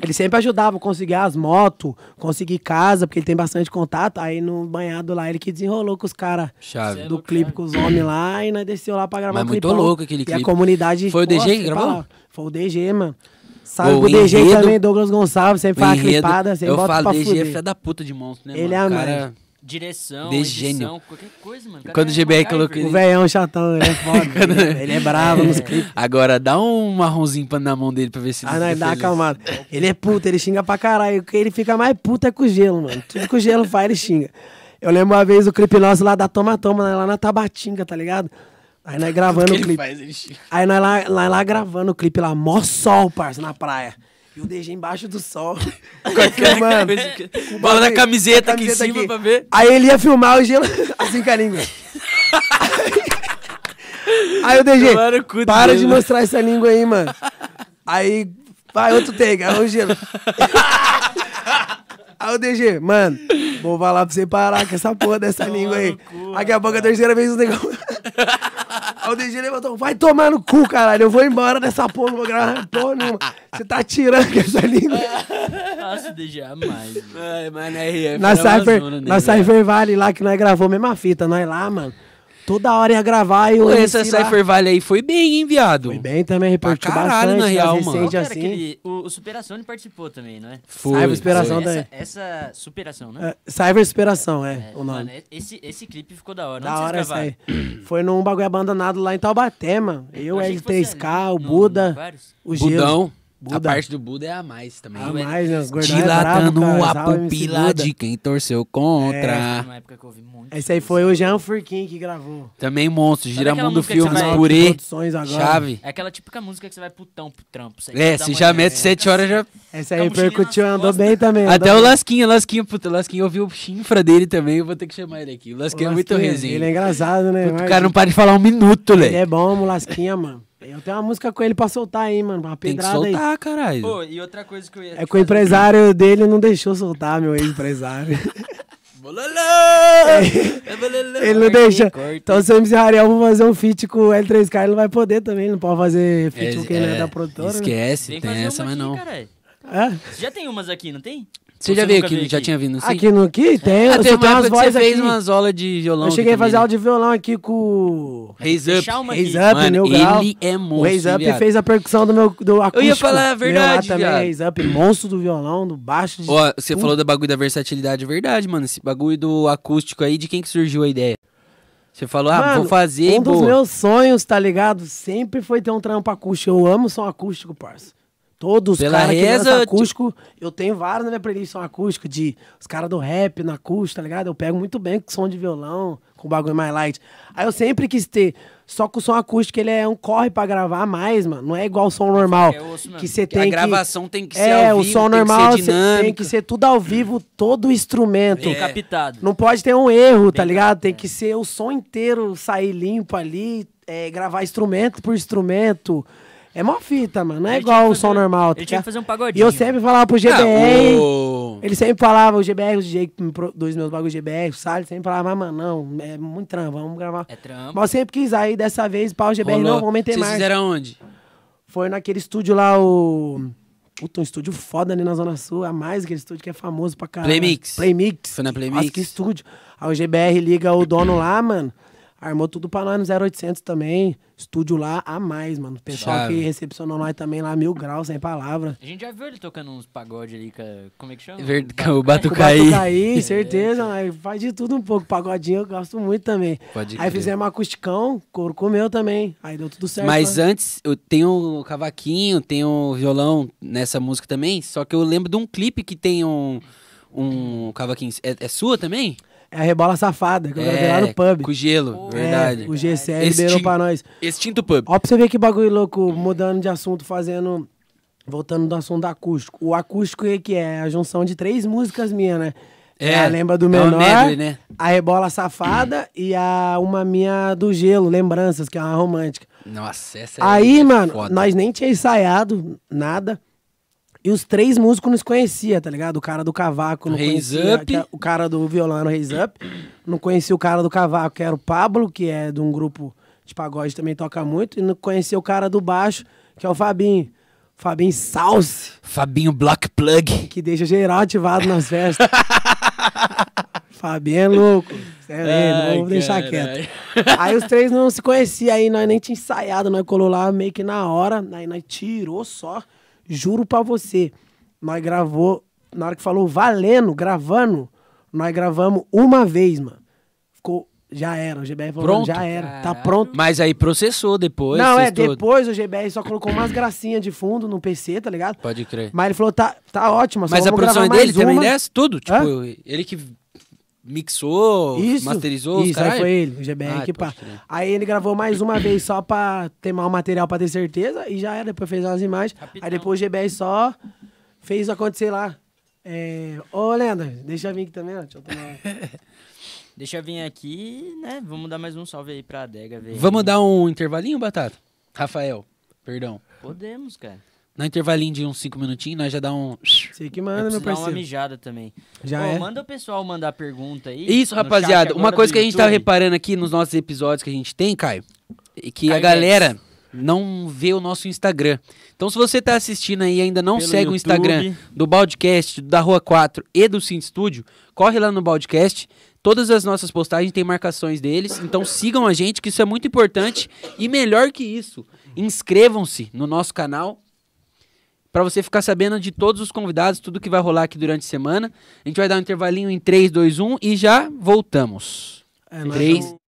Speaker 3: ele sempre ajudava a conseguir as motos, conseguir casa, porque ele tem bastante contato. Aí no banhado lá, ele que desenrolou com os caras
Speaker 1: Chave.
Speaker 3: do clipe com os homens lá e nós desceu lá pra gravar
Speaker 1: Mas
Speaker 3: o
Speaker 1: muito
Speaker 3: clipão.
Speaker 1: louco aquele
Speaker 3: e
Speaker 1: clipe.
Speaker 3: a comunidade...
Speaker 1: Foi o DG
Speaker 3: Pô,
Speaker 1: que
Speaker 3: sem
Speaker 1: gravou?
Speaker 3: palavra. Foi o DG, mano. Sabe,
Speaker 1: Pô,
Speaker 3: o DG
Speaker 1: enredo-
Speaker 3: também, Douglas Gonçalves, sempre faz a
Speaker 1: enredo,
Speaker 3: clipada, sempre
Speaker 1: eu
Speaker 3: bota
Speaker 1: falo,
Speaker 3: pra
Speaker 1: DG é
Speaker 3: fuder.
Speaker 1: filha da puta de monstro, né,
Speaker 3: Ele
Speaker 1: mano?
Speaker 3: é a
Speaker 1: cara,
Speaker 3: mais.
Speaker 2: Direção,
Speaker 1: De gênio.
Speaker 2: edição, qualquer coisa, mano. O cara
Speaker 1: Quando o
Speaker 2: é
Speaker 1: GBR
Speaker 2: MacGyver.
Speaker 1: colocou
Speaker 3: O velhão chatão, ele
Speaker 1: [laughs]
Speaker 3: é foda. ele, ele é bravo nos clipes.
Speaker 1: Agora, dá um marronzinho pra- na mão dele pra ver se
Speaker 3: Ah, não,
Speaker 1: fica
Speaker 3: ele dá uma
Speaker 1: feliz.
Speaker 3: acalmada. Ele é puto, ele xinga pra caralho. O que ele fica mais puto é com o gelo, mano. Tudo que o gelo faz, ele xinga. Eu lembro uma vez o clipe nosso lá da Toma Toma, lá na Tabatinga, tá ligado? Aí nós gravando o
Speaker 1: Ele
Speaker 3: clipe.
Speaker 1: faz, ele xinga.
Speaker 3: Aí nós lá, lá, lá gravando o clipe lá, mó sol, parça, na praia. E o DG embaixo
Speaker 1: [laughs]
Speaker 3: do sol.
Speaker 1: Cara,
Speaker 3: filmando.
Speaker 1: coisa- Bola na camiseta aqui em
Speaker 3: Camiseta
Speaker 1: cima
Speaker 3: aqui.
Speaker 1: pra ver.
Speaker 3: Aí ele ia filmar o gelo [laughs] assim com a língua. Aí o DG,
Speaker 1: Tomaram o cu né? do
Speaker 3: para de
Speaker 1: gelo.
Speaker 3: mostrar essa língua aí, mano. Aí vai outro take, aí
Speaker 1: [laughs]
Speaker 3: o gelo. Aí o DG, mano, vou falar pra você parar com essa porra dessa língua aí. Daqui a pouco é a terceira vez
Speaker 1: [laughs]
Speaker 3: o negócio. Aí o DG levantou, vai tomar no cu, caralho. Eu vou embora dessa porra, não vou gravar porra nenhuma. Você tá tirando com essa língua.
Speaker 2: Nossa, DG é mais, mano.
Speaker 3: [laughs]
Speaker 1: Ai, mano, RF
Speaker 3: Na
Speaker 1: era
Speaker 3: Cypher,
Speaker 1: É, Amazona, né,
Speaker 3: na
Speaker 1: velho?
Speaker 3: Cypher Vale lá que nós gravou, mesma fita, nós lá, mano. Toda hora ia gravar e
Speaker 1: Pô,
Speaker 3: o
Speaker 1: Essa
Speaker 3: MC lá-
Speaker 1: Cypher Vale aí foi bem, hein, viado?
Speaker 3: Foi bem também, repercutiu
Speaker 1: caralho,
Speaker 3: bastante.
Speaker 1: na
Speaker 3: nas
Speaker 1: real, mano.
Speaker 2: Qual
Speaker 3: recentes
Speaker 2: que era
Speaker 3: assim.
Speaker 2: aquele... O, o Superação participou também, não é?
Speaker 1: Foi.
Speaker 3: Cypher Superação
Speaker 1: foi.
Speaker 3: da-
Speaker 2: Essa,
Speaker 3: também.
Speaker 2: essa superação, né?
Speaker 3: É, Cyber Superação, é,
Speaker 2: É,
Speaker 3: o nome.
Speaker 2: Mano, é- esse, esse clipe ficou da hora.
Speaker 3: da
Speaker 2: Onde
Speaker 3: hora
Speaker 2: vocês
Speaker 3: essa
Speaker 2: gravaram?
Speaker 3: aí. [clears throat] Foi num bagulho abandonado lá em Taubaté, mano. Eu,
Speaker 2: achei que fosse
Speaker 3: L3K,
Speaker 2: ali, no-
Speaker 3: o
Speaker 2: no
Speaker 3: Buda,
Speaker 2: Vários.
Speaker 3: o Gelo.
Speaker 1: Budão. A
Speaker 3: Buda.
Speaker 1: parte do Buda é a mais também.
Speaker 3: A mais, né? Os gordão é
Speaker 1: Dilatando
Speaker 3: bravo, cara.
Speaker 1: a
Speaker 3: Salve, MC
Speaker 1: pupila
Speaker 3: Buda. É.
Speaker 1: de quem torceu contra.
Speaker 2: Uma época que eu ouvi muito.
Speaker 3: Esse Ah. aí foi o Jean Furquim que gravou.
Speaker 1: Também monstro,
Speaker 2: Sabe
Speaker 1: gira
Speaker 2: aquela
Speaker 1: mundo
Speaker 2: música que você
Speaker 1: filmes,
Speaker 2: vai-
Speaker 1: purê,
Speaker 3: Produções agora.
Speaker 1: chave.
Speaker 2: É aquela típica música que você vai putão pro trampo. sete
Speaker 1: É,
Speaker 2: da
Speaker 1: se já
Speaker 2: manhã,
Speaker 1: mete
Speaker 2: né?
Speaker 1: 7 horas já.
Speaker 3: Essa aí
Speaker 2: Com a mochilinha
Speaker 3: repercutiu,
Speaker 2: nas
Speaker 3: andou
Speaker 2: costas.
Speaker 3: bem também. andou
Speaker 1: Até o
Speaker 3: bem.
Speaker 1: Lasquinha, Lasquinha, puta, Lasquinha, eu vi o chinfra dele também, eu vou ter que chamar ele aqui. O Lasquinha é muito
Speaker 3: Lasquinha,
Speaker 1: resenha.
Speaker 3: Ele é engraçado, né?
Speaker 1: O
Speaker 3: Mas-
Speaker 1: cara não para de falar um minuto,
Speaker 3: Ele
Speaker 1: Lé.
Speaker 3: é bom, Mulasquinha, mano. Eu tenho uma música com ele pra soltar aí, mano. Uma
Speaker 1: Tem que
Speaker 3: pedrada aí.
Speaker 1: soltar, caralho.
Speaker 2: Pô, e outra coisa que eu ia.
Speaker 3: É
Speaker 2: te
Speaker 3: que o
Speaker 2: fazer-
Speaker 3: empresário dele não deixou soltar, meu ex-empresário.
Speaker 1: [laughs] Bolalá! É bolalá!
Speaker 3: [laughs] ele não
Speaker 2: corta,
Speaker 3: deixa.
Speaker 2: corta.
Speaker 3: Então, se o MC Rariel for fazer um feat com o L3K, ele não vai poder também. Ele não pode fazer feat com quem não é da produtora. né? É?
Speaker 1: Esquece,
Speaker 2: Vem
Speaker 1: tem
Speaker 2: fazer
Speaker 1: essa,
Speaker 2: uma
Speaker 1: mas
Speaker 2: aqui,
Speaker 1: não.
Speaker 2: caralho.
Speaker 3: Hã?
Speaker 2: Você Já tem umas aqui, não tem?
Speaker 1: Você
Speaker 2: Ou
Speaker 1: já veio
Speaker 2: nunca
Speaker 1: aqui, já
Speaker 2: aqui?
Speaker 1: tinha vindo, não sei?
Speaker 3: Aqui no aqui tem.
Speaker 1: Ah,
Speaker 3: eu
Speaker 1: teve
Speaker 3: só
Speaker 1: uma
Speaker 3: tenho umas
Speaker 1: época que você
Speaker 3: vozes aqui.
Speaker 1: fez umas aulas de violão.
Speaker 3: Eu cheguei a
Speaker 1: aqui
Speaker 3: fazer
Speaker 1: também,
Speaker 3: aula de violão aqui com o
Speaker 1: né? Raise Up.
Speaker 2: Fechar uma
Speaker 3: Reis
Speaker 2: aqui.
Speaker 3: Up,
Speaker 1: Mano,
Speaker 3: meu
Speaker 1: ele
Speaker 3: grau.
Speaker 1: é monstro,
Speaker 3: O Reis Up
Speaker 1: viado.
Speaker 3: fez a percussão do meu do acústico.
Speaker 1: falar a
Speaker 3: meu
Speaker 1: verdade,
Speaker 3: lá também,
Speaker 1: viado.
Speaker 3: Reis Up, monstro do violão, do baixo. de
Speaker 1: Ó, você
Speaker 3: tudo.
Speaker 1: falou do bagulho da versatilidade, é verdade, mano. Esse bagulho do acústico aí, de quem que surgiu a ideia? Você falou, ah,
Speaker 3: Mano,
Speaker 1: vou fazer,
Speaker 3: Um dos
Speaker 1: boa.
Speaker 3: meus sonhos, tá ligado? Sempre foi ter um trampo acústico. Eu amo som acústico, parça. Todos os
Speaker 1: Pela
Speaker 3: caras que
Speaker 1: reza,
Speaker 3: dançam
Speaker 1: eu te-
Speaker 3: acústico, eu tenho vários na minha playlist som acústico, de os caras do rap no acústico, tá ligado? Eu pego muito bem com som de violão, com bagulho mais light. Aí eu sempre quis ter, só que o som acústico ele é um corre pra gravar a mais, mano. Não é igual o som normal,
Speaker 2: É osso mesmo.
Speaker 3: que você
Speaker 1: Que a
Speaker 3: tem
Speaker 1: gravação tem que ser
Speaker 3: É,
Speaker 1: ao
Speaker 3: o
Speaker 1: vivo, tem
Speaker 3: som
Speaker 1: que ser
Speaker 3: normal cê- tem
Speaker 1: dinâmico. É.
Speaker 3: que ser tudo ao vivo, todo instrumento.
Speaker 2: Tô captado.
Speaker 3: Não pode ter um erro, tá ligado? Tem
Speaker 2: é.
Speaker 3: que ser o som inteiro sair limpo ali, é, gravar instrumento por instrumento. É mó fita, mano. Não é
Speaker 2: Ele tinha
Speaker 3: igual
Speaker 2: que
Speaker 3: o som
Speaker 2: fazer- ele
Speaker 3: normal. tá
Speaker 2: tinha que
Speaker 3: ligado?
Speaker 2: fazer um
Speaker 3: E eu
Speaker 2: pagodinho.
Speaker 3: sempre falava pro GBR.
Speaker 1: Ah, o-
Speaker 3: Ele sempre falava, o GBR, o DJ que me pro- dos meus bagulhos GBR, o Salles, sempre falava, "Ah, mano, não, é muito trampo, vamos gravar.
Speaker 2: É trampo.
Speaker 3: Mas eu sempre quis, aí dessa vez, pau, o GBR,
Speaker 1: rolou.
Speaker 3: não, vamos meter
Speaker 1: Vocês
Speaker 3: mais.
Speaker 1: fizeram onde?
Speaker 3: Foi naquele estúdio lá, o. Puta, um estúdio foda ali na Zona Sul, a mais aquele estúdio que é famoso pra caralho.
Speaker 1: Playmix.
Speaker 3: Playmix.
Speaker 1: Foi na Playmix?
Speaker 3: Nossa, que estúdio. Aí o GBR liga o dono lá, mano. Armou tudo pra nós no 0800 também. Estúdio lá a mais, mano. O pessoal
Speaker 1: Chave.
Speaker 3: que recepcionou nós também lá, mil graus, sem palavra.
Speaker 2: A gente já viu ele tocando uns pagodes ali, com- como é que chama?
Speaker 1: Ver- O
Speaker 3: O Batucaí,
Speaker 1: Batucaí. [laughs]
Speaker 3: certeza. Aí faz de tudo um pouco. Pagodinho eu gosto muito também.
Speaker 1: Pode
Speaker 3: Aí
Speaker 1: crer.
Speaker 3: fizemos acusticão, couro comeu também. Aí deu tudo certo.
Speaker 1: Mas
Speaker 3: né?
Speaker 1: antes, eu tenho o cavaquinho, tenho o violão nessa música também, só que eu lembro de um clipe que tem um, um cavaquinho. É, é sua também?
Speaker 3: É a rebola safada, que eu gravei lá
Speaker 1: É,
Speaker 3: no pub.
Speaker 1: Com gelo, verdade.
Speaker 3: É, o GCE
Speaker 1: Esse
Speaker 3: liberou
Speaker 1: ti-
Speaker 3: pra nós.
Speaker 1: Extinto Pub.
Speaker 3: Ó, pra você ver que bagulho louco, mudando de assunto, fazendo. Voltando do assunto do acústico. O acústico é que é a junção de três músicas minhas, né?
Speaker 1: É,
Speaker 3: a Lembra do
Speaker 1: é uma
Speaker 3: Menor,
Speaker 1: medley, né?
Speaker 3: a Rebola Safada e a uma minha do Gelo, Lembranças, que é uma romântica.
Speaker 1: Nossa, essa
Speaker 3: Aí,
Speaker 1: é
Speaker 3: mano,
Speaker 1: foda.
Speaker 3: nós nem tinha ensaiado nada. E os três músicos nos conhecia, tá ligado? O cara do cavaco não
Speaker 1: Raise
Speaker 3: conhecia.
Speaker 1: Up.
Speaker 3: que é- O cara do violão era o Raise Up. Não conhecia o cara do cavaco, que era o Pablo, que é de um grupo de pagode também toca muito. E não conhecia o cara do baixo, que é o Fabinho. Fabinho Salse,
Speaker 1: Fabinho Block Plug.
Speaker 3: que deixa geral ativado
Speaker 1: [laughs]
Speaker 3: nas festas. Fabinho é louco. Cê É
Speaker 1: Ai,
Speaker 3: lindo, vamos deixar
Speaker 1: caralho.
Speaker 3: quieto. Aí os três não se conheciam, aí nós nem tinha ensaiado, nós colou lá meio que na hora, aí nós tirou só, juro pra você. Nós gravou, na hora que falou valendo, gravando, nós gravamos uma vez, mano. Ficou, já era, o GBR falou,
Speaker 1: Pronto?
Speaker 3: já era, tá pronto.
Speaker 1: Mas aí processou depois.
Speaker 3: Não, é,
Speaker 1: vocês todo-
Speaker 3: depois o GBR só colocou umas gracinhas de fundo no PC, tá ligado?
Speaker 1: Pode crer.
Speaker 3: Mas ele falou, tá, tá ótimo, só
Speaker 1: É. Mas a
Speaker 3: vamos
Speaker 1: produção é
Speaker 3: gravar
Speaker 1: dele
Speaker 3: mais
Speaker 1: também
Speaker 3: uma.
Speaker 1: dessa? Tudo? Tipo,
Speaker 3: Hã?
Speaker 1: ele que mixou,
Speaker 3: Isso,
Speaker 1: masterizou os
Speaker 3: Isso, aí
Speaker 1: caralho?
Speaker 3: foi ele, o GBR
Speaker 1: Ai,
Speaker 3: que
Speaker 1: pode
Speaker 3: pá.
Speaker 1: crer.
Speaker 3: Aí ele gravou mais uma vez só pra ter mal material pra ter certeza e já era. Depois fez umas imagens. Aí depois o GBR só fez acontecer lá. É... Ô, Lenda, deixa eu vir aqui também, ó. Deixa eu
Speaker 1: [laughs]
Speaker 3: tomar.
Speaker 2: né? Deixa eu vir aqui, né? Vamos dar mais um salve aí pra adega, velho.
Speaker 1: Vamos dar um intervalinho, Batata? Rafael, perdão.
Speaker 2: Podemos, cara.
Speaker 1: No intervalinho de uns 5 minutinhos, nós já dá um.
Speaker 3: Você que
Speaker 2: Eu
Speaker 3: manda, meu
Speaker 2: preciso dar uma
Speaker 3: parceiro.
Speaker 2: mijada também.
Speaker 3: Já
Speaker 2: Ô,
Speaker 3: é.
Speaker 2: Manda o pessoal mandar pergunta aí.
Speaker 1: Isso,
Speaker 2: no
Speaker 1: rapaziada.
Speaker 2: chat
Speaker 1: Uma
Speaker 2: agora
Speaker 1: coisa
Speaker 2: do
Speaker 1: que a gente tá
Speaker 2: YouTube.
Speaker 1: reparando aqui nos nossos episódios que a gente tem, Caio, é que a
Speaker 2: Caio
Speaker 1: galera não vê o nosso Instagram. Então, se você tá assistindo aí e ainda não
Speaker 2: Pelo
Speaker 1: segue o
Speaker 2: YouTube.
Speaker 1: Instagram do Baldcast, da Rua 4 e do Cine Studio, corre lá no Baldcast. Todas as nossas postagens têm marcações deles, então sigam a gente, que isso é muito importante. E melhor que isso, inscrevam-se no nosso canal Pra você ficar sabendo de todos os convidados, tudo que vai rolar aqui durante a semana. A gente vai dar um intervalinho em 3, 2, 1 e já voltamos.
Speaker 3: É, nós
Speaker 1: Três.
Speaker 3: tamo-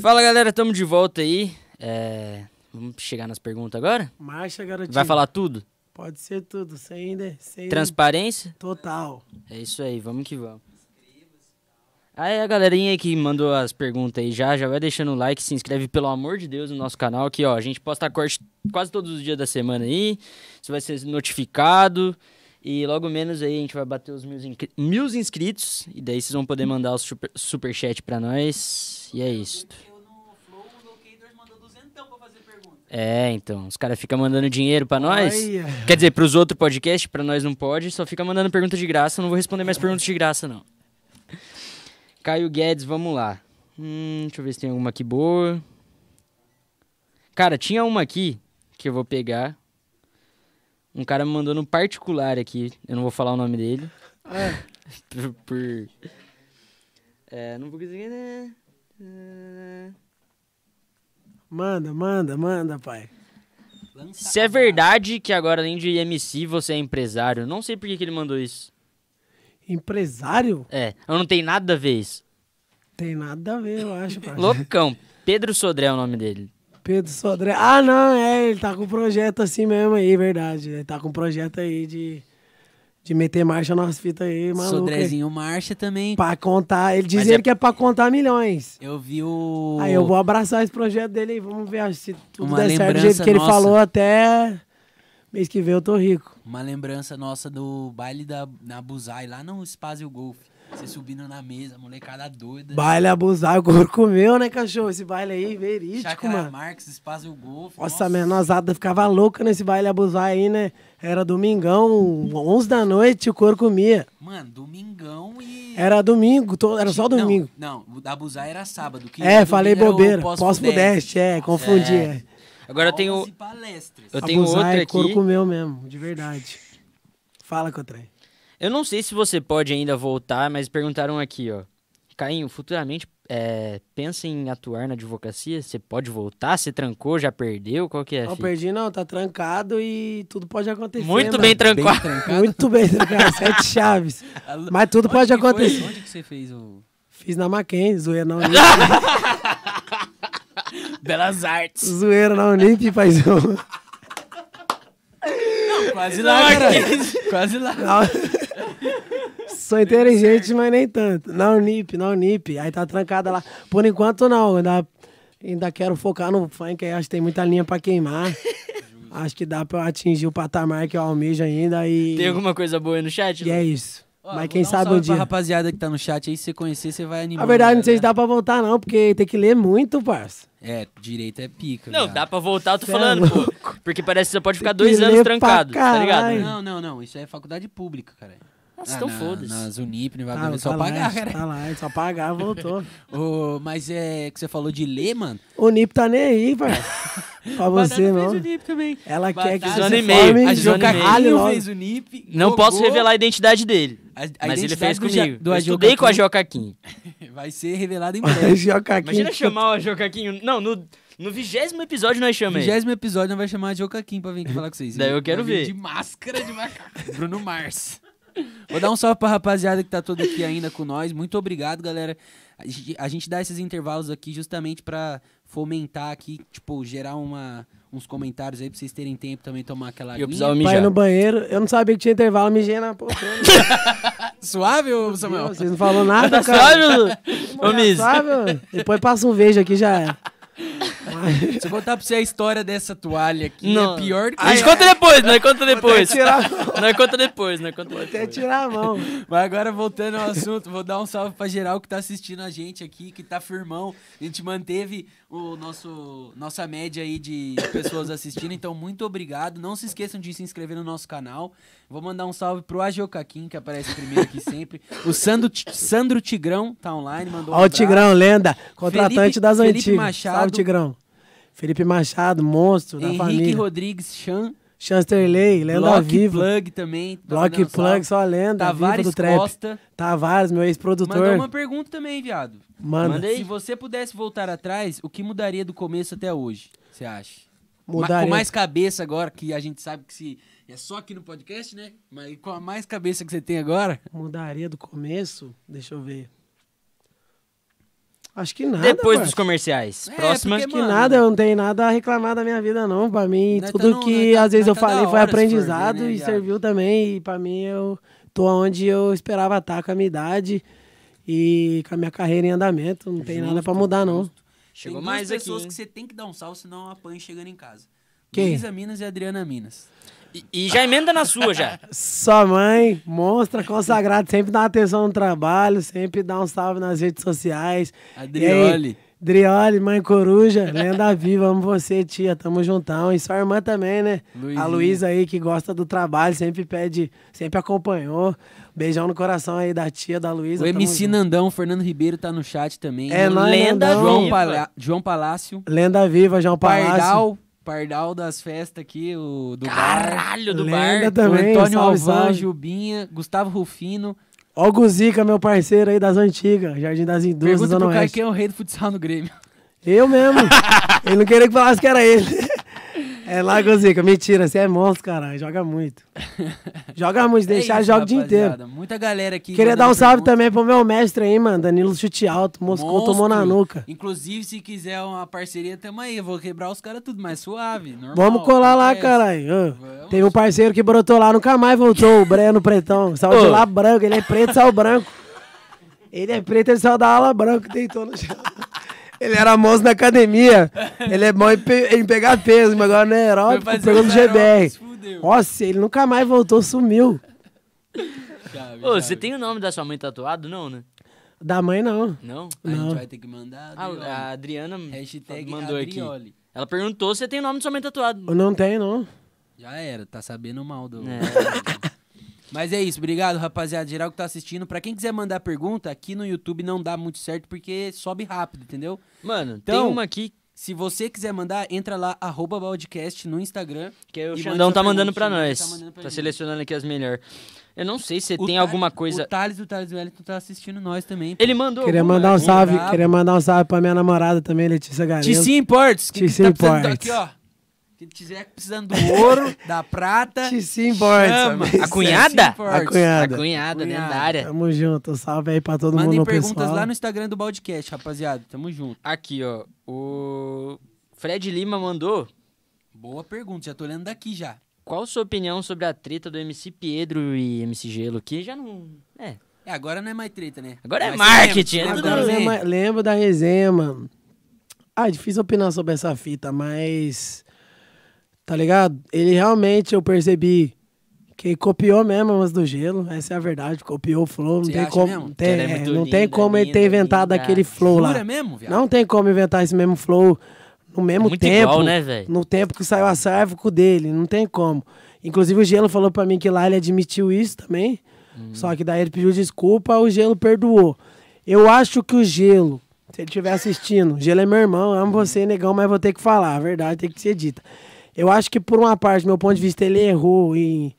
Speaker 2: Fala galera, tamo de volta aí. É, Vamos chegar nas perguntas agora?
Speaker 3: Marcha, garotinho.
Speaker 2: Vai falar tudo?
Speaker 3: Pode ser tudo, sem, de- sem
Speaker 2: Transparência?
Speaker 3: total.
Speaker 2: É isso aí, vamos que vamos. Aí a galerinha aí que mandou as perguntas aí já, já vai deixando o like, se inscreve pelo amor de Deus no nosso canal aqui, ó. A gente posta corte quase todos os dias da semana aí. Você vai ser notificado. E logo menos aí a gente vai bater os mil, inscri- mil inscritos. E daí vocês vão poder mandar o super, superchat pra nós. E é isso. É, então. Os caras ficam mandando dinheiro pra nós.
Speaker 3: Olha.
Speaker 2: Quer dizer, pros outros podcasts, pra nós não pode. Só fica mandando pergunta de graça. eu Não vou responder mais perguntas de graça, não. Caio Guedes, vamos lá. Hum, deixa eu ver se tem alguma aqui boa. Cara, tinha uma aqui que eu vou pegar. Um cara me mandou no particular aqui. Eu não vou falar o nome dele. [laughs]
Speaker 3: É,
Speaker 2: por, por- É, não vou conseguir, né? Ah.
Speaker 3: Manda, manda, manda, pai.
Speaker 2: Se é verdade que agora, além de MC, você é empresário, não sei por que, que ele mandou isso.
Speaker 3: Empresário?
Speaker 2: É, eu não tem nada a ver isso.
Speaker 3: Tem nada a ver, eu acho, pai.
Speaker 2: Loucão, Pedro Sodré é o nome dele.
Speaker 3: Pedro Sodré. Ah, não, é, ele tá com um projeto assim mesmo aí, verdade. Ele tá com um projeto aí de, de meter marcha nas fitas aí, maluco. aí.
Speaker 1: Sodrezinho Marcha também.
Speaker 3: Pra contar, ele diz
Speaker 2: Mas
Speaker 3: ele
Speaker 2: é-
Speaker 3: que é pra contar milhões.
Speaker 1: Eu vi o.
Speaker 3: Aí eu vou abraçar esse projeto dele aí, vamos ver se tudo
Speaker 1: Uma
Speaker 3: der certo do jeito
Speaker 1: lembrança
Speaker 3: que ele
Speaker 1: nossa.
Speaker 3: falou até mês que vem eu tô rico.
Speaker 1: Uma lembrança nossa do baile da, na Buzai, lá no Espaço Golf. Você subindo na mesa, molecada doida.
Speaker 3: Baile abusar, o couro comeu, né, cachorro? Esse baile aí, verídico,
Speaker 1: Chácara
Speaker 3: mano.
Speaker 1: Marques, Espaço Golf.
Speaker 3: Nossa, minha nozada ficava louca nesse baile abusar aí, né? Era domingão, 11 da noite, o couro comia.
Speaker 1: Mano, domingão e.
Speaker 3: Era domingo, to- era só
Speaker 1: Não,
Speaker 3: domingo.
Speaker 1: Não, o da Buzai era sábado. que
Speaker 3: é,
Speaker 1: domingo
Speaker 3: falei
Speaker 1: era o
Speaker 3: bobeira.
Speaker 1: pós-pudeste.
Speaker 3: Pós-Pudeste, é, confundi. É.
Speaker 2: Agora eu tenho,
Speaker 1: Aulas e palestras.
Speaker 2: eu tenho
Speaker 3: Abusar
Speaker 2: outra
Speaker 3: é couro
Speaker 2: aqui.
Speaker 3: comeu mesmo, de verdade. Fala, Cotrem.
Speaker 2: Eu não sei se você pode ainda voltar, mas perguntaram aqui, ó. Cainho, futuramente é, pensa em atuar na advocacia? Você pode voltar? Você trancou? Já perdeu? Qual que é?
Speaker 3: Não
Speaker 2: fi?
Speaker 3: perdi, não, tá trancado e tudo pode acontecer.
Speaker 2: Muito
Speaker 3: mano.
Speaker 2: bem trancado.
Speaker 3: Muito bem trancado, [laughs] sete chaves. Mas tudo
Speaker 1: Onde
Speaker 3: pode
Speaker 1: que foi?
Speaker 3: acontecer.
Speaker 1: Onde que você fez o.
Speaker 3: Fiz na Mackenzie,
Speaker 1: [laughs]
Speaker 3: zoeira na Unip.
Speaker 2: Belas artes.
Speaker 3: zoeira na um. Unip, paizão.
Speaker 1: Quase lá, cara. Quase lá.
Speaker 3: [laughs] Sou inteligente, mas nem tanto. Na Unip, na Unip. Aí tá trancada lá. Por enquanto, não. Ainda, ainda quero focar no funk aí. Acho que tem muita linha
Speaker 1: [laughs]
Speaker 3: pra queimar. acho que dá pra eu atingir o patamar que eu almejo ainda. E,
Speaker 2: Tem alguma coisa boa aí no chat?
Speaker 3: e é isso.
Speaker 1: Ó,
Speaker 3: mas
Speaker 1: vou
Speaker 3: quem
Speaker 1: dar um
Speaker 3: sabe
Speaker 1: salve
Speaker 3: um
Speaker 1: pra né?
Speaker 3: dia.
Speaker 1: rapaziada que tá no chat aí, se você conhecer, você vai animar.
Speaker 3: A verdade, não sei se dá pra voltar, não, porque tem que ler muito, parça.
Speaker 1: É, direito é pica.
Speaker 2: Não,
Speaker 1: viado.
Speaker 2: dá pra voltar, eu tô
Speaker 3: Cê é
Speaker 2: falando, pô. Porque parece que você pode ficar dois
Speaker 3: que
Speaker 2: anos
Speaker 3: ler pra
Speaker 2: trancado, tá
Speaker 3: caralho.
Speaker 2: ligado?
Speaker 1: Não, não, não. Isso é faculdade pública, cara. Ah,
Speaker 2: Nossa, então
Speaker 1: na-
Speaker 2: foda-se.
Speaker 1: Nas Unip, não
Speaker 3: Ah,
Speaker 1: é só
Speaker 3: tá lá,
Speaker 1: pagar, cara.
Speaker 3: Tá lá, é só pagar, voltou.
Speaker 1: Ô, mas é que você falou de ler, mano.
Speaker 3: O Nip tá nem
Speaker 1: [laughs]
Speaker 3: aí, parça. Pra você, não.
Speaker 1: também.
Speaker 3: Ela quer que
Speaker 1: Batata
Speaker 3: você
Speaker 2: fez o e-mail,
Speaker 3: forme
Speaker 2: a
Speaker 1: A
Speaker 2: João
Speaker 3: João
Speaker 1: Jocaralho
Speaker 3: Caralho,
Speaker 1: fez o NIP.
Speaker 2: Não posso revelar a identidade dele.
Speaker 1: A- a
Speaker 2: mas ele
Speaker 1: identidade
Speaker 2: fez
Speaker 1: do Ja-
Speaker 2: comigo.
Speaker 1: do
Speaker 2: eu
Speaker 1: Ajoca
Speaker 2: estudei com a
Speaker 1: Kim.
Speaker 2: Jocaquim.
Speaker 1: Vai ser revelado em
Speaker 3: logo.
Speaker 1: breve.
Speaker 3: Jocaquim.
Speaker 2: Imagina chamar o Ajocaquinho. Não, no, no vigésimo episódio nós
Speaker 1: No
Speaker 2: chamamos ele.
Speaker 1: vigésimo episódio, nós vai chamar a Jocaquim pra vir aqui falar com vocês.
Speaker 2: Daí eu quero
Speaker 1: Vai vir
Speaker 2: ver.
Speaker 1: De máscara de macaco. [laughs] Bruno Mars. Vou dar um salve pra rapaziada que tá toda aqui ainda com nós. Muito obrigado, galera. A gente, a gente dá esses intervalos aqui justamente pra fomentar aqui, tipo, gerar uma, uns comentários aí pra vocês terem tempo também tomar aquela
Speaker 2: E eu
Speaker 1: aguinha.
Speaker 2: precisava
Speaker 3: Pra ir
Speaker 2: mijar.
Speaker 3: no banheiro, eu não sabia que tinha intervalo, mijei na
Speaker 1: [laughs]
Speaker 3: poltrona.
Speaker 1: Suave, ô Samuel?
Speaker 3: Vocês não falaram nada,
Speaker 2: Tá
Speaker 3: cara.
Speaker 2: suave, ô, ô Miz?
Speaker 3: Sabe, mano? Depois passa um vejo aqui já é. Mas-
Speaker 1: Se eu contar pra você a história dessa toalha aqui,
Speaker 2: Não.
Speaker 1: é pior que...
Speaker 2: A gente conta depois, nós conta depois.
Speaker 3: tirar-
Speaker 2: Nós conta depois, nós conta
Speaker 3: [laughs] Até
Speaker 2: depois.
Speaker 3: tirar a mão.
Speaker 1: Mas agora voltando ao assunto, vou dar um salve pra geral que tá assistindo a gente aqui, que tá firmão. A gente manteve o nosso nossa média aí de pessoas assistindo, então muito obrigado. Não se esqueçam de se inscrever no nosso canal. Vou mandar um salve pro Ajocaquim, que aparece primeiro aqui sempre. O Sandro, Ti- Sandro Tigrão tá online, mandou um
Speaker 3: Ó o
Speaker 1: abraço.
Speaker 3: Tigrão, lenda. Contratante
Speaker 1: Felipe-
Speaker 3: das
Speaker 1: Felipe
Speaker 3: antigas.
Speaker 1: Machado.
Speaker 3: Salve, Tigrão. Felipe Machado, monstro da
Speaker 1: Henrique
Speaker 3: família.
Speaker 1: Rodrigues Chan,
Speaker 3: Chansterley, lenda
Speaker 1: Block
Speaker 3: viva.
Speaker 1: Plug também. tá
Speaker 3: Block
Speaker 1: mandando um salve.
Speaker 3: Plug, só lenda viva
Speaker 1: Tavares
Speaker 3: do trap.
Speaker 1: Costa.
Speaker 3: Tavares, meu
Speaker 1: Mandou uma
Speaker 3: ex-produtor.
Speaker 1: pergunta também, viado.
Speaker 3: Manda.
Speaker 2: Mandei.
Speaker 1: Se você pudesse voltar atrás, o que mudaria do começo até hoje, você acha? Ma-
Speaker 3: Mudaria.
Speaker 1: Com mais cabeça agora, que a gente sabe que se é só aqui no podcast, né? Mas com a mais cabeça que você tem agora,
Speaker 3: Mudaria do começo? Deixa eu ver. Acho que nada.
Speaker 2: Depois
Speaker 3: parça.
Speaker 2: dos comerciais.
Speaker 1: É,
Speaker 2: Próxima.
Speaker 1: porque,
Speaker 3: Que
Speaker 1: mano.
Speaker 3: nada, eu não tenho nada a reclamar da minha vida, não. Pra mim,
Speaker 1: Nós tá
Speaker 3: tudo
Speaker 1: no-
Speaker 3: que
Speaker 1: nós tá-
Speaker 3: às vezes eu
Speaker 1: nós tá da
Speaker 3: falei foi
Speaker 1: hora, se for ver,
Speaker 3: aprendizado
Speaker 1: né,
Speaker 3: e
Speaker 1: viado?
Speaker 3: serviu também. E pra mim, eu tô onde eu esperava estar com a minha idade e com a minha carreira em andamento. Não tem nada pra mudar, não.
Speaker 2: Chegou
Speaker 1: tem
Speaker 2: mais
Speaker 1: duas
Speaker 2: aqui.
Speaker 1: pessoas
Speaker 2: hein?
Speaker 1: que você tem que dar um salve, senão apanha chegando em casa.
Speaker 3: Quem?
Speaker 1: Luísa Minas e Adriana Minas.
Speaker 2: E, e já emenda na
Speaker 1: [laughs]
Speaker 2: sua, já.
Speaker 3: Sua mãe, monstra, consagrada, sempre dá atenção no trabalho, sempre dá um salve nas redes sociais.
Speaker 1: Adriole.
Speaker 3: E aí, Drioli, mãe coruja, lenda [laughs] viva, amo você, tia, tamo juntão. E sua irmã também, né?
Speaker 1: Luizinha.
Speaker 3: A Luísa aí, que gosta do trabalho, sempre pede, sempre acompanhou. Beijão no coração aí da tia, da Luísa.
Speaker 1: O
Speaker 3: tamo
Speaker 1: MC
Speaker 3: junto.
Speaker 1: Nandão, Fernando Ribeiro tá no chat também.
Speaker 3: É
Speaker 1: João
Speaker 3: nóis,
Speaker 2: Lenda
Speaker 3: Nandão.
Speaker 1: João,
Speaker 2: viva.
Speaker 1: Pala- João Palácio.
Speaker 3: Lenda viva, João Palácio.
Speaker 1: Pardal. Pardal das festas aqui, o do bar.
Speaker 2: Caralho do
Speaker 3: Lenda
Speaker 2: bar.
Speaker 3: também,
Speaker 1: o Antônio
Speaker 3: salve,
Speaker 1: Alvan,
Speaker 3: salve.
Speaker 1: Jubinha, Gustavo Rufino.
Speaker 3: Ó o Guzica, meu parceiro aí das antigas, Jardim das Indústrias,
Speaker 1: Pergunta
Speaker 3: Zona
Speaker 1: pro cara
Speaker 3: Oeste.
Speaker 1: quem é o rei do futsal no
Speaker 3: [laughs]
Speaker 1: Grêmio.
Speaker 3: Eu mesmo. ele não queria que falasse que era ele. É lá, Gozica. Mentira, você é monstro, cara. Joga muito. Joga muito, deixar
Speaker 1: É isso,
Speaker 3: joga o dia
Speaker 1: rapaziada.
Speaker 3: inteiro.
Speaker 1: Muita galera aqui.
Speaker 3: Queria dar um
Speaker 1: mandando
Speaker 3: salve
Speaker 1: pergunta.
Speaker 3: também pro meu mestre aí, mano. Danilo Chute Alto. Moscou tomou na
Speaker 1: Monstro.
Speaker 3: nuca.
Speaker 1: Inclusive, se quiser uma parceria, tamo aí. Eu vou quebrar os caras tudo mais suave. normal,
Speaker 3: Vamos colar lá,
Speaker 1: acontece.
Speaker 3: caralho. Ô,
Speaker 1: Vamos.
Speaker 3: Teve um parceiro que brotou lá, nunca mais voltou, o
Speaker 1: [laughs]
Speaker 3: Breno Pretão. Saiu de
Speaker 4: Ô.
Speaker 3: lá branco, ele é preto, saiu branco. Ele é preto, ele saiu da aula branco, deitou no chão. Ele era moço na academia. Ele é bom em, pe- em pegar peso, mas agora não é aeróbico,
Speaker 1: Foi fazer um
Speaker 3: pegou no
Speaker 1: os
Speaker 3: GBR.
Speaker 1: aeróbicos, fudeu.
Speaker 3: Nossa, ele nunca mais voltou, sumiu.
Speaker 1: Chave,
Speaker 2: Ô,
Speaker 1: chave.
Speaker 2: você tem o nome da sua mãe tatuado? Não, né?
Speaker 3: Da mãe, não.
Speaker 2: Não?
Speaker 1: A gente
Speaker 3: Não.
Speaker 1: vai ter que mandar.
Speaker 2: A,
Speaker 1: Adriole.
Speaker 2: a Adriana
Speaker 1: Hashtag
Speaker 2: mandou aqui.
Speaker 1: Adriole.
Speaker 2: Ela perguntou se você tem o nome da sua mãe tatuado.
Speaker 3: Eu não tenho, não.
Speaker 1: Já era, tá sabendo mal do.
Speaker 2: É.
Speaker 1: [laughs] Mas é isso, obrigado, rapaziada. Geral que tá assistindo. Pra quem quiser mandar pergunta, aqui no YouTube não dá muito certo porque sobe rápido, entendeu?
Speaker 2: Mano,
Speaker 1: Então-
Speaker 2: tem uma aqui
Speaker 1: Se você quiser mandar, entra lá, arroba podcast no Instagram.
Speaker 2: que o
Speaker 1: E
Speaker 2: Xandão
Speaker 1: manda
Speaker 2: tá
Speaker 1: sua
Speaker 2: mandando
Speaker 1: pergunta,
Speaker 2: pra
Speaker 1: o Xandão
Speaker 2: nós.
Speaker 1: tá mandando
Speaker 2: Tá,
Speaker 1: pra gente.
Speaker 2: selecionando aqui as melhores. Eu não sei se
Speaker 1: O
Speaker 2: tem
Speaker 1: Thales-
Speaker 2: alguma coisa...
Speaker 1: O Thales do Thales Wellington tá assistindo nós também.
Speaker 2: Ele mandou
Speaker 3: Queria
Speaker 2: alguma?
Speaker 1: é
Speaker 3: mandar um
Speaker 2: Algum
Speaker 3: salve,
Speaker 1: brabo.
Speaker 3: queria mandar um salve pra minha namorada também, Letícia Garelo.
Speaker 1: TC Imports. Quem
Speaker 3: TC
Speaker 1: tá precisando tá
Speaker 3: Imports.
Speaker 1: aqui, ó. Quem tiver precisando
Speaker 3: [laughs]
Speaker 1: do ouro, da prata,
Speaker 3: Tissim Borges.
Speaker 1: chama.
Speaker 2: A cunhada?
Speaker 1: TC Imports.
Speaker 3: A cunhada.
Speaker 2: A cunhada, né,
Speaker 1: Cunhada.
Speaker 2: lendária.
Speaker 3: Tamo junto, um salve aí pra todo
Speaker 1: Mandem
Speaker 3: mundo,
Speaker 1: perguntas
Speaker 3: pessoal.
Speaker 1: lá no Instagram do Baldcast, rapaziada. Tamo junto.
Speaker 2: Aqui, ó. O Fred Lima mandou...
Speaker 1: Boa pergunta, já tô olhando daqui já.
Speaker 2: Qual sua opinião sobre a treta do MC Pedro e MC Gelo? Que já não... É,
Speaker 1: É, agora não é mais treta, né?
Speaker 2: Agora é
Speaker 1: Mas
Speaker 2: marketing,
Speaker 1: lembra-
Speaker 2: é tudo
Speaker 1: lembra da
Speaker 3: Agora
Speaker 2: bem.
Speaker 1: resenha?
Speaker 3: lembra, lembro da resenha, mano. Ah, difícil opinar sobre essa fita, mas. Tá ligado? Ele realmente eu percebi que copiou mesmo umas do gelo. Essa é a verdade. Copiou o flow. Não
Speaker 1: Você
Speaker 3: tem
Speaker 1: acha
Speaker 3: como.
Speaker 1: mesmo?
Speaker 3: tem-
Speaker 2: Ela é
Speaker 3: é,
Speaker 2: muito
Speaker 3: não tem
Speaker 2: linda,
Speaker 3: como ele ter
Speaker 2: linda,
Speaker 3: inventado
Speaker 2: linda.
Speaker 3: aquele flow lá.
Speaker 1: Jura mesmo, viado?
Speaker 3: Não tem como inventar esse mesmo flow no mesmo
Speaker 2: Muito
Speaker 3: tempo.
Speaker 2: igual, né, velho?
Speaker 3: No tempo que saiu a sarva com o dele, não tem como. Inclusive o Gelo falou pra mim que lá ele admitiu isso também.
Speaker 2: Hum.
Speaker 3: Só que daí ele pediu desculpa, o Gelo perdoou. Eu acho que o Gelo, se ele estiver assistindo, o Gelo é meu irmão, amo
Speaker 2: Hum.
Speaker 3: você, negão, mas vou ter que falar, a verdade tem que ser dita. Eu acho que por uma parte, do meu ponto de vista, ele errou em,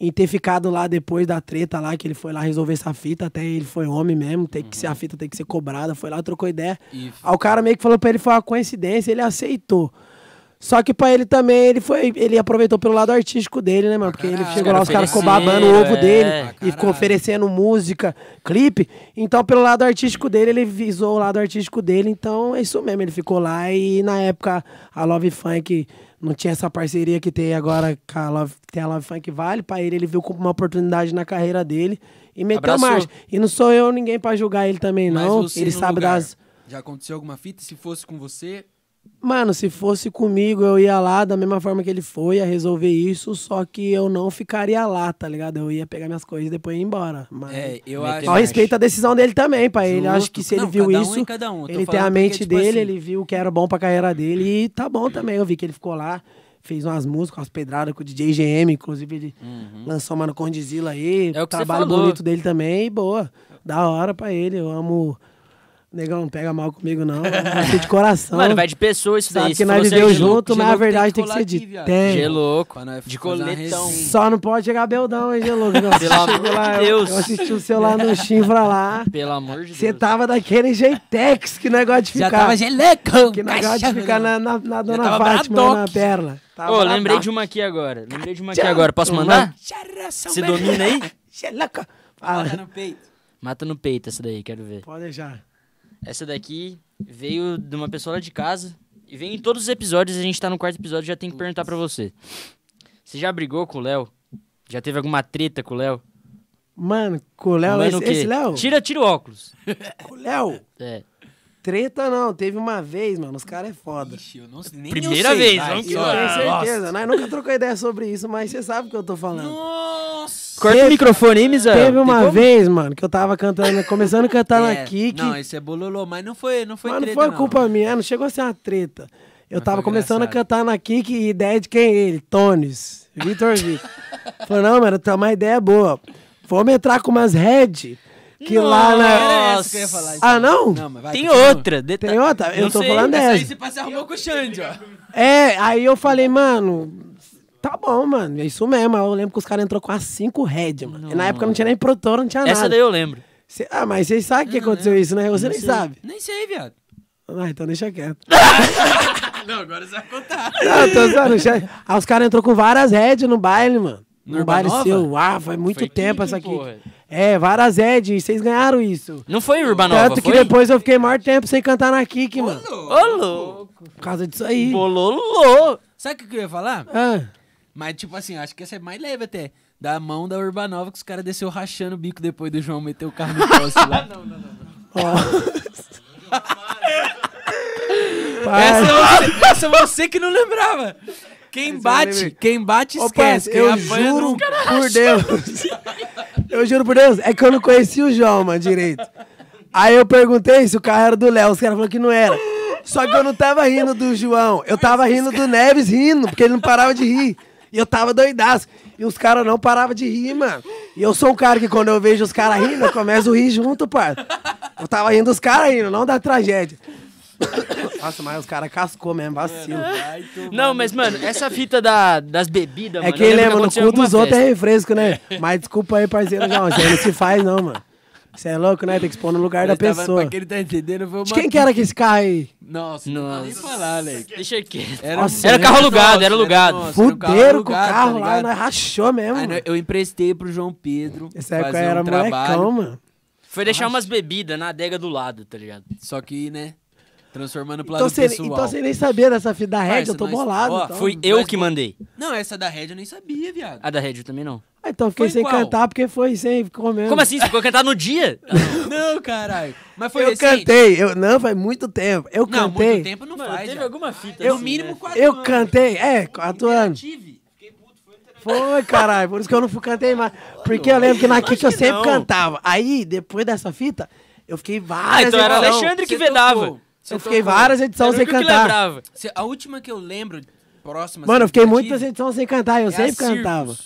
Speaker 3: em ter ficado lá depois da treta lá, que ele foi lá resolver essa fita, até ele foi homem mesmo, tem que ser a fita, tem que ser cobrada, foi lá, trocou ideia.
Speaker 1: E-
Speaker 3: Aí o cara meio que falou pra ele foi uma coincidência, ele aceitou. Só que pra ele também, ele foi, ele aproveitou pelo lado artístico dele, né, mano? Porque ele
Speaker 1: caralho.
Speaker 3: chegou lá, os caras ficou
Speaker 2: Ofereceram,
Speaker 3: babando o ovo
Speaker 2: é.
Speaker 3: dele
Speaker 2: Pra
Speaker 3: e
Speaker 1: caralho.
Speaker 3: ficou oferecendo música, clipe. Então, pelo lado artístico dele, ele visou o lado artístico dele. Então, é isso mesmo, ele ficou lá e na época a Love Funk não tinha essa parceria que tem agora com a Love, que tem a Love Funk Vale, pra ele ele viu como uma oportunidade na carreira dele e meteu
Speaker 2: Abraçou.
Speaker 3: marcha. E não sou eu ninguém pra julgar ele também
Speaker 1: Mas
Speaker 3: não.
Speaker 1: você
Speaker 3: Ele
Speaker 1: no
Speaker 3: sabe
Speaker 1: lugar,
Speaker 3: das
Speaker 1: Já aconteceu alguma fita? Se fosse com você,
Speaker 3: Mano, se fosse comigo, eu ia lá da mesma forma que ele foi, ia resolver isso, só que eu não ficaria lá, tá ligado? Eu ia pegar minhas coisas e depois ir embora. Mas...
Speaker 1: é, eu
Speaker 2: Meter
Speaker 1: acho.
Speaker 3: Ao respeito à decisão dele também, pai. Ele
Speaker 1: Justo.
Speaker 3: acho que se ele
Speaker 1: Não,
Speaker 3: viu
Speaker 1: cada um
Speaker 3: isso,
Speaker 1: é cada um. Eu tô
Speaker 3: ele tem
Speaker 1: falando
Speaker 3: a
Speaker 1: porque,
Speaker 3: mente
Speaker 1: tipo
Speaker 3: dele,
Speaker 1: assim-
Speaker 3: ele viu o que era bom pra carreira dele e tá bom também. Eu vi que ele ficou lá, fez umas músicas, umas pedradas com o DJ GM, inclusive ele
Speaker 1: Uhum.
Speaker 3: lançou uma no Condizila aí,
Speaker 2: É o que você
Speaker 3: trabalho
Speaker 2: falou.
Speaker 3: bonito dele também, e boa. Da hora pra ele, eu amo... Negão, não pega mal comigo
Speaker 1: [laughs]
Speaker 3: não, eu amo você de coração.
Speaker 2: Mano, vai de pessoa isso daí.
Speaker 3: Então, Sabe
Speaker 2: Se
Speaker 3: que nós
Speaker 2: for
Speaker 3: viveu
Speaker 2: Serginho-
Speaker 3: junto, mas a
Speaker 1: Gelouco tem
Speaker 3: verdade
Speaker 1: que
Speaker 3: tem que
Speaker 1: colar
Speaker 3: ser
Speaker 1: aqui,
Speaker 3: dita.
Speaker 1: viado.
Speaker 3: Tem.
Speaker 2: Gelouco.
Speaker 1: Pra nós fazer
Speaker 2: De
Speaker 1: uma
Speaker 2: coletão.
Speaker 1: resenha.
Speaker 3: Só não pode chegar beldão, hein, Gelo?
Speaker 2: Pelo amor de Deus.
Speaker 3: Eu assisti o seu lá no chifra lá.
Speaker 2: Pelo amor de
Speaker 3: Você
Speaker 2: Deus.
Speaker 3: tava daquele jeitex que negócio de
Speaker 1: Já
Speaker 3: ficar.
Speaker 1: tava geleco!
Speaker 3: que negócio de ficar na, na, na dona
Speaker 1: tava
Speaker 3: Fátima na
Speaker 1: bradoque.
Speaker 3: perna.
Speaker 2: Ô,
Speaker 3: Tava
Speaker 2: lembrei
Speaker 3: bradoque.
Speaker 2: de uma aqui agora. Lembrei de uma aqui agora. Posso mandar? Se domina aí?
Speaker 3: Geleca.
Speaker 1: Fala né?
Speaker 3: Fala.
Speaker 1: no peito.
Speaker 2: Mata no peito essa daí, quero ver.
Speaker 3: Pode deixar.
Speaker 2: Essa daqui veio de uma pessoa lá de casa. E vem em todos os episódios, a gente tá no quarto episódio, já tem que perguntar pra você. Você já brigou com o Léo? Já teve alguma treta com o Léo?
Speaker 3: Mano, com o Léo,
Speaker 2: Não é no
Speaker 3: esse,
Speaker 2: quê?
Speaker 3: esse Léo?
Speaker 2: Tira, tira o óculos.
Speaker 3: Com o Léo,
Speaker 2: É.
Speaker 3: treta não. Teve uma vez, mano, os caras é foda.
Speaker 1: Ixi, eu não sei, nem
Speaker 2: Primeira
Speaker 1: eu sei
Speaker 2: vez,
Speaker 1: mais.
Speaker 2: vamos que
Speaker 3: E eu
Speaker 2: Ah,
Speaker 1: é,
Speaker 3: tenho certeza,
Speaker 2: nossa.
Speaker 3: nós nunca trocou ideia sobre isso, mas você sabe o que eu tô falando.
Speaker 1: Nossa!
Speaker 4: Corta o microfone, hein, Misa?
Speaker 3: Teve uma vez, mano, que eu tava cantando, começando a cantar
Speaker 1: [laughs] É,
Speaker 3: Tá na Kik.
Speaker 1: Não, isso é bololô, mas não foi, não foi
Speaker 3: mas não
Speaker 1: treta,
Speaker 3: foi culpa minha, não chegou a ser uma treta. Eu
Speaker 1: Mas
Speaker 3: tava
Speaker 1: foi
Speaker 3: começando a
Speaker 1: engraçado.
Speaker 3: cantar na Kik e ideia de quem é ele? Tones.
Speaker 1: [laughs]
Speaker 3: Vitor Vitor. Falei, não, mano, tá uma ideia boa. Vamos entrar com umas head. Que lá na.
Speaker 1: Era essa que eu ia falar. então.
Speaker 3: Ah, não?
Speaker 1: Não, mas vai,
Speaker 2: Tem
Speaker 1: continua.
Speaker 2: outra. deta-
Speaker 3: Tem outra? Eu
Speaker 2: Não
Speaker 3: tô
Speaker 2: sei,
Speaker 3: falando
Speaker 2: essa
Speaker 3: dessa.
Speaker 1: Aí você passa arrumou com o Xande, ó.
Speaker 3: É, aí eu falei, mano, tá bom, mano, é isso mesmo. Aí Eu lembro que os caras entrou com as cinco head, mano. E na época não tinha nem produtor, não tinha
Speaker 2: Essa
Speaker 3: nada.
Speaker 2: daí eu Uhum. lembro.
Speaker 3: Cê- ah, mas vocês sabem que aconteceu isso, né? Você nem sabe.
Speaker 1: Nem sei, viado.
Speaker 3: Ah, então deixa quieto.
Speaker 1: Não, agora você vai contar.
Speaker 3: Não, tô zoando, che- Aí os caras entrou com várias head no baile, mano.
Speaker 1: No
Speaker 3: No baile
Speaker 1: Urbanova?
Speaker 3: seu. Ah, faz muito
Speaker 1: Foi
Speaker 3: tempo
Speaker 1: pique,
Speaker 3: essa aqui.
Speaker 1: porra.
Speaker 3: É, várias head, e vocês ganharam isso.
Speaker 2: Não foi Urbanova,
Speaker 3: Tanto
Speaker 2: foi?
Speaker 3: que depois eu fiquei maior tempo sem cantar na Kik, mano.
Speaker 2: Ô, louco.
Speaker 3: Por causa disso aí.
Speaker 2: Bololô.
Speaker 1: Sabe o que eu ia falar?
Speaker 3: Ah,
Speaker 1: Mas, tipo assim, acho que essa é mais leve até. Da mão da Urbanova, que os caras desceu rachando o bico depois do João meter o carro no poste lá. [laughs] não, não, não.
Speaker 3: pai.
Speaker 1: Essa, é você, essa é você que não lembrava. Quem bate,
Speaker 3: lembrei.
Speaker 1: quem bate,
Speaker 3: Ô,
Speaker 1: esquece.
Speaker 3: parça,
Speaker 1: Quem
Speaker 3: eu
Speaker 1: apanha,
Speaker 3: juro
Speaker 1: nunca. [laughs]
Speaker 3: por Deus. eu juro por Deus. É que eu não conhecia o João, mano, direito. Aí eu perguntei se o carro era do Léo. Os caras falaram que não era. Só que eu não tava rindo do João. Eu tava rindo do Neves rindo, porque ele não parava de rir. E eu tava doidaço. E os caras não paravam de rir, mano. E eu sou um cara que quando eu vejo os caras rindo, eu começo a rir junto, parça. Eu tava rindo dos caras rindo, não da tragédia. [coughs] Nossa, mas os caras cascou mesmo, vacilo.
Speaker 2: Não, mas, mano, essa fita da, das bebidas,
Speaker 3: É
Speaker 2: mano.
Speaker 3: quem
Speaker 2: eu lembro
Speaker 3: lembra, no
Speaker 2: aconteceu
Speaker 3: cu
Speaker 2: em alguma
Speaker 3: dos outros é
Speaker 2: festa.
Speaker 1: [laughs]
Speaker 3: refresco, né? Mas desculpa aí, parceiro, não. Isso aí não se faz, não, mano. Você é louco, né? Tem que expor no lugar da
Speaker 1: Mas tava-
Speaker 3: pessoa.
Speaker 1: Pra quem não tá entendendo, foi uma...
Speaker 3: De quem que era que esse carro aí?
Speaker 1: Nossa, não nem
Speaker 2: Nossa.
Speaker 1: falar, Alex.
Speaker 2: Deixa quieto.
Speaker 1: Era,
Speaker 3: Nossa,
Speaker 2: era carro alugado,
Speaker 1: nosso,
Speaker 2: era alugado.
Speaker 1: nosso, era um carro
Speaker 3: Fuderam com o
Speaker 1: alugado,
Speaker 3: carro
Speaker 1: tá
Speaker 3: lá,
Speaker 1: ligado?
Speaker 3: nós rachou mesmo.
Speaker 1: Aí
Speaker 3: mano.
Speaker 1: nós- eu emprestei pro João Pedro
Speaker 3: Essa
Speaker 1: fazer
Speaker 3: época era
Speaker 1: um trabalho,
Speaker 3: molecão, mano.
Speaker 2: Foi deixar umas bebidas na adega do lado, tá ligado?
Speaker 1: só que, né, transformando pro
Speaker 3: Então
Speaker 1: lado
Speaker 3: você
Speaker 1: pessoal.
Speaker 3: então você nem sabia dessa fita da Red,
Speaker 1: Parça,
Speaker 3: eu tô
Speaker 1: nós-
Speaker 3: bolado.
Speaker 1: ó,
Speaker 3: então.
Speaker 2: Foi
Speaker 1: mas
Speaker 2: eu
Speaker 1: nós-
Speaker 2: que mandei.
Speaker 1: Não, essa da Red eu nem sabia, viado.
Speaker 3: [laughs]
Speaker 2: A da Red também não.
Speaker 3: Ah, então fiquei
Speaker 1: Foi
Speaker 3: sem
Speaker 1: qual?
Speaker 3: cantar porque foi sem comendo.
Speaker 2: Como assim? Você ficou cantar no dia?
Speaker 1: não, caralho. Mas foi
Speaker 3: Eu
Speaker 1: recente?
Speaker 3: cantei, eu, não, faz muito tempo. Eu
Speaker 1: Não,
Speaker 3: cantei.
Speaker 1: muito tempo [laughs] não faz, viado.
Speaker 2: alguma fita assim, né?
Speaker 1: Eu mínimo quatro
Speaker 3: Eu
Speaker 1: anos.
Speaker 3: cantei, é, quatro anos.
Speaker 1: Tive.
Speaker 3: Foi, caralho. Por isso que eu não fui cantei mais. Porque eu lembro que na Kik eu sempre
Speaker 2: não.
Speaker 3: cantava. Aí, depois dessa fita, eu fiquei
Speaker 2: Ah,
Speaker 3: várias
Speaker 2: então era
Speaker 3: edições.
Speaker 2: Alexandre que
Speaker 1: Você
Speaker 2: vedava.
Speaker 1: tocou. Você
Speaker 3: Eu fiquei
Speaker 1: tocou.
Speaker 3: várias
Speaker 2: Era
Speaker 3: edições
Speaker 2: o
Speaker 3: sem
Speaker 2: único que
Speaker 3: cantar.
Speaker 2: lembrava.
Speaker 1: Se- A última que eu lembro, próxima...
Speaker 3: Mano, eu
Speaker 1: assim,
Speaker 3: fiquei
Speaker 1: que
Speaker 3: muitas
Speaker 1: tive,
Speaker 3: edições sem cantar. Eu
Speaker 1: é a
Speaker 3: sempre
Speaker 1: Circus,
Speaker 3: cantava.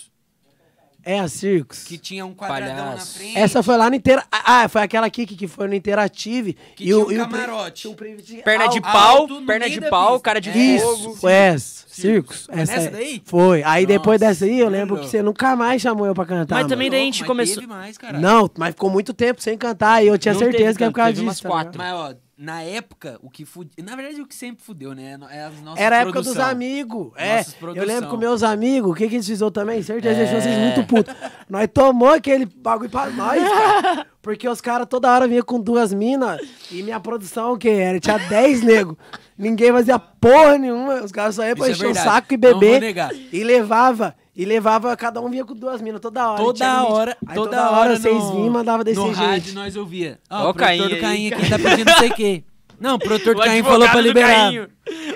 Speaker 3: É a Circos.
Speaker 1: Que tinha um quadradão
Speaker 2: Palhaço.
Speaker 1: na frente.
Speaker 3: Essa foi lá no Interative. Ah, foi aquela Kik que foi no Interative.
Speaker 1: Que
Speaker 3: e
Speaker 1: tinha
Speaker 3: o,
Speaker 1: um
Speaker 3: e o pri-
Speaker 1: camarote.
Speaker 3: tinha um privilegi-
Speaker 2: Perna de
Speaker 3: alto.
Speaker 2: pau,
Speaker 1: alto no
Speaker 2: perna
Speaker 1: meio
Speaker 2: de
Speaker 1: da
Speaker 2: pau,
Speaker 1: pista. É.
Speaker 2: cara de
Speaker 3: Isso,
Speaker 2: fogo.
Speaker 3: foi essa. Circos. Essa,
Speaker 1: nessa
Speaker 3: aí.
Speaker 1: daí?
Speaker 3: Foi. Aí depois
Speaker 1: Nossa,
Speaker 3: dessa aí, eu lembro
Speaker 1: lembrou.
Speaker 3: que você nunca mais chamou eu pra cantar.
Speaker 2: Mas
Speaker 3: mano.
Speaker 2: também daí a gente
Speaker 1: Mas
Speaker 2: começou-
Speaker 1: teve mais, caralho.
Speaker 3: Não, mas ficou muito tempo sem cantar e eu tinha
Speaker 2: Não teve
Speaker 3: certeza que era
Speaker 2: tanto,
Speaker 3: por causa
Speaker 2: teve umas
Speaker 3: disso. tá ligado?
Speaker 2: quatro.
Speaker 1: Mas, ó, na época, o que fudeu. Na verdade, o que sempre fudeu, né? É as nossas
Speaker 3: Era a época dos
Speaker 1: produção.
Speaker 3: amigos. É,
Speaker 1: Nossas
Speaker 3: eu lembro
Speaker 1: produção. É.
Speaker 3: com meus amigos, o que, que eles fizeram também? Certeza deixou vocês muito putos. Nós tomou aquele bagulho pra
Speaker 1: [laughs]
Speaker 3: nós, cara. Porque os caras toda hora vinham com duas minas e minha produção, o que era? Tinha 10 negros. Ninguém fazia porra nenhuma. Os caras só iam pra
Speaker 1: Isso é
Speaker 3: encher o
Speaker 1: verdade.
Speaker 3: saco e
Speaker 1: Não vou
Speaker 3: beber.
Speaker 1: negar.
Speaker 3: E levava. E levava, cada um vinha com duas minas toda hora.
Speaker 1: Toda
Speaker 3: tinha limite.
Speaker 1: hora,
Speaker 3: Aí
Speaker 1: toda, hora
Speaker 3: vocês
Speaker 1: no-
Speaker 3: vinham e mandavam desse
Speaker 1: no
Speaker 3: jeito.
Speaker 1: rádio nós ouvia. Ó,
Speaker 2: Ó
Speaker 1: o produtor
Speaker 2: Caim
Speaker 1: do Caim
Speaker 2: aí.
Speaker 1: aqui tá pedindo não sei o quê. Não, o produtor
Speaker 2: O
Speaker 1: do Caim
Speaker 2: advogado
Speaker 1: falou pra
Speaker 2: do
Speaker 1: liberar.
Speaker 2: Cainho.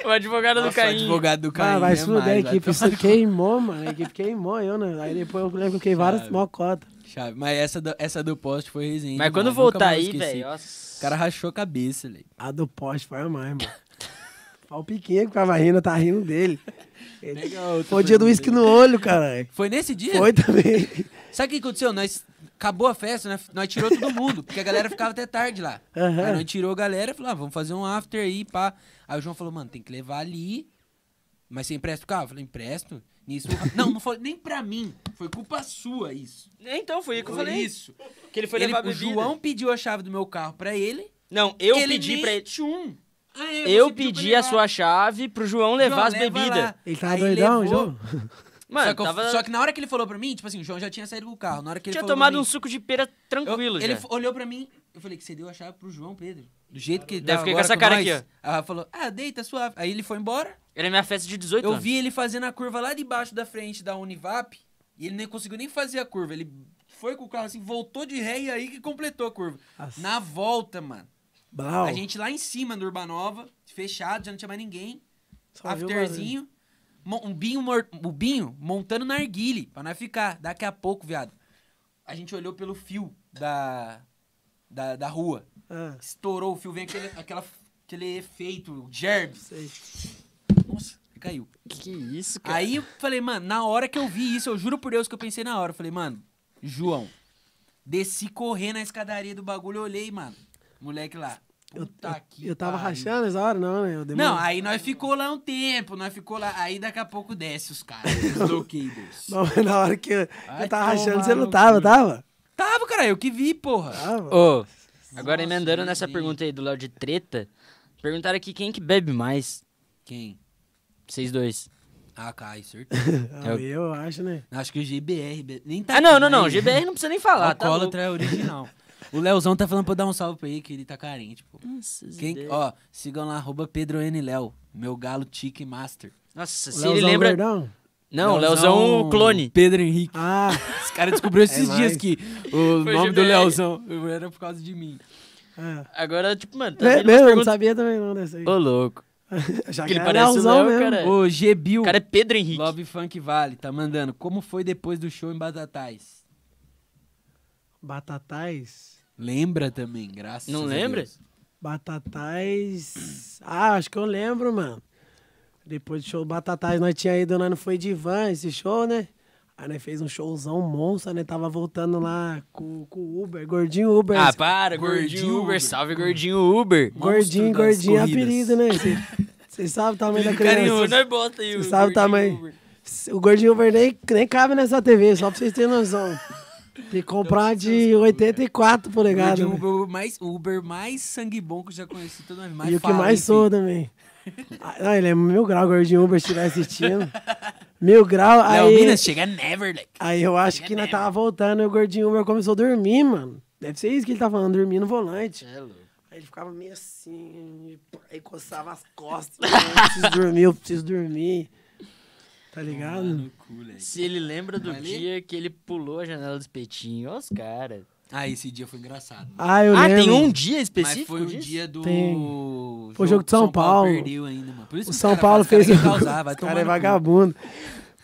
Speaker 2: O advogado do
Speaker 1: Nossa, o
Speaker 2: Caim.
Speaker 1: advogado do Caim.
Speaker 3: Ah, vai
Speaker 1: né,
Speaker 3: se fuder,
Speaker 1: mais,
Speaker 3: a
Speaker 1: vai
Speaker 3: equipe
Speaker 1: tomar
Speaker 3: isso
Speaker 1: no cu.
Speaker 3: queimou, mano. A equipe queimou eu, né? Aí depois eu lembro que eu fiquei várias mocotas.
Speaker 1: Chave. Mas essa do, essa do poste foi resenha.
Speaker 2: Mas quando
Speaker 1: mano. Nunca
Speaker 2: voltar
Speaker 1: mais eu
Speaker 2: aí,
Speaker 1: esqueci.
Speaker 2: velho.
Speaker 1: O cara rachou a cabeça, velho.
Speaker 3: A do poste foi a mais, mano. Ó, O Piquinha que ficava rindo, tá rindo dele. Foi o dia do uísque no olho, caralho.
Speaker 1: Foi nesse dia?
Speaker 3: Foi também.
Speaker 1: Sabe o que aconteceu? Nós acabou a festa, né? nós tirou todo mundo, porque a galera ficava até tarde lá.
Speaker 3: Aham.
Speaker 1: Aí nós tirou a galera e falou, ah, vamos fazer um after aí, pá. Aí o João falou, mano, tem que levar ali. Mas você empresta o carro? Eu falei, empresto? Nisso. [laughs] Não, não foi nem pra mim. Foi culpa sua isso.
Speaker 2: Então, foi o que eu
Speaker 1: Foi
Speaker 2: falei.
Speaker 1: isso.
Speaker 2: Que ele foi
Speaker 1: Ele-
Speaker 2: levar
Speaker 1: o
Speaker 2: bebida.
Speaker 1: João pediu a chave do meu carro pra ele.
Speaker 2: Não, eu
Speaker 1: ele
Speaker 2: pedi
Speaker 1: nem
Speaker 2: pra ele.
Speaker 1: tinha Um. Ah, é,
Speaker 2: Eu
Speaker 1: você pediu pra
Speaker 2: pedi a
Speaker 1: levar.
Speaker 2: sua chave pro João levar
Speaker 1: João,
Speaker 2: as
Speaker 1: leva
Speaker 2: bebidas.
Speaker 1: lá.
Speaker 3: Ele tava
Speaker 1: Aí
Speaker 3: doidão,
Speaker 1: levou.
Speaker 3: João?
Speaker 2: Mano,
Speaker 1: só, que eu-
Speaker 2: tava-
Speaker 1: só que na hora que ele falou pra mim, tipo assim, o João já tinha saído do carro. Na hora que ele
Speaker 2: tinha
Speaker 1: falou pra
Speaker 2: tomado
Speaker 1: mim-
Speaker 2: um suco de pera tranquilo,
Speaker 1: eu,
Speaker 2: já.
Speaker 1: Ele f- olhou pra mim, eu falei que você deu a chave pro João Pedro. Do jeito que ele
Speaker 2: Daí eu
Speaker 1: tá
Speaker 2: fiquei com
Speaker 1: agora
Speaker 2: essa cara
Speaker 1: nós.
Speaker 2: aqui,
Speaker 1: Ela falou, ah, deita, suave. Aí ele foi embora.
Speaker 2: Era minha festa de 18
Speaker 1: Eu
Speaker 2: anos.
Speaker 1: vi ele fazendo a curva lá debaixo da frente da Univap. E ele nem conseguiu nem fazer a curva. Ele foi com o carro assim, voltou de ré e aí que completou a curva.
Speaker 3: Nossa.
Speaker 1: Na volta, mano.
Speaker 3: Blau.
Speaker 1: A gente lá em cima do Urbanova, fechado, já não tinha mais ninguém.
Speaker 3: Só viu o
Speaker 1: Afterzinho. mo- Um binho, mor- o binho montando narguile, pra nós ficar. Daqui a pouco, viado. A gente olhou pelo fio da, da, da rua.
Speaker 3: Ah,
Speaker 1: Estourou o fio, vem aquele, aquela, aquele efeito, gerbs.
Speaker 3: sei.
Speaker 1: Nossa, caiu.
Speaker 2: Que isso,
Speaker 1: Aí eu falei, mano, na hora que eu vi isso, eu juro por Deus que eu pensei na hora. Eu falei, mano, João, desci correndo na escadaria do bagulho, eu olhei, mano. Moleque lá.
Speaker 3: Eu,
Speaker 1: Puta
Speaker 3: eu-
Speaker 1: que
Speaker 3: eu tava
Speaker 1: pariu.
Speaker 3: rachando essa hora, não, né? Eu demorei.
Speaker 1: Não, aí nós ficou lá um tempo, nós ficou lá, aí daqui a pouco desce os caras,
Speaker 3: [laughs]
Speaker 1: os bloqueios.
Speaker 3: Não, [laughs] mas na hora que eu,
Speaker 1: Vai
Speaker 3: eu tava rachando,
Speaker 1: tomar
Speaker 3: você
Speaker 1: no
Speaker 3: não tava,
Speaker 1: cu.
Speaker 3: tava?
Speaker 1: Tava, cara, eu que vi, porra.
Speaker 3: Tava.
Speaker 2: Ô, agora
Speaker 1: Nossa,
Speaker 2: emendando
Speaker 1: meu
Speaker 2: nessa
Speaker 1: Deus.
Speaker 2: pergunta aí do Léo de Treta, perguntaram aqui quem que bebe mais,
Speaker 1: Quem?
Speaker 2: vocês dois.
Speaker 1: Ah, cai, certeza.
Speaker 3: Ah, eu... acho, né?
Speaker 1: Acho que o GBR be- nem tá
Speaker 2: Ah, não,
Speaker 1: aqui,
Speaker 2: não, não,
Speaker 1: mas-
Speaker 2: GBR não precisa nem falar, tá
Speaker 1: Alcoólatra é original. O Leozão tá falando pra eu dar um salve pra ele, que ele tá carente, pô.
Speaker 2: louco. Nossa,
Speaker 1: Quem,
Speaker 2: Deus.
Speaker 1: ó, sigam lá, arroba Pedro N. Léo, meu galo Chicken Master.
Speaker 2: Nossa, se
Speaker 3: O
Speaker 2: ele
Speaker 3: Leozão
Speaker 2: lembra...
Speaker 3: Gordão?
Speaker 2: Não, o Leozão o clone.
Speaker 1: Pedro Henrique.
Speaker 3: Ah,
Speaker 1: Esse cara descobriu esses
Speaker 3: [laughs] É
Speaker 1: dias
Speaker 3: nóis.
Speaker 1: que o
Speaker 2: Foi
Speaker 1: nome do
Speaker 2: GBR.
Speaker 1: Leozão era por causa de mim.
Speaker 3: é.
Speaker 2: Agora, tipo, mano, tá
Speaker 3: É,
Speaker 2: vendo
Speaker 3: meu,
Speaker 2: umas
Speaker 3: eu não
Speaker 2: perguntas...
Speaker 3: sabia também não dessa aí.
Speaker 2: Ô, louco.
Speaker 3: [laughs] Já
Speaker 2: que ele
Speaker 3: era
Speaker 2: parece o
Speaker 3: Leozão
Speaker 2: Léo, cara. É.
Speaker 1: O Gebil.
Speaker 2: O cara é Pedro Henrique.
Speaker 1: Love Funk Vale tá mandando. Como foi depois do show em Batatais?
Speaker 3: Batatais.
Speaker 1: Lembra também, graças
Speaker 2: Não
Speaker 1: a
Speaker 2: lembra?
Speaker 1: Deus.
Speaker 3: Batatais. Ah, acho que eu lembro, mano. Depois do show do Batatais, nós tinha ido, nós não foi de van esse show, né? Aí nós fez um showzão monstro, né? Tava voltando lá com, com o Uber, gordinho Uber.
Speaker 2: Ah, para,
Speaker 1: Gordinho
Speaker 2: gordinho Uber.
Speaker 1: Uber.
Speaker 2: Salve, gordinho Uber.
Speaker 3: gordinho,
Speaker 1: monstro das
Speaker 3: gordinho é
Speaker 1: corridas.
Speaker 3: apelido, né? Vocês sabem o tamanho
Speaker 1: [laughs]
Speaker 3: da
Speaker 1: Apelido carinhoso, né?
Speaker 3: criança.
Speaker 2: Ô, nós bota aí o
Speaker 3: Você sabe
Speaker 2: gordinho
Speaker 3: o tamanho.
Speaker 2: Uber.
Speaker 3: O gordinho Uber nem, nem cabe nessa TV, só pra vocês terem noção. Tem que comprar de 84 polegadas.
Speaker 1: Gordinho
Speaker 3: né?
Speaker 1: Uber mais, o Uber mais sangue bom que eu já conheci. Todo mundo mais
Speaker 3: e o que
Speaker 1: fala,
Speaker 3: mais
Speaker 1: enfim.
Speaker 3: sou também. Ah, Não, ele é mil grau, gordinho Uber, se estiver assistindo. Mil grau,
Speaker 1: Léo
Speaker 3: aí,
Speaker 1: Minas chega never, like.
Speaker 3: aí eu acho que nós tava voltando e o gordinho Uber começou a dormir, mano. Deve ser isso que ele tá falando, dormir no volante.
Speaker 2: É louco.
Speaker 3: Aí ele ficava meio assim, aí coçava as costas. né, Eu preciso dormir, eu preciso dormir. Tá ligado?
Speaker 1: No cu, like.
Speaker 2: Se ele lembra do
Speaker 1: Ali?
Speaker 2: dia que ele pulou a janela do espetinho, ó os caras.
Speaker 1: Ah, esse dia foi engraçado.
Speaker 3: Ah, eu
Speaker 2: Ah,
Speaker 3: lembro.
Speaker 2: tem um dia
Speaker 1: Mas
Speaker 2: específico
Speaker 1: foi o
Speaker 2: disso?
Speaker 1: dia do.
Speaker 3: Tem. Foi o jogo de São Paulo.
Speaker 1: perdeu ainda, mano. Por isso
Speaker 3: O
Speaker 1: que
Speaker 3: São
Speaker 1: cara
Speaker 3: Paulo
Speaker 1: fala,
Speaker 3: fez o.
Speaker 1: cara, quer causar, ah, vai
Speaker 3: [laughs] Os
Speaker 1: tomar
Speaker 3: cara é
Speaker 1: no cu.
Speaker 3: vagabundo.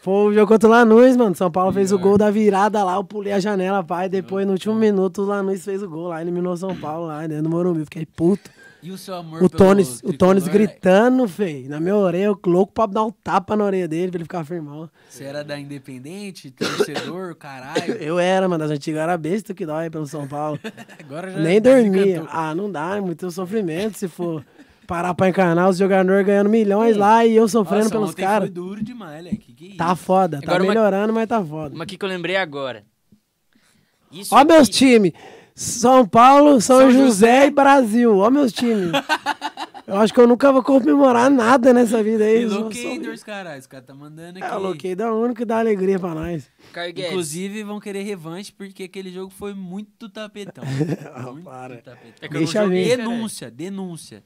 Speaker 3: Pô, o jogo contra o Lanús, mano. São Paulo fez o
Speaker 1: é.
Speaker 3: gol da virada lá, eu pulei a janela, pai. Depois, no último minuto, o Lanús fez o gol lá, eliminou o São Paulo lá, né? No Morumbi, fiquei puto.
Speaker 1: E o seu amor
Speaker 3: O
Speaker 1: pelo
Speaker 3: Tones, o
Speaker 1: tricolor,
Speaker 3: Tones
Speaker 1: like?
Speaker 3: gritando, feio, na minha orelha, eu louco pra dar um tapa na orelha dele pra ele ficar firmão.
Speaker 1: Você era da Independente, torcedor, caralho.
Speaker 3: Eu era, mano, das antigas eu era besta que dói pelo São Paulo.
Speaker 1: [laughs] Agora já
Speaker 3: [laughs]
Speaker 1: é
Speaker 3: Nem dormia.
Speaker 1: desencantou.
Speaker 3: Ah, não dá, é muito sofrimento se for parar pra encarnar os jogadores ganhando milhões lá e eu sofrendo
Speaker 1: Nossa,
Speaker 3: pelos
Speaker 1: ontem
Speaker 3: caras.
Speaker 1: Foi duro demais, Leque. Que é isso?
Speaker 3: Tá foda,
Speaker 2: Agora
Speaker 3: tá
Speaker 2: uma-
Speaker 3: melhorando, mas tá foda.
Speaker 2: Uma aqui que eu lembrei agora. Isso
Speaker 3: Ó
Speaker 2: aqui-
Speaker 3: meus times. São Paulo, São, José, e Brasil. Ó
Speaker 1: [laughs]
Speaker 3: meus times. eu acho que eu nunca vou comemorar nada nessa vida aí.
Speaker 1: E
Speaker 3: Só- só-
Speaker 1: Locators, caralho. Os caras tá mandando aqui.
Speaker 3: É, o Locator é o único que dá alegria pra nós.
Speaker 2: Carguedes.
Speaker 1: Inclusive, vão querer revanche porque aquele jogo foi muito
Speaker 3: [laughs]
Speaker 1: tapetão. muito
Speaker 3: Ah, para.
Speaker 1: tapetão.
Speaker 2: É que eu
Speaker 3: Deixa
Speaker 2: não joguei,
Speaker 3: ver.
Speaker 2: caralho.
Speaker 1: Denúncia, denúncia.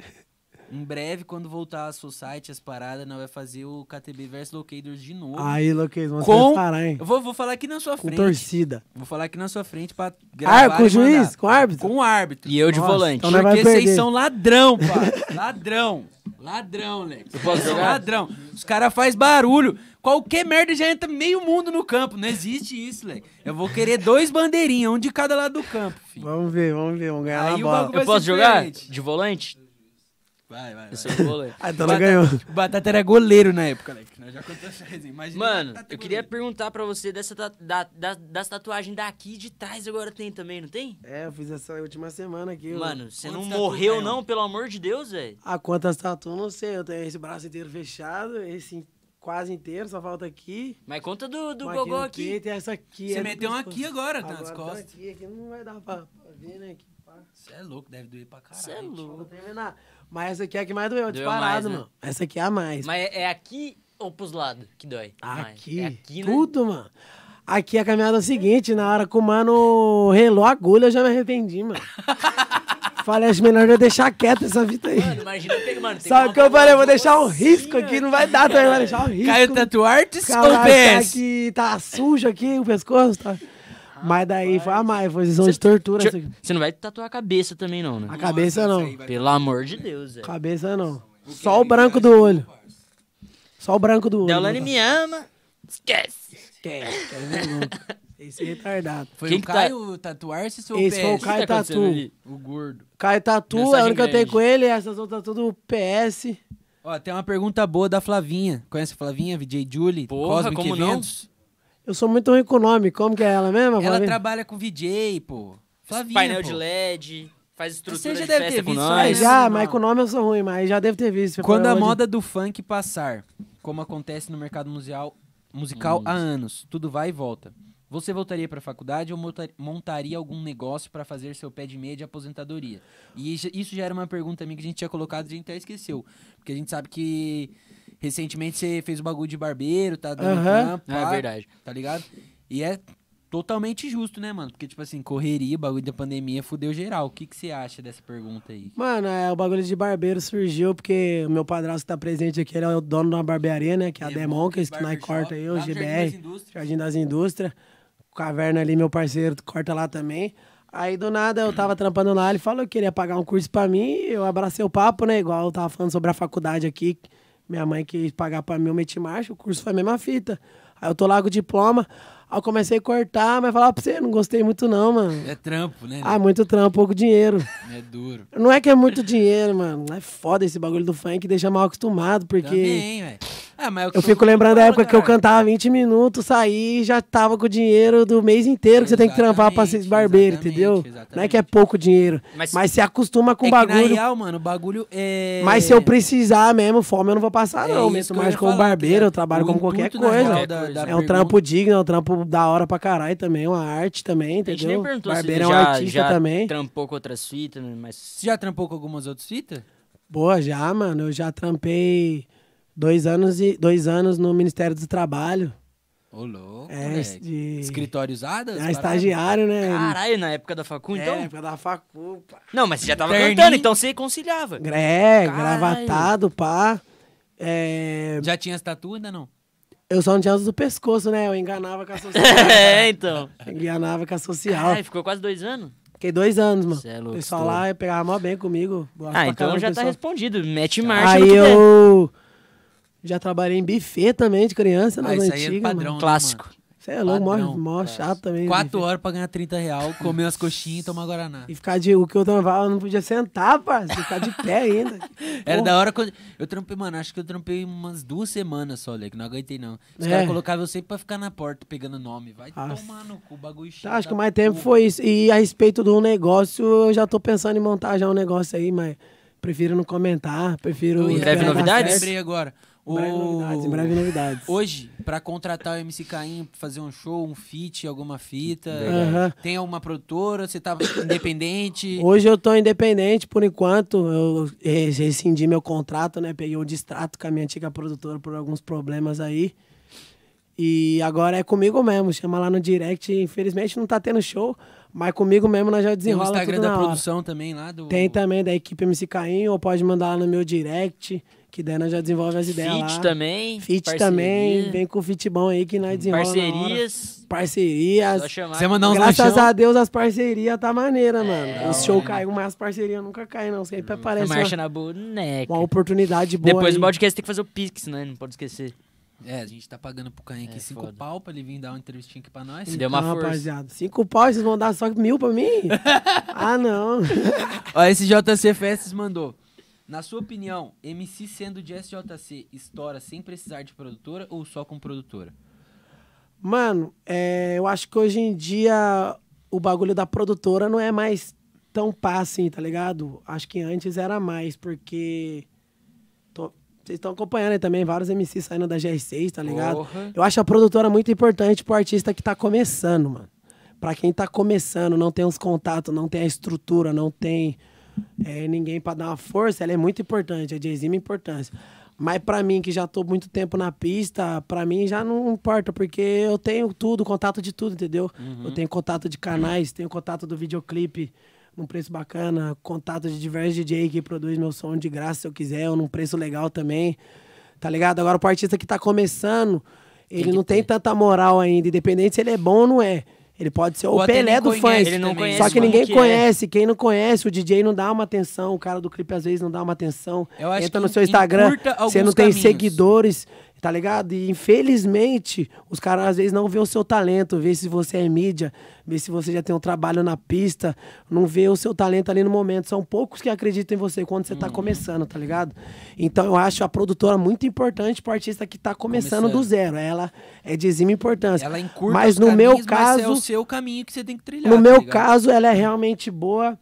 Speaker 1: Em breve, quando voltar a society, as paradas, nós vai fazer o KTB versus Locators de novo.
Speaker 3: Aí, Locator, vamos
Speaker 1: com...
Speaker 3: preparar, hein?
Speaker 1: Eu vou, vou falar aqui na sua
Speaker 3: Com
Speaker 1: frente.
Speaker 3: torcida.
Speaker 1: Vou falar aqui na sua frente pra gravar
Speaker 3: com o
Speaker 1: e mandar.
Speaker 3: juiz? Com o árbitro?
Speaker 1: Com o árbitro.
Speaker 2: E eu de
Speaker 3: Nossa,
Speaker 2: volante.
Speaker 3: então não é vai
Speaker 1: Porque vocês
Speaker 3: perder.
Speaker 1: são ladrão, pá. Ladrão. Ladrão, Lex. Eu
Speaker 2: posso jogar?
Speaker 1: Ladrão. Os caras fazem barulho. Qualquer merda já entra meio mundo no campo. Não existe isso, Lex. Eu vou querer dois bandeirinhas, um de cada lado do campo, filho.
Speaker 3: Vamos ver, vamos ver. Vamos ganhar
Speaker 1: Aí
Speaker 3: na
Speaker 1: o
Speaker 3: bola.
Speaker 1: bagulho-
Speaker 2: Eu
Speaker 1: Vai
Speaker 2: posso
Speaker 1: ser
Speaker 2: jogar?
Speaker 1: diferente.
Speaker 2: De volante?
Speaker 1: Vai, vai,
Speaker 2: Eu sou
Speaker 3: [laughs]
Speaker 2: volante.
Speaker 3: Ah, então ela ganhou.
Speaker 1: O Batata era goleiro na época, Lex. Nós já contamos essa resenha. Imagina o
Speaker 2: Mano,
Speaker 3: tá
Speaker 1: Batata
Speaker 2: eu queria
Speaker 1: goleiro.
Speaker 2: perguntar pra você dessa ta- da, da- das tatuagens daqui e de trás agora tem também, não tem?
Speaker 3: É, eu fiz essa última semana aqui. eu-
Speaker 2: Mano, você não
Speaker 1: Quantas tatu,
Speaker 2: morreu
Speaker 1: Caião?
Speaker 2: não, pelo amor de Deus, velho.
Speaker 3: Ah, quantas tatu, não sei. Eu tenho esse braço inteiro fechado, esse in- quase inteiro, só falta aqui.
Speaker 2: Mas conta do, do
Speaker 3: uma
Speaker 2: gogó
Speaker 3: no
Speaker 2: aqui.
Speaker 3: peito e essa aqui.
Speaker 1: Você
Speaker 3: é do
Speaker 1: meteu um
Speaker 3: pescoço.
Speaker 1: aqui agora, tá, nas
Speaker 3: Agora tá
Speaker 1: costas.
Speaker 3: Aqui, aqui não vai dar pra, pra ver, né? Que pá.
Speaker 1: Você é louco, deve doer pra caralho.
Speaker 2: Você é
Speaker 1: tio.
Speaker 2: louco.
Speaker 3: Vou terminar. Mas essa aqui é a que mais doeu,
Speaker 2: Doeu
Speaker 3: disparado,
Speaker 2: mais, né?
Speaker 3: mano. Essa aqui é a mais. Tá
Speaker 2: Mas é, é aqui ou pros lados que dói? mais?
Speaker 3: Aqui,
Speaker 2: É aqui, né?
Speaker 3: tudo, mano. Aqui a caminhada é o seguinte, na hora que o mano relou a agulha, eu já me arrependi,
Speaker 2: [laughs]
Speaker 3: mano. falei, acho melhor eu deixar quieto essa fita aí.
Speaker 2: Mano, imagina pegar, mano. tem
Speaker 3: Sabe o
Speaker 2: uma
Speaker 3: que eu
Speaker 2: bola
Speaker 3: falei?
Speaker 2: de
Speaker 3: Eu vou deixar o
Speaker 2: bolsinha.
Speaker 3: risco aqui, não vai dar também, vai deixar o risco.
Speaker 1: Caio Tatuartes ou
Speaker 3: Caralho, tá
Speaker 1: PS?
Speaker 3: aqui, tá sujo aqui o pescoço, tá... Mas daí foi a mais, foi sessão de tortura.
Speaker 2: Tio,
Speaker 3: essa aqui.
Speaker 2: Você não vai tatuar a cabeça também, não, né?
Speaker 3: A cabeça não.
Speaker 2: Pelo amor de Deus, velho.
Speaker 3: Cabeça não. Só o branco do olho. Só o branco do olho.
Speaker 2: Deolane me ama. Esquece.
Speaker 3: Quer, quer ver louco. Esse é retardado.
Speaker 1: Foi
Speaker 2: Quem
Speaker 1: o
Speaker 2: que tá-
Speaker 1: Caio Tatuartes ou
Speaker 3: Esse
Speaker 1: PS?
Speaker 3: foi o
Speaker 2: que
Speaker 3: Caio
Speaker 2: tá acontecendo
Speaker 3: Tatu.
Speaker 2: ali?
Speaker 1: O gordo.
Speaker 3: Caio Tatu,
Speaker 2: Mensagem
Speaker 3: é a única que eu tenho
Speaker 2: grande.
Speaker 3: com ele, essas outras tudo PS.
Speaker 1: Ó, tem uma pergunta boa da Flavinha. Conhece a Flavinha, VJ Julie?
Speaker 2: Porra,
Speaker 1: Cosmic
Speaker 2: como não?
Speaker 1: Eventos?
Speaker 3: Eu sou muito ruim com o nome, como que é ela mesma?
Speaker 1: Ela
Speaker 3: Flavinha?
Speaker 1: trabalha com VJ, pô. Flavinha,
Speaker 2: Painel
Speaker 1: pô.
Speaker 2: de LED, faz
Speaker 1: Você
Speaker 2: estrutura
Speaker 1: já
Speaker 2: de
Speaker 1: deve
Speaker 2: festa
Speaker 1: ter
Speaker 2: com
Speaker 1: visto,
Speaker 3: Ah,
Speaker 1: né?
Speaker 2: nós.
Speaker 3: já,
Speaker 1: Esse,
Speaker 3: mas
Speaker 1: mano.
Speaker 3: com o nome eu sou ruim, mas já deve ter visto.
Speaker 1: Quando
Speaker 3: pelo
Speaker 1: a
Speaker 3: amor de-
Speaker 1: moda do funk passar, como acontece no mercado musical, musical há anos, tudo vai e volta. Você voltaria para a faculdade ou monta- montaria algum negócio para fazer seu pé de meia de aposentadoria? E isso- isso já era uma pergunta minha que a gente tinha colocado e a gente até esqueceu. Porque a gente sabe que recentemente você fez o bagulho de barbeiro, tá dando
Speaker 3: Aham.
Speaker 1: trampo,
Speaker 2: Ah, é
Speaker 1: pá,
Speaker 2: verdade.
Speaker 1: Tá ligado? E é totalmente justo, né, mano? Porque, tipo assim, correria, bagulho da pandemia, fudeu geral. O que, que você acha dessa pergunta aí?
Speaker 3: Mano, é, o bagulho de barbeiro surgiu porque o meu padrasto que tá presente aqui, ele é o dono de uma barbearia, né? Que é a Demoncas, que nós corta aí, o GBR, Jardim das Indústrias. Caverna ali, meu parceiro, corta lá também. Aí do nada eu tava trampando lá, ele falou que queria pagar um curso pra mim, eu abracei o papo, né? Igual eu tava falando sobre a faculdade aqui, que minha mãe quis pagar pra mim, eu meti marcha, o curso foi a mesma fita. Aí eu tô lá com o diploma, aí eu comecei a cortar, mas falar pra você, não gostei muito não, mano.
Speaker 1: É trampo, né?
Speaker 3: Ah, muito trampo, pouco dinheiro.
Speaker 1: É duro.
Speaker 3: Não é que é muito dinheiro, mano. É foda esse bagulho do funk, deixa mal acostumado, porque
Speaker 1: Também, velho. Ah, mas é o que
Speaker 3: eu
Speaker 1: todo
Speaker 3: fico
Speaker 1: mundo
Speaker 3: lembrando da
Speaker 1: fala,
Speaker 3: época que eu
Speaker 1: cara.
Speaker 3: cantava 20 minutos, saí e já tava com o dinheiro do mês inteiro que você tem que trampar pra ser
Speaker 1: Exatamente,
Speaker 3: barbeiro,
Speaker 1: exatamente,
Speaker 3: entendeu? Não é que é
Speaker 1: exatamente.
Speaker 3: pouco dinheiro, mas,
Speaker 2: Mas-
Speaker 3: se acostuma com o
Speaker 1: é Que,
Speaker 3: bagulho.
Speaker 1: na real, mano, o bagulho é.
Speaker 3: Mas se eu precisar mesmo, fome eu não vou passar,
Speaker 1: É
Speaker 3: não.
Speaker 1: isso
Speaker 3: Eu meto
Speaker 1: que eu
Speaker 3: mais
Speaker 1: ia
Speaker 3: como
Speaker 1: falar,
Speaker 3: barbeiro,
Speaker 1: que é
Speaker 3: eu trabalho
Speaker 1: o
Speaker 3: como qualquer
Speaker 1: intuito, na
Speaker 3: coisa.
Speaker 1: real, da- da
Speaker 3: é um
Speaker 1: pergunta-
Speaker 3: trampo digno, é um trampo da hora pra caralho também, é uma arte também,
Speaker 2: A
Speaker 3: entendeu?
Speaker 2: gente nem perguntou se
Speaker 3: barbeiro é um
Speaker 2: ele já,
Speaker 3: artista
Speaker 2: já
Speaker 3: também.
Speaker 2: trampou com outras fitas, né, mas...
Speaker 1: Você já trampou com algumas outras fitas?
Speaker 3: Boa, já, mano. Eu já trampei dois anos, e, dois anos no Ministério do Trabalho.
Speaker 1: Ô, louco.
Speaker 3: É,
Speaker 1: moleque.
Speaker 3: de-
Speaker 1: Escritório usado?
Speaker 3: É
Speaker 1: as paradas?
Speaker 3: estagiário, né?
Speaker 2: Caralho, na época da facu,
Speaker 3: É,
Speaker 2: então?
Speaker 3: na época da facu, pá.
Speaker 2: Não, mas você já tava
Speaker 1: Terninho.
Speaker 2: cantando, então você conciliava.
Speaker 3: É,
Speaker 2: Caralho.
Speaker 3: gravatado, pá. É,
Speaker 1: Já tinha as tatu ainda não?
Speaker 3: eu só não tinha uso do pescoço, né? Eu enganava com a social.
Speaker 2: [laughs] [laughs] é, então.
Speaker 3: enganava com a social.
Speaker 2: Caralho, ficou quase dois anos.
Speaker 3: Fiquei dois anos, mano.
Speaker 2: Cê é louco,
Speaker 3: o pessoal
Speaker 2: estou.
Speaker 3: lá pegava mó bem comigo. gosto
Speaker 2: Ah,
Speaker 3: pra
Speaker 2: então
Speaker 3: caramba
Speaker 2: já
Speaker 3: do
Speaker 2: tá
Speaker 3: pessoal.
Speaker 2: respondido. Mete marcha no
Speaker 3: Aí
Speaker 2: que der.
Speaker 3: eu já trabalhei em buffet também de criança, nas
Speaker 1: Ah, isso aí é
Speaker 3: antigas,
Speaker 1: padrão,
Speaker 3: mano.
Speaker 1: né,
Speaker 2: Clássico.
Speaker 3: Você é louco, mó,
Speaker 1: Padrão.
Speaker 3: mó chato também. né?
Speaker 1: mano?
Speaker 3: buffet.
Speaker 1: Quatro horas pra ganhar 30 real, comer umas coxinhas e tomar Guaraná.
Speaker 3: E ficar de. O que eu trampava, eu não podia sentar, parceiro. Ficar de
Speaker 1: [laughs]
Speaker 3: pé ainda.
Speaker 1: Era
Speaker 3: Porra.
Speaker 1: da hora quando. Eu trampei, mano, acho que eu trampei umas duas semanas só, Leque. Não aguentei, não. Os
Speaker 3: É.
Speaker 1: caras colocavam eu sempre pra ficar na porta pegando nome. Vai
Speaker 3: Ah,
Speaker 1: tomar no cu, bagulho chato.
Speaker 3: Tá, acho que o mais tempo foi isso. E a respeito do negócio, eu já tô pensando em montar já um negócio aí, mas prefiro não comentar. Prefiro.
Speaker 1: Em
Speaker 2: Em breve
Speaker 3: esperar dar
Speaker 2: novidades?
Speaker 3: certo.
Speaker 1: Lembrei agora.
Speaker 3: Em breve novidades, em breve novidades.
Speaker 1: Hoje, pra contratar o MC Caim, pra fazer um show, um feat, alguma fita,
Speaker 3: Verdade.
Speaker 1: tem alguma produtora, você
Speaker 3: [coughs]
Speaker 1: tá independente.
Speaker 3: Hoje eu tô independente por enquanto. Eu re- rescindi meu contrato, né? Peguei um distrato com a minha antiga produtora por alguns problemas aí. E agora é comigo mesmo. Chama lá no direct. Infelizmente não tá tendo show, mas comigo mesmo nós já
Speaker 1: Tem o
Speaker 3: desenrola
Speaker 1: Instagram
Speaker 3: tudo na
Speaker 1: da
Speaker 3: hora.
Speaker 1: produção também lá do.
Speaker 2: Uhum.
Speaker 3: Tem tá. também da equipe MC Caim, ou pode mandar lá no meu direct, que daí nós já desenvolve as ideias lá.
Speaker 2: Fit também.
Speaker 3: Fit
Speaker 2: parceria,
Speaker 3: também, vem com o fit bom aí que nós desenrola na hora. um
Speaker 2: Parcerias. Só
Speaker 3: Parcerias.
Speaker 2: chamar.
Speaker 1: Você mandar uns
Speaker 3: Graças
Speaker 1: lanchão?
Speaker 3: a Deus as parcerias tá maneira,
Speaker 2: É,
Speaker 3: mano. Os show caiu, mas as parcerias nunca caem, não. Sempre aparece uma,
Speaker 2: Uhum. Marcha na boneca.
Speaker 3: uma oportunidade boa
Speaker 2: Depois
Speaker 3: aí.
Speaker 2: do podcast tem que fazer o Pix, né? Não pode esquecer.
Speaker 1: É, a gente tá pagando pro Caim aqui cinco
Speaker 2: É foda.
Speaker 1: pau pra ele vir dar uma entrevistinha aqui pra nós.
Speaker 2: Se deu uma
Speaker 3: Então,
Speaker 2: força.
Speaker 3: rapaziada. Cinco pau, vocês vão dar só mil pra mim?
Speaker 2: [laughs]
Speaker 3: ah, não.
Speaker 1: [laughs] Ó, esse JC Festes mandou. Na sua opinião, MC sendo de SJC estoura sem precisar de produtora ou só com produtora?
Speaker 3: Mano, é, eu acho que hoje em dia o bagulho da produtora não é mais tão pá assim, tá ligado? Acho que antes era mais, porque. tô- Vocês estão acompanhando aí também vários MCs saindo da GR6, tá ligado?
Speaker 1: Porra.
Speaker 3: Eu acho a produtora muito importante pro artista que tá começando, mano. Pra quem tá começando, não tem os contatos, não tem a estrutura, não tem é, ninguém pra dar uma força, ela é muito importante, é de exima importância. Mas pra mim, que já tô muito tempo na pista, pra mim já não importa, porque eu tenho tudo, contato de tudo, entendeu? Eu tenho contato de canais, tenho contato do videoclipe num preço bacana, contato de diversos DJ que produz meu som de graça se eu quiser, ou num preço legal também. Tá ligado? Agora, pro artista que tá começando, ele não tem tanta moral ainda, independente se ele é bom ou não é. Ele pode ser
Speaker 1: Ou
Speaker 3: o
Speaker 1: até
Speaker 3: Pelé
Speaker 1: nem
Speaker 3: do
Speaker 1: conhece
Speaker 3: funk.
Speaker 2: ele
Speaker 1: também.
Speaker 2: não
Speaker 1: né?
Speaker 2: conhece
Speaker 3: Só que
Speaker 2: como
Speaker 3: ninguém
Speaker 2: que é.
Speaker 3: conhece. Quem não conhece, o DJ não dá uma atenção. O cara do clipe às vezes não dá uma atenção.
Speaker 1: Eu acho
Speaker 3: Entra
Speaker 1: que
Speaker 3: no seu
Speaker 1: en-
Speaker 3: Instagram,
Speaker 1: encurta alguns
Speaker 3: você não tem
Speaker 1: caminhos.
Speaker 3: seguidores, tá ligado? E infelizmente, os caras às vezes não vê o seu talento, vê se você é mídia, vê se você já tem um trabalho na pista, não vê o seu talento ali no momento. São poucos que acreditam em você quando
Speaker 1: Uhum.
Speaker 3: você tá começando, tá ligado? Então eu acho a produtora muito importante pro artista que tá começando, do
Speaker 1: Começando.
Speaker 3: zero. Ela é de exima importância.
Speaker 1: Ela encurta
Speaker 3: mas
Speaker 1: os
Speaker 3: no
Speaker 1: caminhos,
Speaker 3: meu caso,
Speaker 1: mas é o seu caminho que você tem que trilhar.
Speaker 3: no
Speaker 1: tá
Speaker 3: meu
Speaker 1: ligado?
Speaker 3: caso, ela é realmente boa.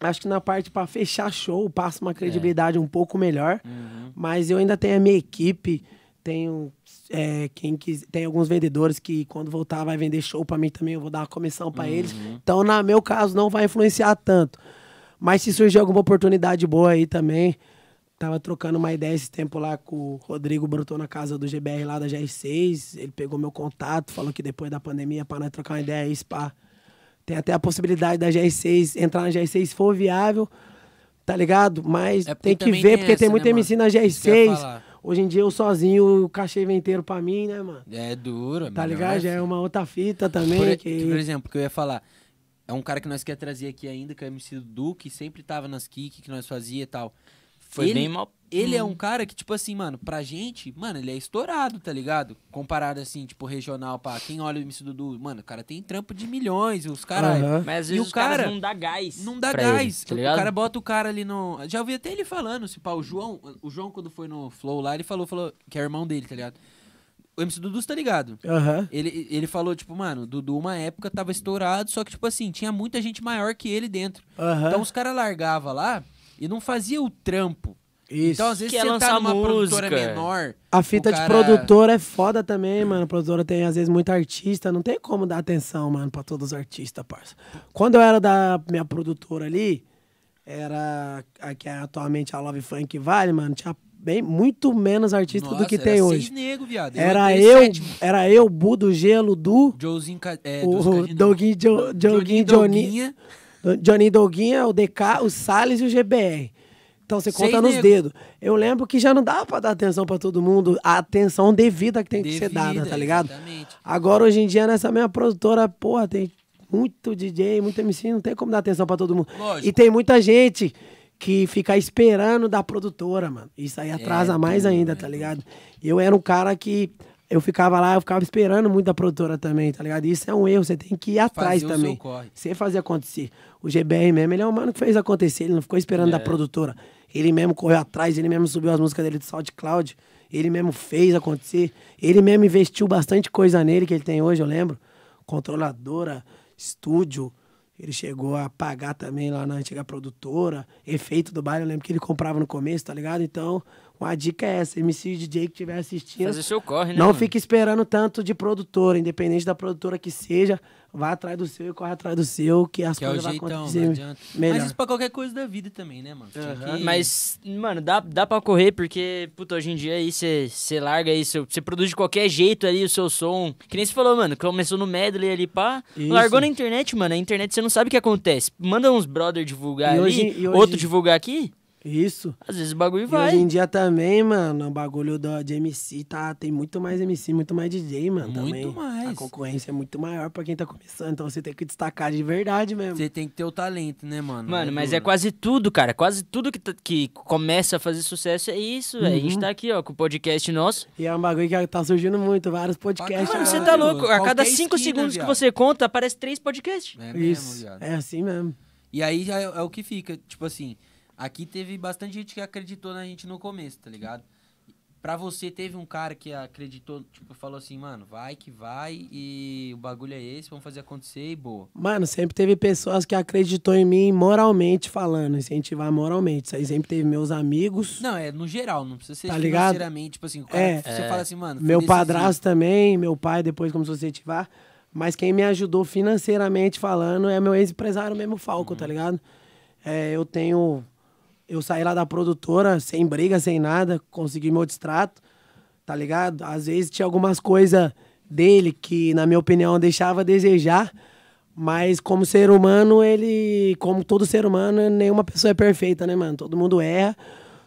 Speaker 3: Acho que na parte pra fechar show passa uma credibilidade um pouco melhor.
Speaker 1: Uhum.
Speaker 3: Mas eu ainda tenho a minha equipe, tenho é, quem quis, tem alguns vendedores que quando voltar vai vender show pra mim também, eu vou dar uma comissão pra eles. Então, no meu caso, não vai influenciar tanto. Mas se surgir alguma oportunidade boa aí também, tava trocando uma ideia esse tempo lá com o Rodrigo Bruton na casa do GBR lá da GR6. Ele pegou meu contato, falou que depois da pandemia, pra nós trocar uma ideia aí, pá. Tem até a possibilidade da GR6 entrar na GR6 se for viável, tá ligado? Mas
Speaker 1: É porque
Speaker 3: tem que
Speaker 1: também
Speaker 3: ver,
Speaker 1: tem
Speaker 3: porque tem
Speaker 1: essa,
Speaker 3: muita
Speaker 1: né,
Speaker 3: MC na
Speaker 1: mano? Isso que eu ia
Speaker 3: GR6.
Speaker 1: falar.
Speaker 3: Hoje em dia eu sozinho, o cachê vem inteiro pra mim, né, mano?
Speaker 1: É duro,
Speaker 3: Tá
Speaker 1: melhor,
Speaker 3: ligado? Já é
Speaker 1: filho.
Speaker 3: um uma outra fita também.
Speaker 1: Por,
Speaker 3: que...
Speaker 1: por exemplo, que eu ia falar. É um cara que nós quer trazer aqui ainda, que é o MC Dudu, que sempre tava nas kick que nós fazia e tal.
Speaker 2: Foi
Speaker 1: ele,
Speaker 2: bem mal.
Speaker 1: Ele é um cara que, tipo assim, mano, pra gente, mano, ele é estourado, tá ligado? Comparado, assim, tipo, regional, pá. Quem olha o MC Dudu, mano, o cara tem trampo de milhões, os caras.
Speaker 3: Aham.
Speaker 2: Mas
Speaker 1: E
Speaker 2: às vezes
Speaker 1: o
Speaker 2: os caras
Speaker 1: cara
Speaker 2: não dá gás.
Speaker 1: Não dá
Speaker 2: pra
Speaker 1: gás.
Speaker 2: ele, tá
Speaker 1: o
Speaker 2: ligado?
Speaker 3: é
Speaker 1: cara bota o cara ali no. Já ouvi até ele falando, se pá, o João. O João, quando foi no Flow lá, ele falou, falou que é irmão dele, tá ligado? O MC Dudu, você tá ligado?
Speaker 3: Aham.
Speaker 1: Ele, ele falou, tipo, mano, Dudu, uma época tava estourado, só que, tipo assim, tinha muita gente maior que ele dentro.
Speaker 3: Aham.
Speaker 1: Então os caras largavam lá e não fazia o trampo.
Speaker 3: Isso.
Speaker 1: Então, às vezes,
Speaker 2: Que é
Speaker 1: você tá
Speaker 2: lançar
Speaker 1: numa produtora
Speaker 2: música.
Speaker 1: menor.
Speaker 3: A fita
Speaker 1: o cara-
Speaker 3: de produtora é foda também, mano. A produtora tem, às vezes, muito artista. Não tem como dar atenção, mano, pra todos os artistas, parça. Quando eu era da minha produtora ali, era a que é atualmente a Love Funk Vale, mano, tinha bem, muito menos artista é do que
Speaker 1: Nossa,
Speaker 3: tem
Speaker 1: era
Speaker 3: hoje.
Speaker 1: Seis nego, viado.
Speaker 3: Era
Speaker 1: entrei
Speaker 3: eu,
Speaker 1: sétimo.
Speaker 3: era eu, Bu do Gelo, Du,
Speaker 1: Joezinho. Ca- É, dos
Speaker 3: o
Speaker 1: Cadinho-
Speaker 3: Doguinho, Jo- Doguinho,
Speaker 1: Joguinho
Speaker 3: Johnny,
Speaker 1: Doguinha.
Speaker 3: Johnny Doguinha, o DK, o Salles e o GBR. Então você
Speaker 1: Seis
Speaker 3: conta nos
Speaker 1: nego.
Speaker 3: dedos. Eu lembro que já não dava pra dar atenção pra todo mundo, a atenção devida que tem que ser dada,
Speaker 1: Devida,
Speaker 3: tá ligado?
Speaker 1: exatamente.
Speaker 3: Agora hoje em dia nessa mesma produtora, porra, tem muito DJ, muito MC, não tem como dar atenção pra todo mundo.
Speaker 1: Lógico.
Speaker 3: E tem muita gente que fica esperando da produtora, mano. Isso
Speaker 1: É,
Speaker 3: aí atrasa mais ainda, tá ligado? Eu era um cara que eu ficava lá, eu ficava esperando muito da produtora também, tá ligado? Isso é um erro, você tem que ir atrás
Speaker 1: o seu
Speaker 3: também.
Speaker 1: corre.
Speaker 3: Você fazer acontecer. O GBR mesmo, ele é um mano que fez acontecer, ele não ficou esperando
Speaker 2: É.
Speaker 3: da produtora. Ele mesmo correu atrás, ele mesmo subiu as músicas dele do SoundCloud, ele mesmo fez acontecer, ele mesmo investiu bastante coisa nele que ele tem hoje, eu lembro. Controladora, estúdio, ele chegou a pagar também lá na antiga produtora, efeito do baile, eu lembro que ele comprava no começo, tá ligado? Então, uma dica é essa, MC e DJ que estiver assistindo,
Speaker 2: Fazer seu corre, né?
Speaker 3: não
Speaker 2: mano?
Speaker 3: fique esperando tanto de produtora, independente da produtora que seja, vá atrás do seu e corre atrás do seu, que as
Speaker 1: Que é o
Speaker 3: coisas vão
Speaker 1: jeitão,
Speaker 3: acontecer
Speaker 1: não adianta. Mas
Speaker 3: melhor.
Speaker 1: isso pra qualquer coisa da vida também, né, mano? Tinha que-
Speaker 2: Uhum. Mas, mano, dá, dá pra correr, porque, puta, hoje em dia aí você larga aí, você produz de qualquer jeito ali o seu som. Que nem você falou, mano, começou no medley ali, pá,
Speaker 3: Isso.
Speaker 2: largou na internet, mano. A internet você não sabe o que acontece. Manda uns brother divulgar
Speaker 3: E
Speaker 2: ali,
Speaker 3: hoje- e hoje-
Speaker 2: outro divulgar aqui,
Speaker 3: Isso.
Speaker 2: às vezes o bagulho
Speaker 3: E hoje
Speaker 2: vai.
Speaker 3: em dia também, mano, o bagulho do, de MC tá, tem muito mais MC, muito mais DJ, mano.
Speaker 1: Muito
Speaker 3: também.
Speaker 1: mais.
Speaker 3: A concorrência é muito maior pra quem tá começando, então você tem que destacar de verdade mesmo.
Speaker 1: Você tem que ter o talento, né, mano?
Speaker 2: Mano, mas
Speaker 1: duro.
Speaker 3: Uhum.
Speaker 2: é quase tudo, cara. Quase tudo que, tá- que começa a fazer sucesso é isso, velho. A gente
Speaker 3: Uhum.
Speaker 2: tá aqui, ó, com o podcast nosso.
Speaker 3: E é um bagulho que tá surgindo muito, vários podcasts.
Speaker 2: Mano,
Speaker 1: Caralho, é
Speaker 2: você tá louco. A cada
Speaker 1: qualquer
Speaker 2: cinco
Speaker 1: esquina,
Speaker 2: segundos
Speaker 1: viado.
Speaker 2: que você conta, aparece três podcasts.
Speaker 1: É mesmo,
Speaker 3: Isso.
Speaker 1: viado.
Speaker 3: É assim mesmo.
Speaker 1: E aí já é, é o que fica. Tipo assim, aqui teve bastante gente que acreditou na gente no começo, tá ligado? Pra você, teve um cara que acreditou, tipo, falou assim, mano, vai que vai e o bagulho é esse, vamos fazer acontecer e boa.
Speaker 3: Mano, sempre teve pessoas que acreditou em mim moralmente falando, incentivar moralmente. Isso aí sempre teve meus amigos,
Speaker 1: Não, é no geral, não precisa ser
Speaker 3: Tá ligado?
Speaker 1: financeiramente, tipo assim, o cara,
Speaker 3: É.
Speaker 1: você fala assim, mano... foi
Speaker 3: meu
Speaker 1: decisivo.
Speaker 3: padrasto também, meu pai depois começou a incentivar. Mas quem me ajudou
Speaker 1: Uhum.
Speaker 3: financeiramente falando é meu ex-empresário mesmo, Falco, tá ligado? É, eu tenho Eu saí lá da produtora, sem briga, sem nada, consegui meu distrato, tá ligado? Às vezes tinha algumas coisas dele que, na minha opinião, deixava a desejar, mas como ser humano, ele. Como todo ser humano, nenhuma pessoa é perfeita, né, mano? Todo mundo erra.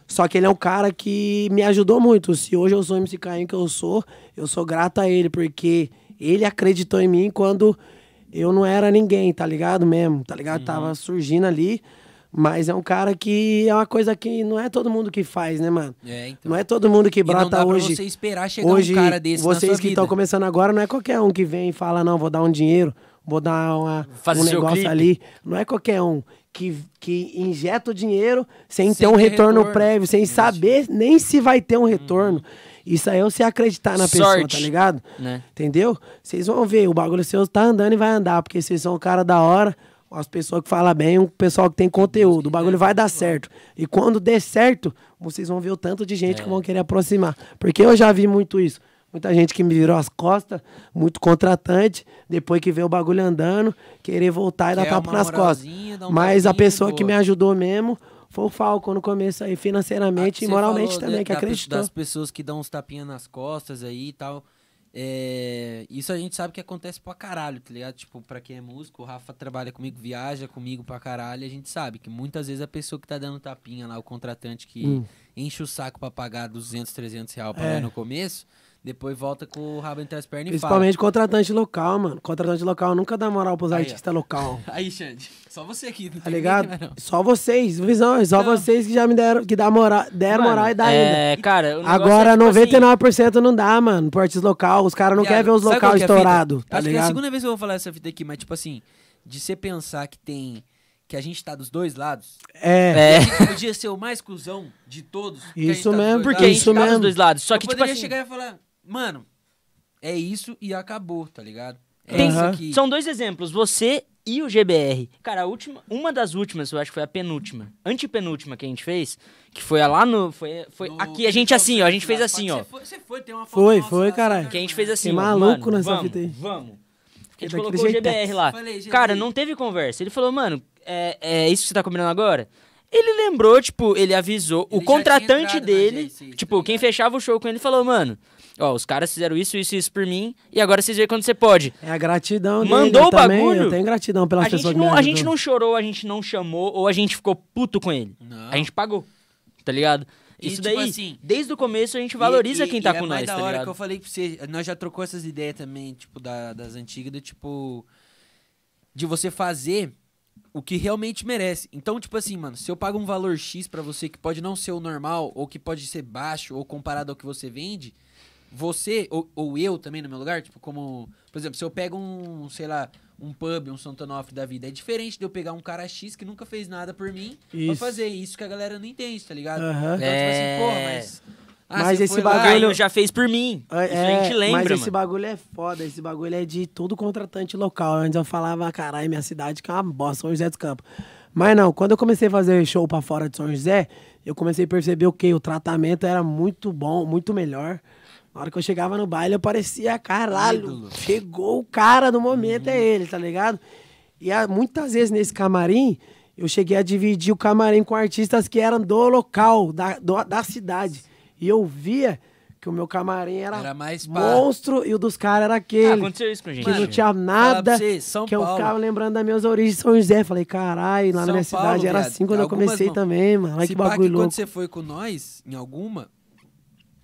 Speaker 3: Só que ele é um cara que me ajudou muito. Se hoje eu sou o MC Caim que eu sou, eu sou grato a ele, porque ele acreditou em mim quando eu não era ninguém, tá ligado mesmo? Tá ligado? Tava surgindo ali. Mas é um cara que é uma coisa que não é todo mundo que faz, né, mano?
Speaker 1: É, então.
Speaker 3: Não é todo mundo que
Speaker 1: não
Speaker 3: brota
Speaker 1: dá pra
Speaker 3: hoje.
Speaker 1: você esperar chegar um
Speaker 3: hoje,
Speaker 1: cara desse na
Speaker 3: Vocês
Speaker 1: sua
Speaker 3: que
Speaker 1: vida.
Speaker 3: estão começando agora, não é qualquer um que vem e fala, não, vou dar um dinheiro, vou dar uma,
Speaker 2: Fazer
Speaker 3: um
Speaker 2: seu
Speaker 3: negócio
Speaker 2: clipe.
Speaker 3: ali. Não é qualquer um que, que injeta o dinheiro sem,
Speaker 1: Sem
Speaker 3: ter um
Speaker 1: ter
Speaker 3: retorno,
Speaker 1: retorno. Uhum.
Speaker 3: prévio, sem saber nem se vai ter um retorno. Isso aí é você acreditar na pessoa, tá
Speaker 2: Sorte.
Speaker 3: ligado?
Speaker 2: Né?
Speaker 3: Entendeu? Vocês vão ver, o bagulho seu tá andando e vai andar, porque vocês são um cara da hora, as pessoas que falam bem, o pessoal que tem conteúdo, o bagulho vai dar certo. E quando der certo, vocês vão ver o tanto de
Speaker 1: É.
Speaker 3: gente que vão querer aproximar. Porque eu já vi muito isso. Muita gente que me virou as costas, muito contratante, depois que vê o bagulho andando, querer voltar e dar
Speaker 1: Quer
Speaker 3: tapa
Speaker 1: uma
Speaker 3: nas costas.
Speaker 1: moralzinha, dá um
Speaker 3: Mas a
Speaker 1: tapinha,
Speaker 3: pessoa que
Speaker 1: boa.
Speaker 3: me ajudou mesmo foi o Falco no começo aí, financeiramente
Speaker 1: Ah, Você
Speaker 3: e moralmente
Speaker 1: falou
Speaker 3: também,
Speaker 1: da-
Speaker 3: que
Speaker 1: da pe-
Speaker 3: acreditou.
Speaker 1: Das pessoas que dão uns tapinhas nas costas aí e tal. É, isso a gente sabe que acontece pra caralho, tá ligado? Tipo, pra quem é músico, o Rafa trabalha comigo, viaja comigo pra caralho, a gente sabe que muitas vezes a pessoa que tá dando tapinha lá, o contratante que enche o saco pra pagar 200, 300 reais pra
Speaker 3: Hum. É.
Speaker 1: nós no começo, depois volta com o rabo entre as pernas e fala.
Speaker 3: Principalmente contratante local, mano. Contratante local nunca dá moral pros
Speaker 2: [laughs]
Speaker 3: artistas local.
Speaker 1: Aí, Xande, só você aqui, não
Speaker 3: Tá
Speaker 1: tem ninguém mais
Speaker 3: ligado?
Speaker 1: não.
Speaker 3: Só vocês, visão, é só vocês que já me deram, que dá moral, deram
Speaker 2: Mano,
Speaker 3: moral e dá ainda.
Speaker 2: é, Cara, o negócio
Speaker 3: Agora,
Speaker 2: é, tipo,
Speaker 3: 99% não dá, mano, pro artista local. Os caras não
Speaker 1: Viado,
Speaker 3: querem ver os
Speaker 1: sabe qual
Speaker 3: locais
Speaker 1: que é a fita?
Speaker 3: estourados, tá
Speaker 1: Acho que é a
Speaker 3: ligado?
Speaker 1: segunda vez que eu vou falar essa fita aqui, mas tipo assim, de você pensar que tem. Que a gente tá dos dois lados.
Speaker 2: assim, [laughs]
Speaker 3: É,
Speaker 1: A gente
Speaker 3: [laughs]
Speaker 1: podia ser o mais cuzão de todos. porque a gente
Speaker 3: Isso
Speaker 1: tá dos
Speaker 3: mesmo,
Speaker 1: dois
Speaker 2: Porque
Speaker 1: lados.
Speaker 2: a
Speaker 3: Isso
Speaker 2: gente tá
Speaker 3: mesmo.
Speaker 2: dos dois lados. Só
Speaker 1: Eu
Speaker 2: que, tipo
Speaker 1: poderia
Speaker 2: assim,
Speaker 1: chegar e falar, mano, é isso e acabou, tá ligado? É
Speaker 2: Tem- um
Speaker 1: isso
Speaker 3: Aham.
Speaker 1: aqui.
Speaker 2: São dois exemplos, você e o GBR. Cara, a última, uma das últimas, eu acho que foi a penúltima, antepenúltima que a gente fez, que foi a lá no, foi, foi
Speaker 1: No- é
Speaker 2: aqui, a gente assim, ó, a gente fez assim, ó.
Speaker 1: Você foi, você foi, tem uma foto
Speaker 3: Foi,
Speaker 1: nossa
Speaker 3: foi,
Speaker 1: lá, né?
Speaker 3: caralho.
Speaker 1: sabe?
Speaker 2: Que a gente fez assim,
Speaker 3: Fiquei
Speaker 2: ó,
Speaker 3: maluco
Speaker 2: mano,
Speaker 3: nessa
Speaker 2: vamos,
Speaker 3: fita aí.
Speaker 2: Vamos. A
Speaker 3: Fiquei
Speaker 2: gente
Speaker 3: daquele
Speaker 2: colocou o
Speaker 3: jeitão.
Speaker 2: GBR lá.
Speaker 1: Falei, GBR.
Speaker 2: Cara, não teve conversa. Ele falou, mano, é, é isso que você tá combinando agora? Ele lembrou, tipo, ele
Speaker 1: Ele
Speaker 2: avisou
Speaker 1: já
Speaker 2: o
Speaker 1: tinha
Speaker 2: contratante
Speaker 1: entrado na
Speaker 2: dele,
Speaker 1: agência, tá
Speaker 2: tipo, quem
Speaker 1: ligado?
Speaker 2: fechava o show com ele falou, mano, ó, os caras fizeram isso, isso, e isso por mim, e agora vocês veem quando você pode.
Speaker 3: é a gratidão dele,
Speaker 2: Mandou
Speaker 3: eu
Speaker 2: o
Speaker 3: também,
Speaker 2: bagulho?
Speaker 3: Eu tenho gratidão pelas
Speaker 2: A gente,
Speaker 3: pessoas que me
Speaker 2: não, a gente
Speaker 3: ajudam.
Speaker 2: não chorou, a gente não chamou, ou a gente ficou puto com ele.
Speaker 1: Não.
Speaker 2: A gente pagou, tá ligado?
Speaker 1: E,
Speaker 2: Isso
Speaker 1: tipo
Speaker 2: daí,
Speaker 1: assim,
Speaker 2: desde o começo, a gente valoriza
Speaker 1: E- e-
Speaker 2: quem tá
Speaker 1: e
Speaker 2: com
Speaker 1: é mais
Speaker 2: nós,
Speaker 1: da
Speaker 2: tá
Speaker 1: hora
Speaker 2: ligado?
Speaker 1: que eu falei pra você, nós já trocou essas ideias também, tipo, da- das antigas, do tipo. De você fazer o que realmente merece. Então, tipo assim, mano, se eu pago um valor X pra você que pode não ser o normal, ou que pode ser baixo, ou comparado ao que você vende, você, ou, ou eu também no meu lugar, tipo, como. Por exemplo, se eu pego um, sei lá, um pub, um Santanoff da vida, é diferente de eu pegar um cara X que nunca fez nada por mim pra
Speaker 3: Isso.
Speaker 1: fazer. Isso que a galera não entende, tá ligado? Então,
Speaker 3: Aham.
Speaker 1: tipo assim, pô,
Speaker 2: É.
Speaker 1: mas. Ah,
Speaker 3: Mas
Speaker 1: você
Speaker 3: esse
Speaker 1: foi
Speaker 2: O
Speaker 1: lá-
Speaker 3: bagulho-
Speaker 2: Caio já fez por mim.
Speaker 3: É,
Speaker 2: isso a gente lembra,
Speaker 3: mas esse
Speaker 2: mano.
Speaker 3: bagulho é foda, esse bagulho é de todo contratante local. Antes eu falava, caralho, minha cidade que é uma bosta, São José dos Campos. Mas não, quando eu comecei a fazer show pra fora de São José, eu comecei a perceber o que o tratamento era muito bom, muito melhor. Na hora que eu chegava no baile, eu parecia, caralho, chegou o cara do momento,
Speaker 1: Uhum.
Speaker 3: é ele, tá ligado? E há- muitas vezes nesse camarim, eu cheguei a dividir o camarim com artistas que eram do local, da, do- da cidade. E eu via que o meu camarim era,
Speaker 1: Era mais pá.
Speaker 3: monstro e o dos caras era
Speaker 2: Ah,
Speaker 3: aquele.
Speaker 2: aconteceu isso com a gente.
Speaker 3: que não
Speaker 2: mano.
Speaker 3: tinha nada.
Speaker 1: pra você, São
Speaker 3: que eu
Speaker 1: Paulo.
Speaker 3: ficava lembrando das minhas origens de São José. Falei, caralho, lá na
Speaker 1: São
Speaker 3: minha
Speaker 1: Paulo,
Speaker 3: cidade era
Speaker 1: viado.
Speaker 3: assim quando eu
Speaker 1: Algumas,
Speaker 3: comecei
Speaker 1: mano,
Speaker 3: também, mano. Olha
Speaker 1: se
Speaker 3: que
Speaker 1: pá
Speaker 3: bagulho
Speaker 1: quando
Speaker 3: louco.
Speaker 1: você foi com nós, em alguma,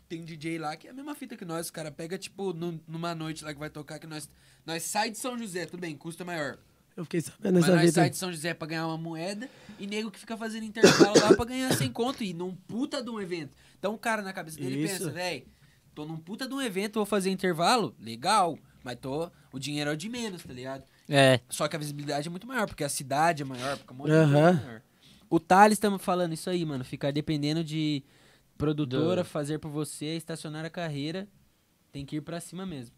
Speaker 1: tem um DJ lá que é a mesma fita que nós. O cara pega, tipo, num- numa noite lá que vai tocar, que nós. Nós sai de São José, tudo bem, custa maior.
Speaker 3: Eu fiquei sabendo
Speaker 1: Mas
Speaker 3: dessa
Speaker 1: nós
Speaker 3: vida.
Speaker 1: sai de São José pra ganhar uma moeda e nego que fica fazendo intervalo lá pra ganhar sem conto e num puta de um evento. Então o cara na cabeça dele
Speaker 3: Isso.
Speaker 1: pensa, véi, tô num puta de um evento, vou fazer intervalo, legal, mas tô. O dinheiro é o de menos, tá ligado?
Speaker 2: É.
Speaker 1: Só que a visibilidade é muito maior, porque a cidade é maior, porque um monte de
Speaker 3: Aham.
Speaker 1: coisa é maior. O Thales estamos falando isso aí, mano. Ficar dependendo de produtora, fazer por você, estacionar a carreira. Tem que ir pra cima mesmo.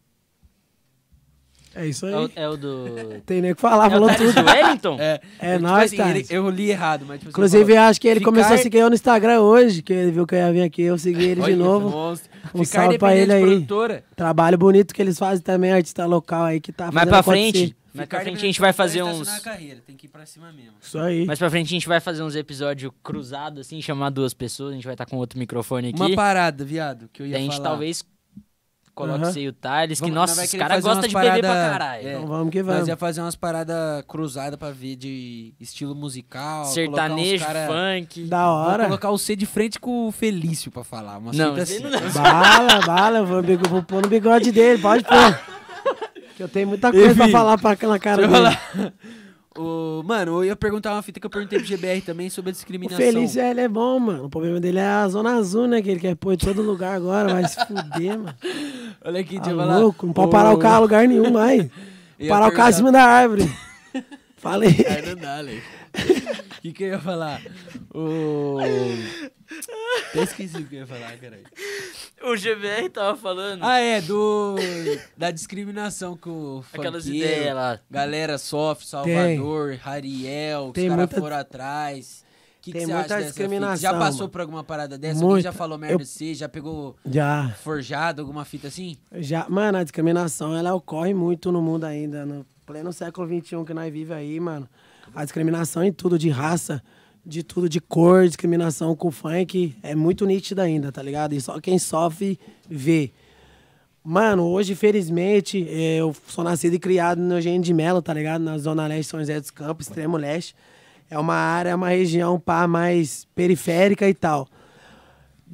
Speaker 1: tá-
Speaker 3: É isso
Speaker 2: É o,
Speaker 3: aí.
Speaker 2: é o do.
Speaker 3: Tem nem o que falar,
Speaker 2: é o
Speaker 3: falou
Speaker 2: Thales
Speaker 3: Tá tudo.
Speaker 2: Wellington?
Speaker 3: É nóis,
Speaker 1: tipo assim, ele-
Speaker 3: Thales.
Speaker 1: Eu li errado, mas tipo, assim,
Speaker 3: Inclusive,
Speaker 1: falou,
Speaker 3: eu acho que ele
Speaker 1: Ficar-
Speaker 3: começou a seguir eu no Instagram hoje, que ele viu que eu ia vir aqui, eu segui ele
Speaker 1: olha,
Speaker 3: de novo.
Speaker 1: monstro.
Speaker 3: Um
Speaker 1: Ficar
Speaker 3: salve pra
Speaker 1: dependendo
Speaker 3: ele
Speaker 1: de
Speaker 3: aí.
Speaker 1: produtora.
Speaker 3: Trabalho bonito que eles fazem também, artista local aí que tá
Speaker 2: Mais
Speaker 3: fazendo
Speaker 2: pra frente,
Speaker 3: acontecer.
Speaker 2: Mais
Speaker 1: Ficar
Speaker 2: pra frente
Speaker 1: dependendo
Speaker 2: a gente
Speaker 1: de
Speaker 2: vai
Speaker 1: como
Speaker 2: fazer
Speaker 1: vai estacionar
Speaker 2: uns-
Speaker 1: a carreira, tem que ir pra cima mesmo.
Speaker 3: Isso aí.
Speaker 2: Mais pra frente a gente vai fazer uns episódios cruzados, assim, chamar duas pessoas, a gente vai estar com outro microfone aqui.
Speaker 1: Uma parada, viado, que eu
Speaker 2: Daí
Speaker 1: ia
Speaker 2: a gente
Speaker 1: falar.
Speaker 2: talvez coloque
Speaker 3: Aham.
Speaker 2: isso aí o Thales, que,
Speaker 1: Vamos- nós
Speaker 2: nossa,
Speaker 1: vai
Speaker 2: esse
Speaker 1: querer
Speaker 2: cara
Speaker 1: fazer umas
Speaker 2: gosta de beber pra
Speaker 1: parada-
Speaker 2: caralho.
Speaker 1: é.
Speaker 3: Então vamos que
Speaker 1: Nós
Speaker 3: vamos.
Speaker 1: ia fazer umas paradas cruzadas pra ver de estilo musical.
Speaker 2: Sertanejo,
Speaker 1: colocar uns cara...
Speaker 2: funk.
Speaker 3: Da
Speaker 1: Vou
Speaker 3: hora.
Speaker 1: colocar o C de frente com o Felício pra falar. Uma
Speaker 2: Não,
Speaker 1: fita
Speaker 2: esse
Speaker 1: assim.
Speaker 2: não é dá.
Speaker 3: Bala, bala, eu vou, bigo- vou pôr no bigode dele, pode pôr. Que eu tenho muita coisa pra
Speaker 1: Enfim,
Speaker 3: falar pra aquela cara
Speaker 1: Deixa eu
Speaker 3: dele.
Speaker 1: falar. [laughs] Ô, mano, eu ia perguntar uma fita que eu perguntei pro GBR também sobre a
Speaker 3: O
Speaker 1: discriminação.
Speaker 3: Felício, ele é bom, mano. O problema dele é a Zona Azul, né? Que ele quer pôr em todo lugar agora, vai se fuder, mano.
Speaker 1: Olha aqui,
Speaker 3: Tá
Speaker 1: deixa eu falar.
Speaker 3: louco, não pode parar o carro em lugar
Speaker 1: [laughs]
Speaker 3: nenhum mais.
Speaker 1: Eu ia
Speaker 3: Parar o carro
Speaker 1: perguntar-
Speaker 3: em cima da árvore. Falei.
Speaker 1: [laughs] Ai, não dá, Lei. O que, que eu ia falar? O. Até esqueci o que eu ia falar, caralho.
Speaker 2: O GBR tava falando
Speaker 1: Ah, é, do. Da discriminação que o.
Speaker 2: aquelas
Speaker 1: funkeiro,
Speaker 2: ideias lá.
Speaker 1: Galera sofre, Salvador, Rariel, os
Speaker 3: Tem
Speaker 1: caras
Speaker 3: muita-
Speaker 1: foram atrás. O que, que
Speaker 3: Tem
Speaker 1: você
Speaker 3: muita
Speaker 1: acha dessa
Speaker 3: discriminação,
Speaker 1: fita? Já passou
Speaker 3: mano.
Speaker 1: por alguma parada dessa? Alguém já
Speaker 3: Muita.
Speaker 1: falou merda
Speaker 3: Eu-
Speaker 1: assim? Já pegou
Speaker 3: Já,
Speaker 1: forjado, alguma fita assim?
Speaker 3: já. Mano, a discriminação, ela ocorre muito no mundo ainda. No pleno século XXI que nós vivemos aí, mano. A discriminação em tudo, de raça, de tudo, de cor, discriminação com funk, é muito nítida ainda, tá ligado? E só quem sofre vê. Mano, hoje, felizmente, eh, eu sou nascido e criado no Eugênio de Melo, tá ligado? Na Zona Leste, São José dos Campos, extremo leste. É uma área, é uma região pá, mais periférica e tal.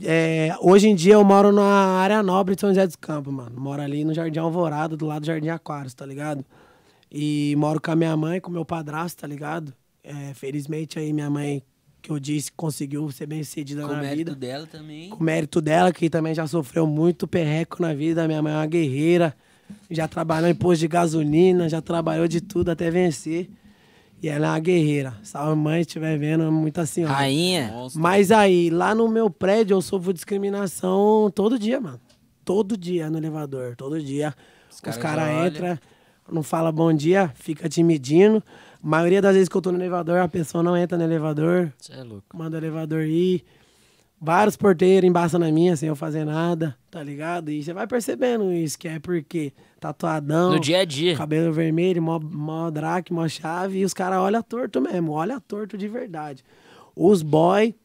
Speaker 3: É, hoje em dia eu moro na área nobre de São José dos Campos, mano. Moro ali no Jardim Alvorada, do lado do Jardim Aquários, tá ligado? E moro com a minha mãe, com meu padrasto, tá ligado? É, felizmente aí minha mãe, que eu disse, conseguiu ser bem sucedida
Speaker 1: Com o
Speaker 3: na
Speaker 1: mérito
Speaker 3: vida
Speaker 1: dela também.
Speaker 3: com o mérito dela, que também já sofreu muito perreco na vida. Minha mãe é uma guerreira, já trabalhou em posto de gasolina, já trabalhou de tudo até vencer. E ela é uma guerreira. Salve, mãe, se estiver vendo, muita senhora.
Speaker 2: Rainha.
Speaker 1: Nossa.
Speaker 3: Mas aí, lá no meu prédio, eu sofro discriminação todo dia, mano. Todo dia no elevador, todo dia. Os
Speaker 1: caras
Speaker 3: caras
Speaker 1: já
Speaker 3: cara
Speaker 1: olham.
Speaker 3: entram, não fala bom dia, fica te medindo. A maioria das vezes que eu tô no elevador, a pessoa não entra no elevador,
Speaker 2: Você é louco.
Speaker 3: manda o elevador ir. Vários porteiros embaçam na minha sem eu fazer nada, tá ligado? E você vai percebendo isso, que é porque tatuadão,
Speaker 2: No dia a dia.
Speaker 3: cabelo vermelho, mó, mó draque, mó chave, e os caras olham torto mesmo, olha torto de verdade. Os boy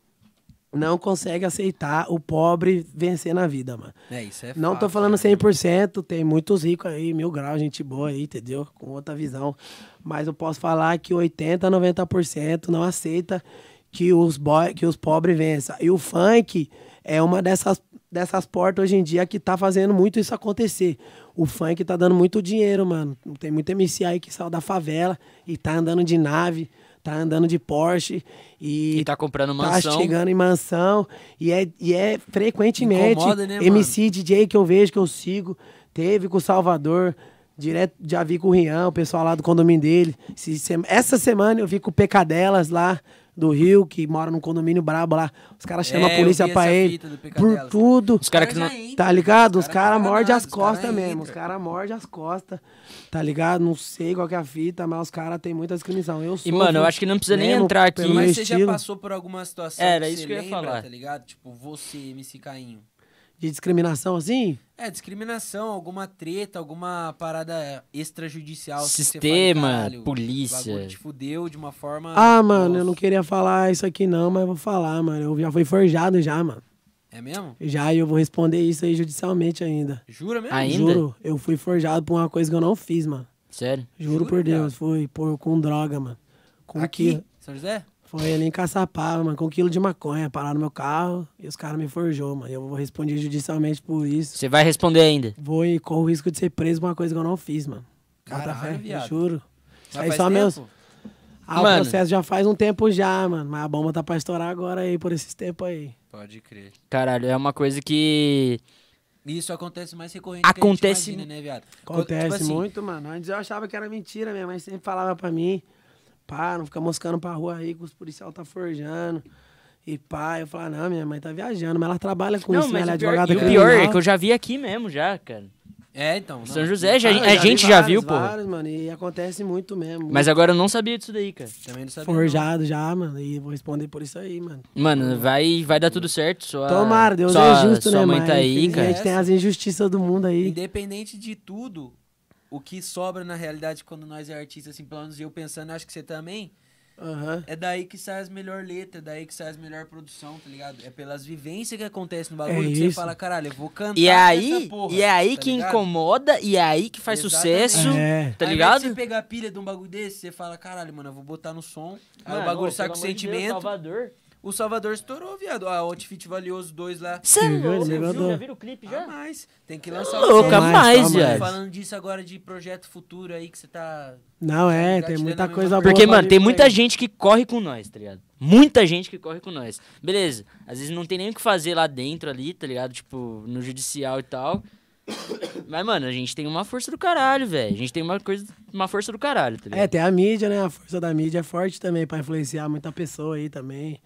Speaker 3: não conseguem aceitar o pobre vencer na vida, mano.
Speaker 1: É, isso é
Speaker 3: Não tô
Speaker 1: fato,
Speaker 3: falando
Speaker 1: né?
Speaker 3: 100%, tem muitos ricos aí, mil graus, gente boa aí, entendeu? Com outra visão. Mas eu posso falar que 80%, 90% não aceita que os, boy, que os pobres vençam. E o funk é uma dessas, dessas portas hoje em dia que tá fazendo muito isso acontecer. O funk tá dando muito dinheiro, mano. Tem muito MC aí que saiu da favela e tá andando de nave, tá andando de Porsche e,
Speaker 2: E tá comprando
Speaker 3: tá
Speaker 2: mansão.
Speaker 3: chegando em mansão e é, e é frequentemente
Speaker 1: Incomoda, né,
Speaker 3: MC DJ que eu vejo, que eu sigo, teve com o Salvador, direto já vi com o Rian, o pessoal lá do condomínio dele. Se- se- essa semana eu vi com o Pecadelas lá do Rio, que mora num condomínio brabo lá. Os caras chamam
Speaker 1: É,
Speaker 3: a
Speaker 1: eu
Speaker 3: polícia
Speaker 1: vi
Speaker 3: pra
Speaker 1: essa
Speaker 3: ele
Speaker 1: fita do Pecadelas.
Speaker 3: por tudo.
Speaker 2: Os caras que
Speaker 1: já
Speaker 2: não.
Speaker 1: entra.
Speaker 3: Tá ligado? Os
Speaker 1: Os cara
Speaker 3: caras mordem as
Speaker 1: danado, os cara
Speaker 3: costas mesmo. Os
Speaker 1: entra.
Speaker 3: caras mordem as costas. Tá ligado? Não sei qual que é a fita, mas os caras têm muita discriminação. Eu
Speaker 2: E,
Speaker 3: sofro
Speaker 2: mano, eu acho que não precisa nem
Speaker 3: mesmo
Speaker 2: entrar aqui.
Speaker 3: pelo meu
Speaker 1: Mas você já
Speaker 3: estilo.
Speaker 1: passou por alguma situação
Speaker 2: Era
Speaker 1: que
Speaker 2: isso
Speaker 1: você
Speaker 2: que eu ia
Speaker 1: lembra,
Speaker 2: falar.
Speaker 1: tá ligado? Tipo, você, MC Cainho.
Speaker 3: De discriminação assim?
Speaker 1: É, discriminação, alguma treta, alguma parada extrajudicial. assim, que você fala,
Speaker 2: Sistema,
Speaker 1: "Caralho,
Speaker 2: polícia."
Speaker 1: O bagulho te fudeu de uma forma...
Speaker 3: Ah, mano, eu não
Speaker 1: Nossa.
Speaker 3: queria falar isso aqui não, mas eu vou falar, mano. Eu já fui forjado já, mano.
Speaker 1: É mesmo?
Speaker 3: Já e eu vou responder isso aí judicialmente ainda.
Speaker 1: Jura mesmo?
Speaker 2: Ainda?
Speaker 3: Juro, eu fui forjado por uma coisa que eu não fiz, mano.
Speaker 2: Sério?
Speaker 3: Juro
Speaker 1: Jura,
Speaker 3: por
Speaker 1: cara?
Speaker 3: Deus, foi por, com droga, mano. Com
Speaker 1: Aqui?
Speaker 3: quilo.
Speaker 1: São José?
Speaker 3: Foi ali em Caçapava, mano, com um quilo de maconha. Pararam meu carro e os caras me forjou, mano. Eu vou responder judicialmente por isso.
Speaker 2: Você vai responder ainda.
Speaker 3: Vou e corro o risco de ser preso por uma coisa que eu não fiz, mano. Bota
Speaker 1: Caralho,
Speaker 3: fé,
Speaker 1: viado.
Speaker 3: Juro. Isso
Speaker 1: Já
Speaker 3: aí
Speaker 1: faz
Speaker 3: só
Speaker 1: tempo?
Speaker 3: meus, Ah,
Speaker 2: Mano.
Speaker 3: o processo já faz um tempo já, mano. Mas a bomba tá pra estourar agora aí, por esses tempos aí.
Speaker 1: Pode crer.
Speaker 2: Caralho, é uma coisa que.
Speaker 1: E isso acontece mais recorrente
Speaker 2: Acontece-
Speaker 1: que a gente imagina, né, viado? Co-
Speaker 3: Acontece
Speaker 1: tipo assim,
Speaker 3: muito, mano. Antes eu achava que era mentira, minha mãe sempre falava pra mim, pá, não fica moscando pra rua aí que os policial tá forjando. E pá, eu falava, não, minha mãe tá viajando, mas ela trabalha com isso, né? Ela é
Speaker 2: o pior,
Speaker 3: advogada
Speaker 2: e o pior é
Speaker 3: criminal.
Speaker 2: que eu já vi aqui mesmo, já, cara.
Speaker 1: É, então. não.
Speaker 2: São José, já,
Speaker 3: Ah,
Speaker 2: a
Speaker 3: vi
Speaker 2: gente já
Speaker 3: vários,
Speaker 2: viu, pô.
Speaker 3: vários, mano, e acontece muito mesmo.
Speaker 2: Mas agora eu não sabia disso daí, cara.
Speaker 1: Também não sabia. não.
Speaker 3: Forjado já, mano, e vou responder por isso aí, mano.
Speaker 2: Mano, vai, vai dar tudo certo. Sua,
Speaker 3: Tomara, Deus
Speaker 2: sua,
Speaker 3: é justo,
Speaker 2: sua
Speaker 3: né,
Speaker 2: mãe
Speaker 3: mano?
Speaker 2: tá aí, cara.
Speaker 3: Infelizmente, tem as injustiças do mundo aí.
Speaker 1: Independente de tudo, o que sobra na realidade quando nós é artista, assim, pelo menos eu pensando, acho que você também,
Speaker 3: Aham.
Speaker 1: é daí que sai as melhores letras, é daí que sai as melhores produção, tá ligado? É pelas vivências que acontece no bagulho
Speaker 3: É
Speaker 1: que
Speaker 3: isso.
Speaker 1: você fala, caralho, eu vou cantar
Speaker 2: E é aí,
Speaker 1: essa porra,
Speaker 2: e é aí
Speaker 1: tá
Speaker 2: que
Speaker 1: ligado?
Speaker 2: incomoda, e é aí que faz
Speaker 1: Exatamente.
Speaker 2: sucesso,
Speaker 3: É.
Speaker 1: Ao invés de
Speaker 2: tá ligado?
Speaker 1: você pegar a pilha de um bagulho desse, você fala, caralho, mano, eu vou botar no som. Aí
Speaker 2: Mano,
Speaker 1: o bagulho
Speaker 2: ô,
Speaker 1: sai com
Speaker 2: pelo amor de Deus,
Speaker 1: sentimento.
Speaker 2: Salvador.
Speaker 1: O Salvador estourou, viado. Ah, Outfit Valioso 2 lá.
Speaker 2: Cê é
Speaker 3: Ele viu,
Speaker 2: louco,
Speaker 3: ele
Speaker 2: viu?
Speaker 3: levantou.
Speaker 2: Já viram o clipe
Speaker 1: Já?
Speaker 2: já?
Speaker 1: mais. Tem que lançar
Speaker 2: Louca,
Speaker 1: o
Speaker 2: mais,
Speaker 3: mais, tá mais.
Speaker 2: viado.
Speaker 1: Falando disso agora de projeto futuro aí que você tá.
Speaker 3: Não, é,
Speaker 1: Tá
Speaker 3: tem
Speaker 1: te
Speaker 3: muita
Speaker 1: dando a
Speaker 3: coisa
Speaker 1: mesma
Speaker 3: boa.
Speaker 2: Porque,
Speaker 3: pra
Speaker 2: mano,
Speaker 3: vir
Speaker 2: tem
Speaker 3: por
Speaker 2: muita
Speaker 3: aí.
Speaker 2: gente que corre com nós, tá ligado? Muita gente que corre com nós. Beleza, às vezes não tem nem o que fazer lá dentro ali, tá ligado? Tipo, no judicial e tal. Mas, mano, a gente tem uma força do caralho, velho. A gente tem uma, coisa, uma força do caralho, tá
Speaker 3: É,
Speaker 2: ligado?
Speaker 3: tem a mídia, né? A força da mídia é forte também pra influenciar muita pessoa aí também.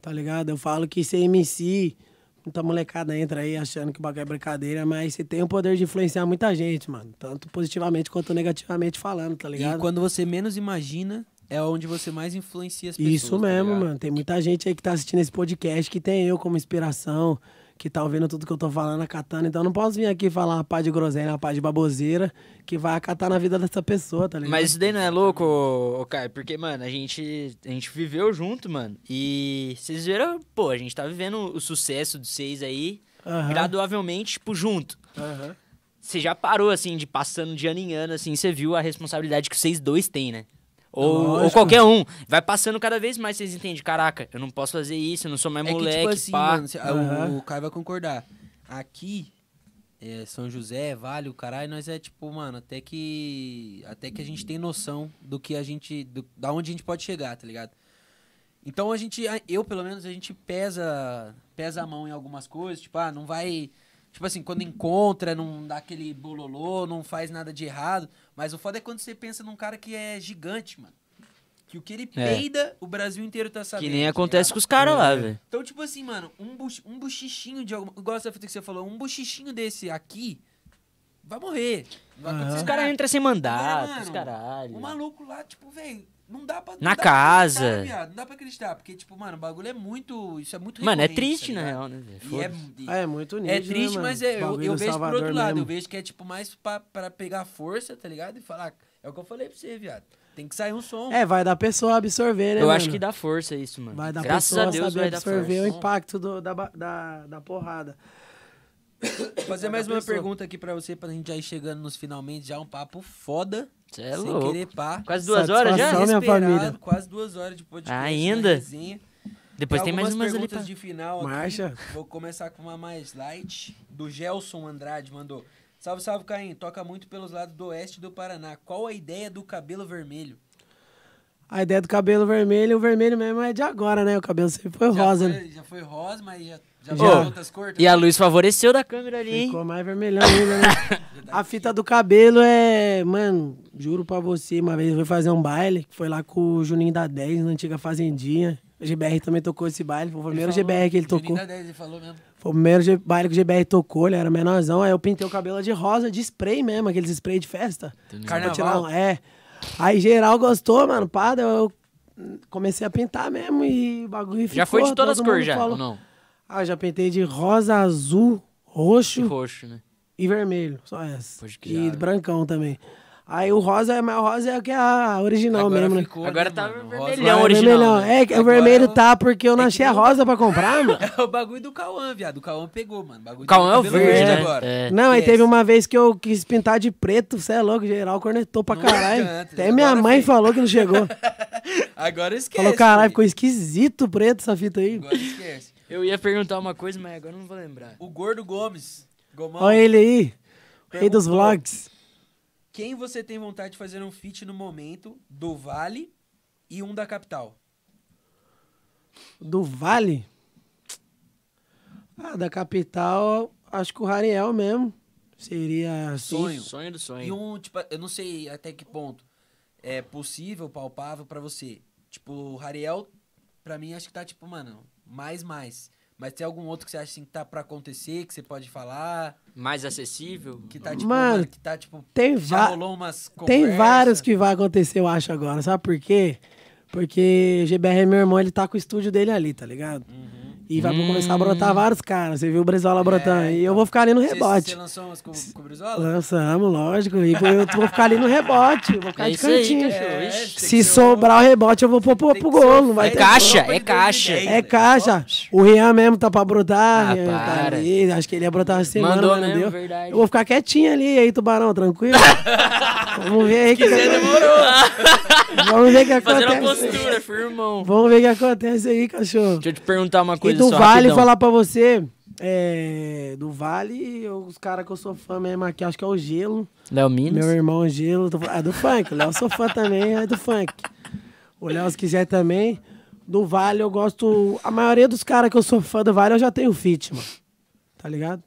Speaker 3: Tá ligado? Eu falo que ser MC, muita molecada entra aí achando que o bagulho é brincadeira, mas você tem o poder de influenciar muita gente, mano. Tanto positivamente quanto negativamente falando, tá
Speaker 1: E
Speaker 3: ligado?
Speaker 1: quando você menos imagina, é onde você mais influencia as pessoas.
Speaker 3: Isso
Speaker 1: tá
Speaker 3: mesmo,
Speaker 1: ligado?
Speaker 3: mano. Tem muita gente aí que tá assistindo esse podcast que tem eu como inspiração, que tá ouvindo tudo que eu tô falando, acatando. Então eu não posso vir aqui falar uma pá de groselha, uma pá de baboseira, que vai acatar na vida dessa pessoa, tá ligado?
Speaker 2: Mas isso daí não é louco, ô, ô, Caio, porque, mano, a gente, a gente viveu junto, mano. E vocês viram, pô, a gente tá vivendo o sucesso de vocês aí,
Speaker 3: Aham,
Speaker 2: gradualmente, tipo, junto.
Speaker 3: aham.
Speaker 2: Você já parou, assim, de passando de ano em ano, assim, você viu a responsabilidade que vocês dois têm, né? Ou, ou
Speaker 3: Lógico.
Speaker 2: qualquer um. Vai passando cada vez mais, vocês entendem. Caraca, eu não posso fazer isso, eu não sou mais
Speaker 1: É
Speaker 2: moleque,
Speaker 1: que, tipo assim,
Speaker 2: pá.
Speaker 1: mano, cê- ah,
Speaker 3: Aham.
Speaker 1: o, o Caio vai concordar. Aqui, é, São José, Vale, o caralho, nós é tipo, mano, até que até que a gente tem noção do que a gente, do- da onde a gente pode chegar, tá ligado? Então a gente, a- eu pelo menos, a gente pesa, pesa a mão em algumas coisas, tipo, ah, não vai, tipo assim, quando encontra, não dá aquele bololô, não faz nada de errado, mas o foda é quando você pensa num cara que é gigante, mano. Que o que ele
Speaker 2: É.
Speaker 1: peida, o Brasil inteiro tá sabendo.
Speaker 2: que nem
Speaker 1: tá
Speaker 2: acontece
Speaker 1: ligado?
Speaker 2: com os caras lá, velho.
Speaker 1: Então, tipo assim, mano, um, buch, um buchichinho de alguma. Igual essa fita que você falou, um buchichinho desse aqui vai morrer. Não vai
Speaker 3: Aham.
Speaker 1: acontecer
Speaker 2: Os caras
Speaker 1: nada.
Speaker 2: entram sem
Speaker 1: Agora,
Speaker 2: mandato,
Speaker 1: mano,
Speaker 2: os caralho.
Speaker 1: O maluco lá, tipo, velho, não dá pra. não
Speaker 2: Na
Speaker 1: dá pra
Speaker 2: casa.
Speaker 1: acreditar, viado, Não dá pra acreditar, porque, tipo, mano, o bagulho é muito. Isso é muito
Speaker 2: Mano, é
Speaker 1: recorrente,
Speaker 2: triste,
Speaker 1: tá
Speaker 2: na
Speaker 1: ligado?
Speaker 2: real, né? velho?
Speaker 1: E é-
Speaker 2: Foda-se.
Speaker 1: e-
Speaker 3: É, é muito nítido,
Speaker 1: é triste,
Speaker 3: né, mano?
Speaker 1: mas é, eu,
Speaker 3: Bagulho
Speaker 1: eu
Speaker 3: do
Speaker 1: vejo por outro
Speaker 3: Salvador
Speaker 1: lado. Eu
Speaker 3: mesmo.
Speaker 1: vejo que é, tipo, mais pra, pra pegar força, tá ligado? E falar. É o que eu falei pra você, viado. Tem que sair um som.
Speaker 3: É, vai da pessoa absorver, né,
Speaker 2: Eu acho
Speaker 3: mano?
Speaker 2: que dá força isso, mano.
Speaker 3: Vai da
Speaker 2: Graças
Speaker 3: pessoa
Speaker 2: a Deus
Speaker 3: saber
Speaker 2: vai dar
Speaker 3: absorver o
Speaker 2: força.
Speaker 3: impacto do- da, ba- da, da porrada.
Speaker 1: Vou fazer
Speaker 3: Cada
Speaker 1: mais uma
Speaker 3: pessoa.
Speaker 1: pergunta aqui pra você, pra gente já ir chegando nos finalmente, já um papo foda.
Speaker 2: Cê é
Speaker 1: sem
Speaker 2: louco.
Speaker 1: querer pá.
Speaker 2: Quase duas horas já?
Speaker 3: Satisfação. Só minha
Speaker 1: Inesperado,
Speaker 3: família.
Speaker 1: Quase duas horas de podcast. né,
Speaker 2: Ah, Ainda?
Speaker 1: resenha.
Speaker 2: Depois tem mais
Speaker 1: algumas
Speaker 2: umas ali
Speaker 1: perguntas
Speaker 2: pra...
Speaker 1: de final aqui.
Speaker 3: Marcha.
Speaker 1: Vou começar com uma mais light, do Gelson Andrade, mandou. Salve, salve, Caim. Toca muito pelos lados do oeste do Paraná. Qual a ideia do cabelo vermelho?
Speaker 3: A ideia do cabelo vermelho, o vermelho mesmo é de agora, né? O cabelo sempre foi rosa,
Speaker 1: Já
Speaker 3: né?
Speaker 1: foi, já foi rosa, mas já, já
Speaker 3: Já.
Speaker 1: foi outras cores?
Speaker 2: E a luz favoreceu da câmera ali, hein?
Speaker 3: Ficou mais vermelhão
Speaker 1: [laughs]
Speaker 3: ainda, né? A fita do cabelo é. Mano, juro pra você, uma vez eu fui fazer um baile, que foi lá com o Juninho da 10, na antiga Fazendinha. O GBR também tocou esse baile, foi o primeiro GBR que ele tocou.
Speaker 1: Juninho da 10, ele falou mesmo.
Speaker 3: Foi o primeiro G- baile que o GBR tocou, ele era menorzão. Aí eu pintei o cabelo de rosa, de spray mesmo, aqueles spray de festa. Só pra tirar um- é. Aí geral gostou, mano, pá, daí eu comecei a pintar mesmo e o bagulho ficou.
Speaker 2: Já foi de todas as
Speaker 3: todo
Speaker 2: cores
Speaker 3: mundo
Speaker 2: já,
Speaker 3: falou-
Speaker 2: ou não?
Speaker 3: Ah, eu já pintei de rosa, azul, roxo
Speaker 2: De roxo, né?
Speaker 3: e vermelho, só essa.
Speaker 2: Pode que
Speaker 3: e
Speaker 2: já-
Speaker 3: brancão também. Aí o rosa é mas o rosa é o que é a original
Speaker 1: Agora
Speaker 3: mesmo, né?
Speaker 1: ficou,
Speaker 2: Agora
Speaker 1: né,
Speaker 2: tá
Speaker 1: mano?
Speaker 2: vermelhão.
Speaker 1: Rosa.
Speaker 3: Agora é
Speaker 2: original,
Speaker 3: vermelhão.
Speaker 2: né?
Speaker 3: É, que o
Speaker 1: Agora
Speaker 3: vermelho
Speaker 1: eu-
Speaker 3: tá porque eu
Speaker 1: é
Speaker 3: não
Speaker 1: que
Speaker 3: achei a
Speaker 1: nem-
Speaker 3: rosa pra
Speaker 2: [laughs]
Speaker 3: comprar, mano.
Speaker 1: [laughs] É o bagulho do Cauã, viado. O Cauã pegou, mano. O bagulho
Speaker 2: O Cauã é o
Speaker 1: do cabelo
Speaker 2: verde, né?
Speaker 1: agora.
Speaker 2: É.
Speaker 3: Não, aí
Speaker 1: esquece.
Speaker 3: teve uma vez que eu quis pintar de preto, cê é louco, geral cornetou pra
Speaker 1: Não
Speaker 3: caralho.
Speaker 1: adianta,
Speaker 3: Até minha
Speaker 1: agora
Speaker 3: mãe
Speaker 1: vem.
Speaker 3: falou que não
Speaker 1: [laughs]
Speaker 3: chegou.
Speaker 1: [laughs] Agora esquece.
Speaker 3: Falou, caralho, ficou
Speaker 1: filho.
Speaker 3: esquisito preto essa fita aí.
Speaker 1: Agora esquece.
Speaker 2: Eu ia perguntar uma coisa, mas agora eu não vou lembrar.
Speaker 1: O Gordo Gomes. Gomão,
Speaker 3: Olha ele aí, rei
Speaker 1: Perguntou.
Speaker 3: dos vlogs.
Speaker 1: quem você tem vontade de fazer um feat no momento do Vale e um da Capital?
Speaker 3: Do Vale? Ah, da capital, acho que o Rariel mesmo. Seria assim.
Speaker 1: Sonho.
Speaker 2: Sonho do sonho.
Speaker 1: E um, tipo, eu não sei até que ponto é possível, palpável pra você. Tipo, o Rariel, pra mim, acho que tá, tipo, mano, mais, mais. Mas tem algum outro que você acha assim, que tá pra acontecer, que você pode falar?
Speaker 2: Mais acessível?
Speaker 1: Que tá, tipo,
Speaker 3: Mano,
Speaker 1: mano, que tá, tipo,
Speaker 3: Tem,
Speaker 1: já
Speaker 3: va-
Speaker 1: rolou umas
Speaker 3: tem
Speaker 1: conversas?
Speaker 3: vários que vai acontecer, eu acho, é agora. Sabe por quê? Porque o GBR, meu irmão, ele tá com o estúdio dele ali, tá ligado? E vai
Speaker 2: Hum.
Speaker 3: começar a brotar vários caras. Você viu o Brizola brotando. E eu vou ficar ali no rebote.
Speaker 1: Você lançou umas com, com o Brizola?
Speaker 3: Lançamos, lógico. E eu vou ficar ali no rebote. Vou ficar
Speaker 2: É
Speaker 3: de
Speaker 2: isso aí,
Speaker 3: cantinho.
Speaker 2: cachorro. Ixi.
Speaker 3: Se sobrar o rebote, eu vou pôr pro, pro
Speaker 2: um
Speaker 3: gol. Não vai
Speaker 4: É
Speaker 3: ter
Speaker 4: caixa,
Speaker 1: Copa
Speaker 4: é
Speaker 1: de
Speaker 4: caixa.
Speaker 1: 2010.
Speaker 3: É caixa. O Rian mesmo tá pra brotar.
Speaker 4: Ah,
Speaker 3: Rian tá
Speaker 4: para.
Speaker 3: ali. Acho que ele ia brotar uma semana,
Speaker 2: Mandou
Speaker 3: mas não
Speaker 2: mesmo,
Speaker 3: deu.
Speaker 2: verdade.
Speaker 3: Eu vou ficar quietinho ali, e aí,
Speaker 2: [laughs]
Speaker 3: Tubarão, tranquilo? Vamos ver aí o que, que acontece. Vamos ver o que
Speaker 2: [laughs] Fazendo a
Speaker 3: acontece.
Speaker 2: postura, firmão.
Speaker 3: Vamos ver o que acontece aí, cachorro.
Speaker 2: Deixa eu te perguntar uma
Speaker 3: E
Speaker 2: coisa
Speaker 3: do
Speaker 2: só,
Speaker 3: Vale,
Speaker 2: rapidão.
Speaker 3: falar pra você. É, do Vale, eu- os caras que eu sou fã mesmo aqui, acho que é o Gelo.
Speaker 2: Léo Minas?
Speaker 3: Meu irmão Gelo, do, ah, do funk. O Léo sou fã também, é do funk. O Léo, se quiser também. Do Vale, eu gosto. A maioria dos caras que eu sou fã do Vale, eu já tenho fit, mano. Tá ligado?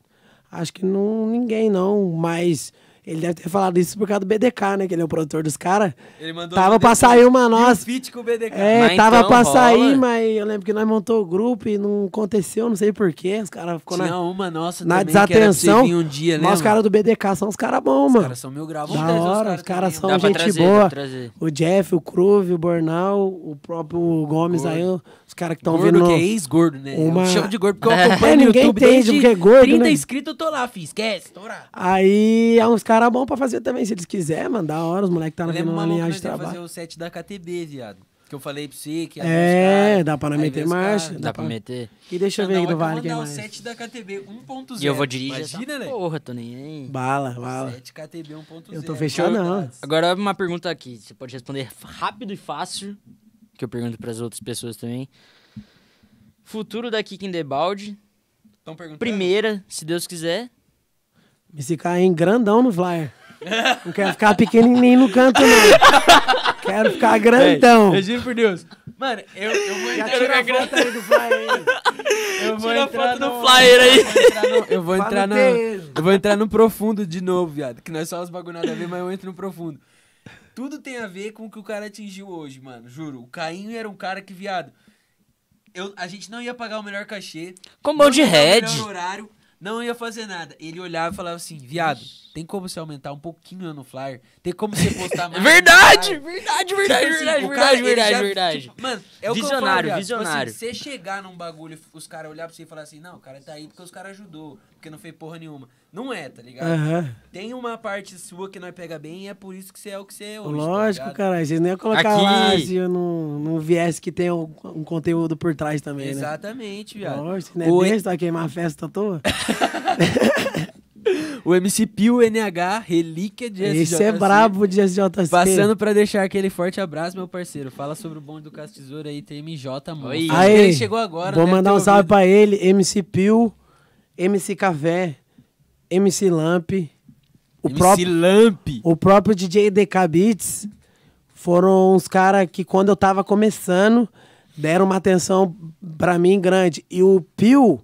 Speaker 3: Acho que não, ninguém não, mas ele deve ter falado isso por causa do BDK, né? Que ele é o produtor dos caras.
Speaker 1: Ele mandou
Speaker 3: Tava
Speaker 1: o
Speaker 3: pra
Speaker 1: BDK.
Speaker 3: sair uma
Speaker 1: E o
Speaker 3: nossa.
Speaker 1: feat com o BDK.
Speaker 3: É,
Speaker 4: Mas
Speaker 3: tava
Speaker 4: então
Speaker 3: pra
Speaker 4: rola.
Speaker 3: sair, mas eu lembro que nós montou o grupo e não aconteceu, não sei porquê. Os caras ficou
Speaker 1: Tinha
Speaker 3: na,
Speaker 1: uma nossa
Speaker 3: na
Speaker 1: também, que era pra você
Speaker 3: desatenção.
Speaker 1: vir um dia,
Speaker 3: mas
Speaker 1: lembra?
Speaker 3: os caras do BDK são os caras bons,
Speaker 1: Os
Speaker 3: mano.
Speaker 1: caras são mil graus.
Speaker 3: da hora, os caras são
Speaker 2: Dá pra
Speaker 3: gente
Speaker 2: trazer, dá
Speaker 3: boa.
Speaker 2: pra trazer.
Speaker 3: O Jeff, o Cruve, o Bornal, o próprio Gomes aí, os caras que estão vindo.
Speaker 1: Gordo
Speaker 3: no-
Speaker 1: que é ex-gordo, né?
Speaker 3: Uma-
Speaker 1: Eu chamo de gordo porque eu
Speaker 2: É,
Speaker 1: acompanho no
Speaker 3: ninguém
Speaker 1: YouTube
Speaker 3: entende
Speaker 1: desde
Speaker 3: porque é gordo,
Speaker 1: 30
Speaker 3: né?
Speaker 1: inscritos, eu tô lá, filho. Esquece, tô lá.
Speaker 3: Aí é uns caras bons pra fazer também, se eles quiserem, mano. Da hora, os moleques tá
Speaker 1: Eu
Speaker 3: vindo
Speaker 1: lembro
Speaker 3: uma
Speaker 1: uma louca
Speaker 3: linhagem
Speaker 1: nós
Speaker 3: de
Speaker 1: ia né, fazer
Speaker 3: trabalho.
Speaker 1: o set da KTB, viado. Que eu falei pra você que ia
Speaker 3: É,
Speaker 1: ver os caras,
Speaker 3: dá pra nós
Speaker 1: aí
Speaker 3: meter
Speaker 1: ver os
Speaker 3: marcha,
Speaker 1: caras. Ah,
Speaker 3: dá
Speaker 2: Dá pra
Speaker 3: pra-
Speaker 2: meter?
Speaker 3: E deixa eu
Speaker 1: Não, é
Speaker 3: ver aí
Speaker 1: eu vou
Speaker 3: do
Speaker 1: um
Speaker 3: Vale quem
Speaker 1: mandar o
Speaker 3: mais.
Speaker 1: set da KTB 1.0.
Speaker 2: E eu vou dirigir
Speaker 1: Imagina,
Speaker 2: essa
Speaker 1: né?
Speaker 2: porra, tô nem aí.
Speaker 3: Bala,
Speaker 1: Um
Speaker 3: bala.
Speaker 1: Set KTB 1.0.
Speaker 3: Eu tô fechando, não.
Speaker 2: Agora, uma pergunta aqui. Você pode responder rápido e fácil, que eu pergunto pras outras pessoas também. Futuro da Kick in the Balde.
Speaker 1: Estão perguntando.
Speaker 2: Primeira, se Deus quiser.
Speaker 3: Me se cair em é grandão
Speaker 1: [laughs]
Speaker 3: no flyer. Não quero ficar pequenininho no canto, não.
Speaker 1: [laughs]
Speaker 3: Quero ficar grandão.
Speaker 1: Eu juro por Deus. Mano, eu, eu vou
Speaker 3: Já
Speaker 1: entrar,
Speaker 3: tira Tá a foto aí do flyer. aí.
Speaker 1: eu vou entrar
Speaker 2: Tira a foto do
Speaker 1: no-
Speaker 2: flyer aí.
Speaker 1: Eu vou
Speaker 3: Pra
Speaker 1: entrar
Speaker 3: não
Speaker 1: na.
Speaker 3: ter erro.
Speaker 1: Eu vou entrar no profundo de novo, viado. Que não é só os bagulho nada a ver, mas eu entro no profundo. Tudo tem a ver com o que o cara atingiu hoje, mano. Juro. O Cainho era um cara que, viado. Eu, a gente não ia pagar o melhor cachê.
Speaker 2: Com bom
Speaker 1: não
Speaker 2: Um de
Speaker 1: ia dar o
Speaker 2: head.
Speaker 1: melhor horário. Não ia fazer nada. Ele olhava e falava assim, viado, tem como você aumentar um pouquinho no flyer? Tem como você
Speaker 2: [laughs]
Speaker 1: postar mais? no
Speaker 2: Verdade,
Speaker 1: flyer?"
Speaker 2: verdade,
Speaker 1: Tipo
Speaker 2: verdade,
Speaker 1: assim,
Speaker 2: verdade,
Speaker 1: o cara,
Speaker 2: é verdade,
Speaker 1: ele
Speaker 2: verdade,
Speaker 1: já-
Speaker 2: verdade.
Speaker 1: tipo, mano, é o que eu
Speaker 2: Visionário,
Speaker 1: falo, viado.
Speaker 2: visionário.
Speaker 1: Tipo assim, você chegar num bagulho e os caras olhar pra você e falar assim, não, o cara tá aí porque os caras ajudou, porque não fez porra nenhuma. Não é, tá ligado?
Speaker 3: Aham.
Speaker 1: Tem uma parte sua que nós pega bem e é por isso que você é o que você é hoje.
Speaker 3: Lógico,
Speaker 1: tá ligado?
Speaker 3: caralho. Vocês nem iam colocar
Speaker 2: Aqui.
Speaker 3: lá se eu não, não viesse que tem um, um conteúdo por trás também,
Speaker 1: Exatamente,
Speaker 3: né?
Speaker 1: viado.
Speaker 3: Lógico, né?
Speaker 1: o,
Speaker 3: Besta vai queimar a festa
Speaker 1: [laughs]
Speaker 3: à toa.
Speaker 1: o MC Pio NH, relíquia de
Speaker 3: Esse é
Speaker 1: SJC.
Speaker 3: brabo de SJC.
Speaker 1: Passando pra deixar aquele forte abraço, meu parceiro. Fala sobre o bonde do Caso Tesoura aí, TMJ, mano.
Speaker 2: Oi.
Speaker 1: Acho que
Speaker 3: Aí,
Speaker 1: ele chegou agora. né,
Speaker 3: Vou
Speaker 1: deve
Speaker 3: mandar
Speaker 1: ter
Speaker 3: um salve
Speaker 1: ouvido.
Speaker 3: pra ele, MC Pio, MC Café, MC Lamp, o,
Speaker 1: MC
Speaker 3: próprio,
Speaker 1: Lamp.
Speaker 3: o próprio DJ DK Beats. Foram uns caras que, quando eu tava começando, deram uma atenção pra mim grande. E o Pio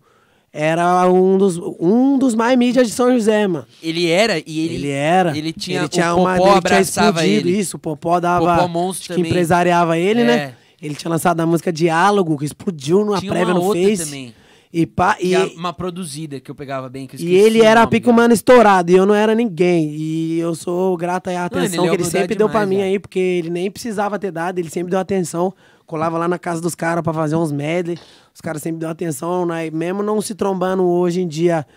Speaker 3: era um dos, um dos mais mídias de São José, mano.
Speaker 1: Ele era e ele,
Speaker 3: Ele, era.
Speaker 1: Ele tinha,
Speaker 3: ele tinha
Speaker 1: o Popó
Speaker 3: uma, ele tinha
Speaker 1: abraçava
Speaker 3: explodido,
Speaker 1: ele.
Speaker 3: Isso, o Popó dava.
Speaker 1: Popó Monstro
Speaker 3: acho que
Speaker 1: também.
Speaker 3: empresariava ele,
Speaker 1: É.
Speaker 3: né? Ele tinha lançado a música Diálogo, que explodiu numa
Speaker 1: Tinha
Speaker 3: prévia
Speaker 1: uma
Speaker 3: no
Speaker 1: outra
Speaker 3: Face.
Speaker 1: também.
Speaker 3: E, pá, e,
Speaker 1: E a- uma produzida que eu pegava bem. Que eu
Speaker 3: e
Speaker 1: esqueci
Speaker 3: ele
Speaker 1: o
Speaker 3: era
Speaker 1: nome,
Speaker 3: pico
Speaker 1: cara.
Speaker 3: mano estourado, e eu não era ninguém. E eu sou grato aí à
Speaker 1: ele
Speaker 3: atenção
Speaker 1: é
Speaker 3: que ele
Speaker 1: humildade
Speaker 3: sempre deu pra
Speaker 1: demais,
Speaker 3: mim
Speaker 1: velho.
Speaker 3: aí, porque ele nem precisava ter dado, ele sempre deu atenção. Colava lá na casa dos caras pra fazer uns medley. Os caras sempre deu atenção, né? E mesmo não se trombando hoje em dia.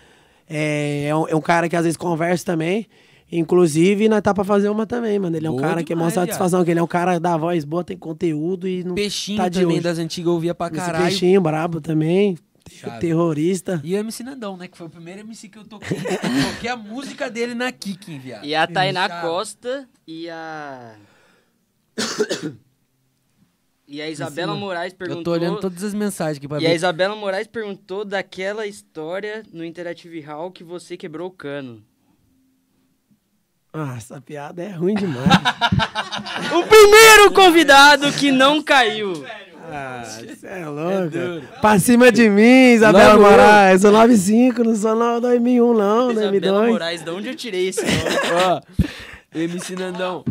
Speaker 3: É, é um, é um cara que às vezes conversa também. Inclusive, nós tá pra fazer uma também, mano. Ele é um
Speaker 1: Boa
Speaker 3: cara que é mó
Speaker 1: demais, viado.
Speaker 3: satisfação, que ele é um cara da voz boa, tem conteúdo e não
Speaker 1: Peixinho
Speaker 3: tá de
Speaker 1: também
Speaker 3: hoje.
Speaker 1: das antigas eu ouvia pra
Speaker 3: Esse
Speaker 1: caralho.
Speaker 3: peixinho brabo também.
Speaker 1: Chave.
Speaker 3: Terrorista.
Speaker 1: E o MC Nandão, né? Que foi o primeiro MC que eu toquei. [laughs] Eu toquei a música dele na Kicking, viado.
Speaker 2: E a Tainá
Speaker 1: Chave.
Speaker 2: Costa e a. e a Isabela
Speaker 1: Esse,
Speaker 2: Moraes perguntou.
Speaker 1: Eu tô olhando todas as mensagens aqui pra
Speaker 2: E a
Speaker 1: ver.
Speaker 2: Isabela Moraes perguntou daquela história no Interactive Hall que você quebrou o cano.
Speaker 3: Ah, essa piada é ruim
Speaker 1: [laughs]
Speaker 3: demais.
Speaker 2: O primeiro convidado que não [laughs] caiu.
Speaker 3: Ah, você é louco.
Speaker 1: duro.
Speaker 3: pra cima de mim, Isabela
Speaker 1: Logo eu.
Speaker 3: Moraes. Eu sou 95, não sou no 2001, não,
Speaker 2: Isabela
Speaker 3: 2002.
Speaker 2: Moraes, de onde eu tirei esse nome?
Speaker 1: Ó, MC Nandão.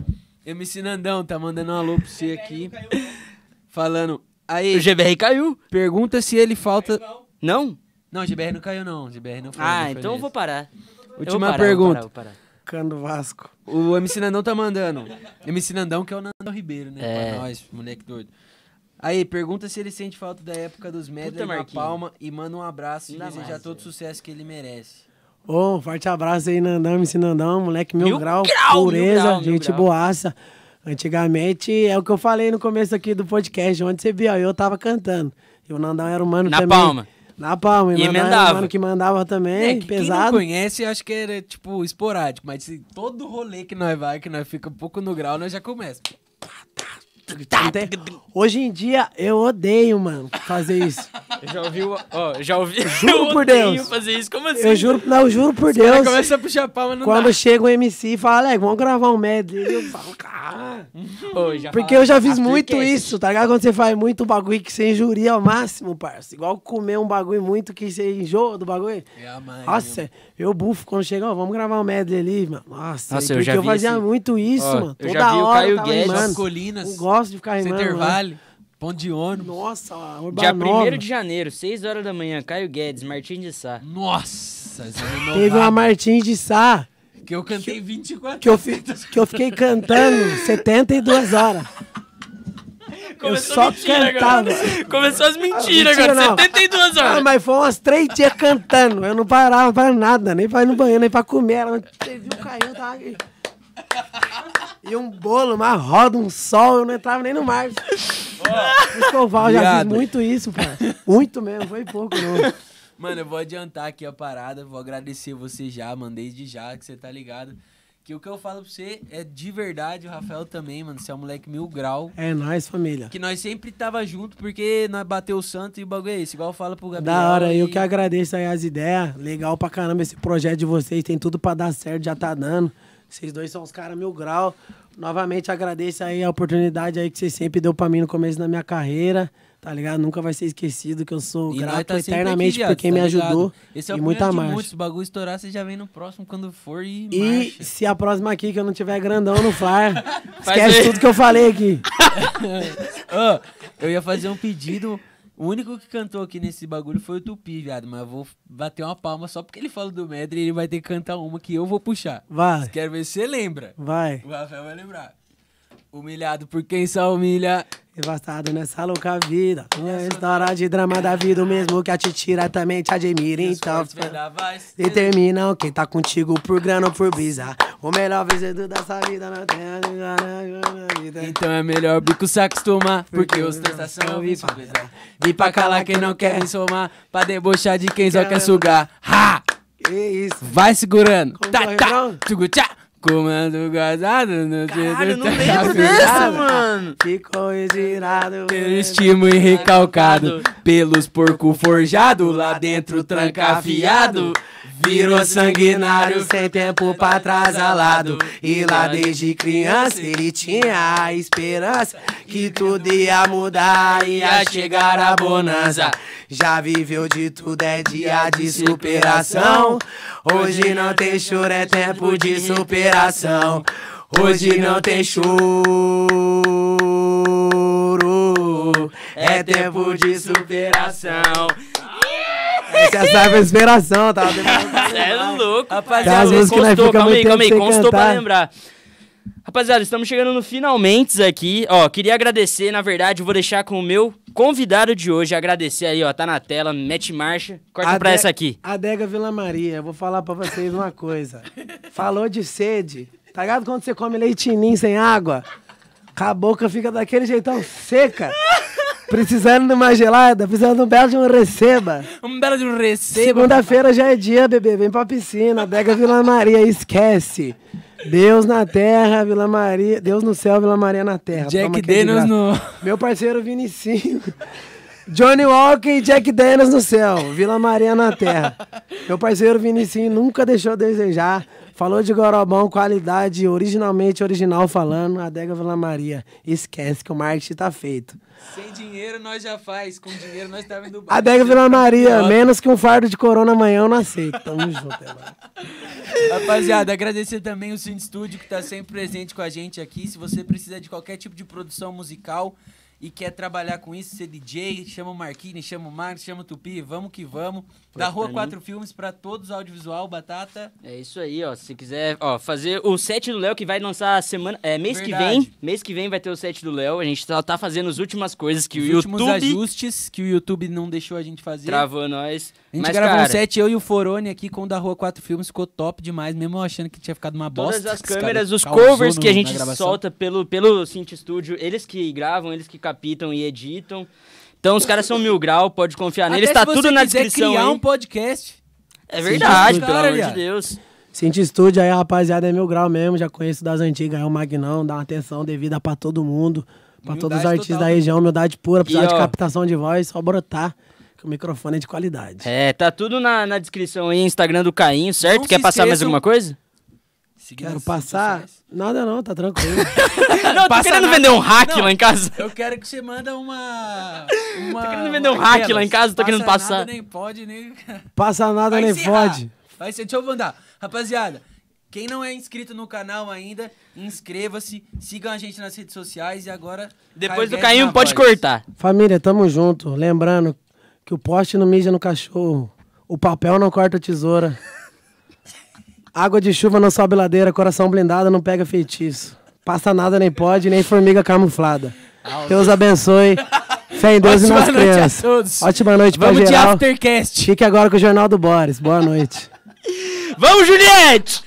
Speaker 1: MC Nandão tá mandando um alô pra você aqui. Falando.
Speaker 2: [laughs] o
Speaker 1: Aí,
Speaker 2: GBR caiu.
Speaker 1: pergunta se ele falta.
Speaker 2: Não?
Speaker 1: Não, GBR não caiu, não. GBR não foi. não
Speaker 2: Ah,
Speaker 1: foi
Speaker 2: então eu
Speaker 1: nesse.
Speaker 2: vou parar. Eu vou
Speaker 1: Última
Speaker 2: parar, eu
Speaker 1: pergunta.
Speaker 2: Vou parar, eu vou parar.
Speaker 3: Cano Vasco.
Speaker 1: O MC Nandão tá mandando. MC Nandão, que é o Nandão Ribeiro, né?
Speaker 2: É.
Speaker 1: Pra nós, moleque doido. Aí, pergunta se ele sente falta da época dos Medley na
Speaker 2: Marquinhos.
Speaker 1: palma e manda um abraço e
Speaker 2: Ainda
Speaker 1: desejar
Speaker 2: mais,
Speaker 1: todo o
Speaker 2: velho.
Speaker 1: sucesso que ele merece.
Speaker 3: Ô, um forte abraço aí, Nandão, MC Nandão, moleque mil,
Speaker 2: Mil
Speaker 3: grau,
Speaker 2: grau, mil
Speaker 3: pureza,
Speaker 2: grau, mil
Speaker 3: gente
Speaker 2: grau.
Speaker 3: boaça. Antigamente, é o que eu falei no começo aqui do podcast, onde você viu, eu tava cantando. E o Nandão era um mano
Speaker 2: Na
Speaker 3: também.
Speaker 2: palma.
Speaker 3: Na palma. E,
Speaker 2: E
Speaker 3: o Nandão era um
Speaker 2: emendava.
Speaker 3: mano que mandava também,
Speaker 1: É, que Quem não
Speaker 3: pesado.
Speaker 1: conhece, acho que era, tipo, esporádico. Mas se todo rolê que nós vai, que nós fica um pouco no grau, nós já começa.
Speaker 3: Não tem- Hoje em dia, eu odeio, mano, fazer
Speaker 2: [laughs]
Speaker 3: isso.
Speaker 2: Eu já ouvi, o- ó, já ouvi. [laughs]
Speaker 3: Juro
Speaker 2: eu
Speaker 3: por
Speaker 2: odeio
Speaker 3: Deus.
Speaker 2: fazer isso, como assim?
Speaker 3: Eu juro, não, eu juro por
Speaker 1: Aí
Speaker 3: Deus.
Speaker 1: começa a puxar palma no
Speaker 3: Quando chega o MC e fala, Alex, vamos gravar um
Speaker 1: [laughs]
Speaker 3: medley. Eu falo, cara.
Speaker 2: Ô, já falaram-
Speaker 3: Porque eu já fiz
Speaker 2: Ah,
Speaker 3: muito
Speaker 2: porque-
Speaker 3: isso, tá ligado? Quando você faz muito bagulho que você injuria ao máximo, parça. Igual comer um bagulho muito que você enjoa do bagulho.
Speaker 1: É a mãe,
Speaker 3: Nossa, eu bufo quando chega, ó, vamos gravar um medley ali, mano. Nossa,
Speaker 4: Nossa,
Speaker 3: e
Speaker 4: eu
Speaker 3: porque
Speaker 4: já
Speaker 3: eu
Speaker 4: vi
Speaker 3: fazia
Speaker 4: esse-
Speaker 3: muito isso,
Speaker 4: Ó,
Speaker 3: mano.
Speaker 2: eu
Speaker 3: Toda
Speaker 2: já vi o
Speaker 3: hora
Speaker 2: Caio
Speaker 3: eu tava
Speaker 2: Guedes,
Speaker 3: rimando.
Speaker 1: As É colinas.
Speaker 3: Eu gosto de ficar rimando. mano.
Speaker 1: Intervale, ponto de ônibus.
Speaker 3: Nossa, a
Speaker 2: é Dia
Speaker 3: Urbanova.
Speaker 2: 1 de janeiro, 6 horas da manhã, Caio Guedes, Martim de Sá.
Speaker 1: Nossa, essa é
Speaker 3: Teve uma
Speaker 1: inovada,
Speaker 3: Martins de Sá
Speaker 1: Que eu cantei 24
Speaker 3: que eu, fi- que eu fiquei cantando 72 horas.
Speaker 2: Começou
Speaker 3: só
Speaker 2: a mentira
Speaker 3: cantava. Ah,
Speaker 2: agora. Começou as
Speaker 3: Mentira,
Speaker 2: mentiras agora,
Speaker 3: não.
Speaker 2: 72
Speaker 3: Ah,
Speaker 2: horas.
Speaker 3: mas foi umas três dias cantando. Eu não parava pra nada, nem pra ir no banheiro, nem pra comer. Ela teve um caiu, tava aqui. E um bolo, uma roda, um sol, eu não entrava nem no mar. O Escoval já
Speaker 1: Viado.
Speaker 3: fiz muito isso, pai. Muito mesmo, foi pouco, não.
Speaker 1: Mano, eu vou adiantar aqui a parada, vou agradecer você já, mano, desde já que você tá ligado. Que o que eu falo pra você é de verdade, o Rafael também, mano, você é um moleque mil grau.
Speaker 3: É nóis, família.
Speaker 1: Que nós sempre tava junto porque nós bateu o santo e o bagulho é esse, igual eu falo pro Gabriel.
Speaker 3: Da hora,
Speaker 1: e...
Speaker 3: eu que agradeço aí as ideias. Legal pra caramba esse projeto de vocês. Tem tudo pra dar certo, já tá dando. Vocês dois são os caras mil grau. Novamente agradeço aí a oportunidade aí que vocês sempre deu pra mim no começo da minha carreira. Tá ligado? Nunca vai ser esquecido que eu sou
Speaker 1: E nós
Speaker 3: grato
Speaker 1: tá sempre aqui,
Speaker 3: eternamente por
Speaker 1: viado,
Speaker 3: quem
Speaker 1: tá
Speaker 3: me
Speaker 1: ligado?
Speaker 3: ajudou.
Speaker 1: Esse é o
Speaker 3: e
Speaker 1: primeiro
Speaker 3: muita
Speaker 1: de
Speaker 3: marcha.
Speaker 1: muitos, Se o bagulho estourar, você já vem no próximo quando for e,
Speaker 3: E
Speaker 1: marcha.
Speaker 3: se a próxima aqui, que eu não tiver grandão
Speaker 1: [laughs]
Speaker 3: no flyer,
Speaker 2: Faz
Speaker 3: esquece
Speaker 2: aí.
Speaker 3: tudo que eu falei aqui.
Speaker 1: [laughs] Ó, eu ia fazer um pedido. O único que cantou aqui nesse bagulho foi o Tupi, viado. Mas eu vou bater uma palma só porque ele falou do Medre e ele vai ter que cantar uma que eu vou puxar.
Speaker 3: Vai,
Speaker 1: Quero ver se você lembra.
Speaker 3: vai.
Speaker 1: O Rafael vai lembrar. Humilhado por quem só humilha.
Speaker 3: Devastado nessa louca vida. Uma história de drama da vida, o mesmo que a te tira também te admira. Então,
Speaker 1: Os vendavais.
Speaker 3: Determinam quem tá contigo por grana ou por brisa. O melhor vencedor dessa vida né? não tem a na vida.
Speaker 1: Então é melhor o bico se acostumar, porque os testas são vipaca. E pra calar quem não quer me somar, pra debochar de quem só quer sugar. Ha!
Speaker 3: Que é isso?
Speaker 1: Vai segurando.
Speaker 3: Como que
Speaker 1: Tá,
Speaker 3: é o
Speaker 1: tá.
Speaker 3: refrão?
Speaker 1: Tchugutchá. Comando guardado no
Speaker 2: Caralho, eu não
Speaker 1: dedo,
Speaker 2: lembro
Speaker 1: tá
Speaker 2: dessa,
Speaker 1: virado.
Speaker 2: mano.
Speaker 3: Ficou girado.
Speaker 1: Pelo estímulo e recalcado, pelos porco forjado, lá dentro trancafiado. Virou sanguinário,
Speaker 3: sem tempo pra trás alado. E lá desde criança ele tinha a esperança que tudo ia mudar, ia chegar a bonança. Já viveu de tudo, é dia de superação. Hoje não tem choro, é tempo de superação. Hoje não tem choro, é tempo de superação. Essa é a superação, tá?
Speaker 2: Cê [laughs] é louco.
Speaker 3: Tem umas
Speaker 2: Rapaziada,
Speaker 3: vezes que nós
Speaker 2: constou,
Speaker 3: fica
Speaker 2: calma
Speaker 3: muito
Speaker 2: aí,
Speaker 3: tempo
Speaker 2: calma aí,
Speaker 3: sem
Speaker 2: constou pra
Speaker 3: cantar.
Speaker 2: lembrar. Rapaziada, estamos chegando no finalmente aqui. Ó, queria agradecer, na verdade, vou deixar com o meu convidado de hoje. Agradecer aí, ó, tá na tela, mete marcha. Corta pra
Speaker 3: Ade-
Speaker 2: essa aqui.
Speaker 3: Adega Vila Maria, eu vou falar pra vocês uma coisa. Falou de sede, tá ligado quando você come leitinho sem água? Com A boca fica daquele jeitão seca. Precisando de uma gelada, precisando de um belo de um receba.
Speaker 1: um belo de um recebo.
Speaker 3: Segunda-feira já é dia, bebê. Vem pra piscina, adega Vila Maria, esquece. Deus na terra, Vila Maria. Deus no céu, Vila Maria na terra. Toma
Speaker 1: Jack
Speaker 3: aqui de
Speaker 1: Daniels
Speaker 3: graça.
Speaker 1: no.
Speaker 3: Meu parceiro Vinicinho. Johnny Walker e Jack Daniels no céu, Vila Maria na terra. Meu parceiro Vinicinho nunca deixou a desejar. Falou de Gorobão, qualidade, originalmente original falando, Adega Vila Maria. Esquece que o marketing tá feito.
Speaker 1: Sem dinheiro nós já faz, com dinheiro nós tá tava indo
Speaker 3: Adega Vila Maria, menos que um fardo de corona amanhã eu não aceito. Tamo junto, é nóis.
Speaker 1: Rapaziada, agradecer também o Cine Studio que tá sempre presente com a gente aqui. Se você precisa de qualquer tipo de produção musical, e quer trabalhar com isso, ser DJ, chama o Marquinhos, chama o Marcos, chama o Tupi, vamos que vamos. Da Rua Quatro Filmes pra todos, audiovisual, batata.
Speaker 2: É isso aí, ó. Se quiser, ó, fazer o set do Léo que vai lançar semana, é, mês
Speaker 1: Verdade.
Speaker 2: que vem. Mês que vem vai ter o set do Léo. A gente só tá fazendo as últimas coisas que
Speaker 1: Os
Speaker 2: o
Speaker 1: últimos
Speaker 2: YouTube
Speaker 1: ajustes que o YouTube não deixou a gente fazer.
Speaker 2: travou nós.
Speaker 1: A gente
Speaker 2: Mas,
Speaker 1: gravou
Speaker 2: cara,
Speaker 1: um set, eu e o Forone aqui com o da Rua 4 Filmes, ficou top demais, mesmo eu achando que tinha ficado uma bosta.
Speaker 2: Todas as
Speaker 1: Esse cara
Speaker 2: câmeras, os
Speaker 1: causou
Speaker 2: covers
Speaker 1: no-
Speaker 2: que a
Speaker 1: na
Speaker 2: gente
Speaker 1: gravação.
Speaker 2: solta pelo, pelo Cinti Studio, eles que gravam, eles que capitam e editam. Então os caras são mil grau, pode confiar neles.
Speaker 1: Até
Speaker 2: Tá
Speaker 1: se você
Speaker 2: tudo na
Speaker 1: quiser
Speaker 2: descrição
Speaker 1: criar
Speaker 2: aí.
Speaker 1: um podcast.
Speaker 2: É verdade,
Speaker 1: Studio,
Speaker 2: pelo
Speaker 1: cara,
Speaker 2: amor de
Speaker 1: viado.
Speaker 2: Deus.
Speaker 3: Cinti Estúdio aí, rapaziada, é mil grau mesmo, já conheço das antigas, é o Magnão, dá uma atenção devida pra todo mundo, pra
Speaker 1: Humildade
Speaker 3: todos os artistas
Speaker 1: total. né?
Speaker 3: da região, humildade pura, precisar de
Speaker 2: ó.
Speaker 3: captação de voz, só brotar, que o microfone é de qualidade.
Speaker 2: É, tá tudo na, na descrição aí, Instagram do Caim, certo?
Speaker 1: Não
Speaker 2: Quer
Speaker 1: se
Speaker 2: passar mais
Speaker 1: esqueçam-
Speaker 2: alguma
Speaker 1: [laughs]
Speaker 2: coisa?
Speaker 1: Seguindo
Speaker 3: Quero
Speaker 1: as
Speaker 3: passar...
Speaker 1: redes sociais.
Speaker 3: Nada não, tá tranquilo. [laughs]
Speaker 2: Não, eu tô
Speaker 1: Passa
Speaker 2: querendo
Speaker 1: nada.
Speaker 2: vender um hack
Speaker 1: Não.
Speaker 2: lá em casa.
Speaker 1: Eu quero que você manda
Speaker 2: [laughs]
Speaker 1: uma. uma tô
Speaker 2: querendo vender um hack lá em casa, tô querendo passar.
Speaker 1: nem pode, nem. [laughs]
Speaker 3: Passa nada,
Speaker 1: Vai
Speaker 3: nem
Speaker 1: encerrar.
Speaker 3: fode.
Speaker 1: Vai ser, deixa eu mandar. Rapaziada, quem não é inscrito no canal ainda, inscreva-se, sigam a gente nas redes sociais e agora.
Speaker 2: Depois do
Speaker 1: Guedes
Speaker 2: Caim
Speaker 1: na
Speaker 2: pode
Speaker 1: voz.
Speaker 2: cortar.
Speaker 3: Família, tamo junto. Lembrando que o poste não mija no cachorro. O papel não corta a tesoura. Água de chuva não sobe ladeira. Coração blindado não pega feitiço. Passa nada nem pode, nem formiga camuflada. Deus abençoe. Fé em Deus e
Speaker 1: Ótima
Speaker 3: nas
Speaker 1: noite a
Speaker 3: crianças.
Speaker 1: todos.
Speaker 3: Ótima noite pra
Speaker 1: Vamos de
Speaker 3: geral.
Speaker 1: Aftercast.
Speaker 3: Fique agora com o Jornal do Boris. Boa noite.
Speaker 2: Vamos, Juliette!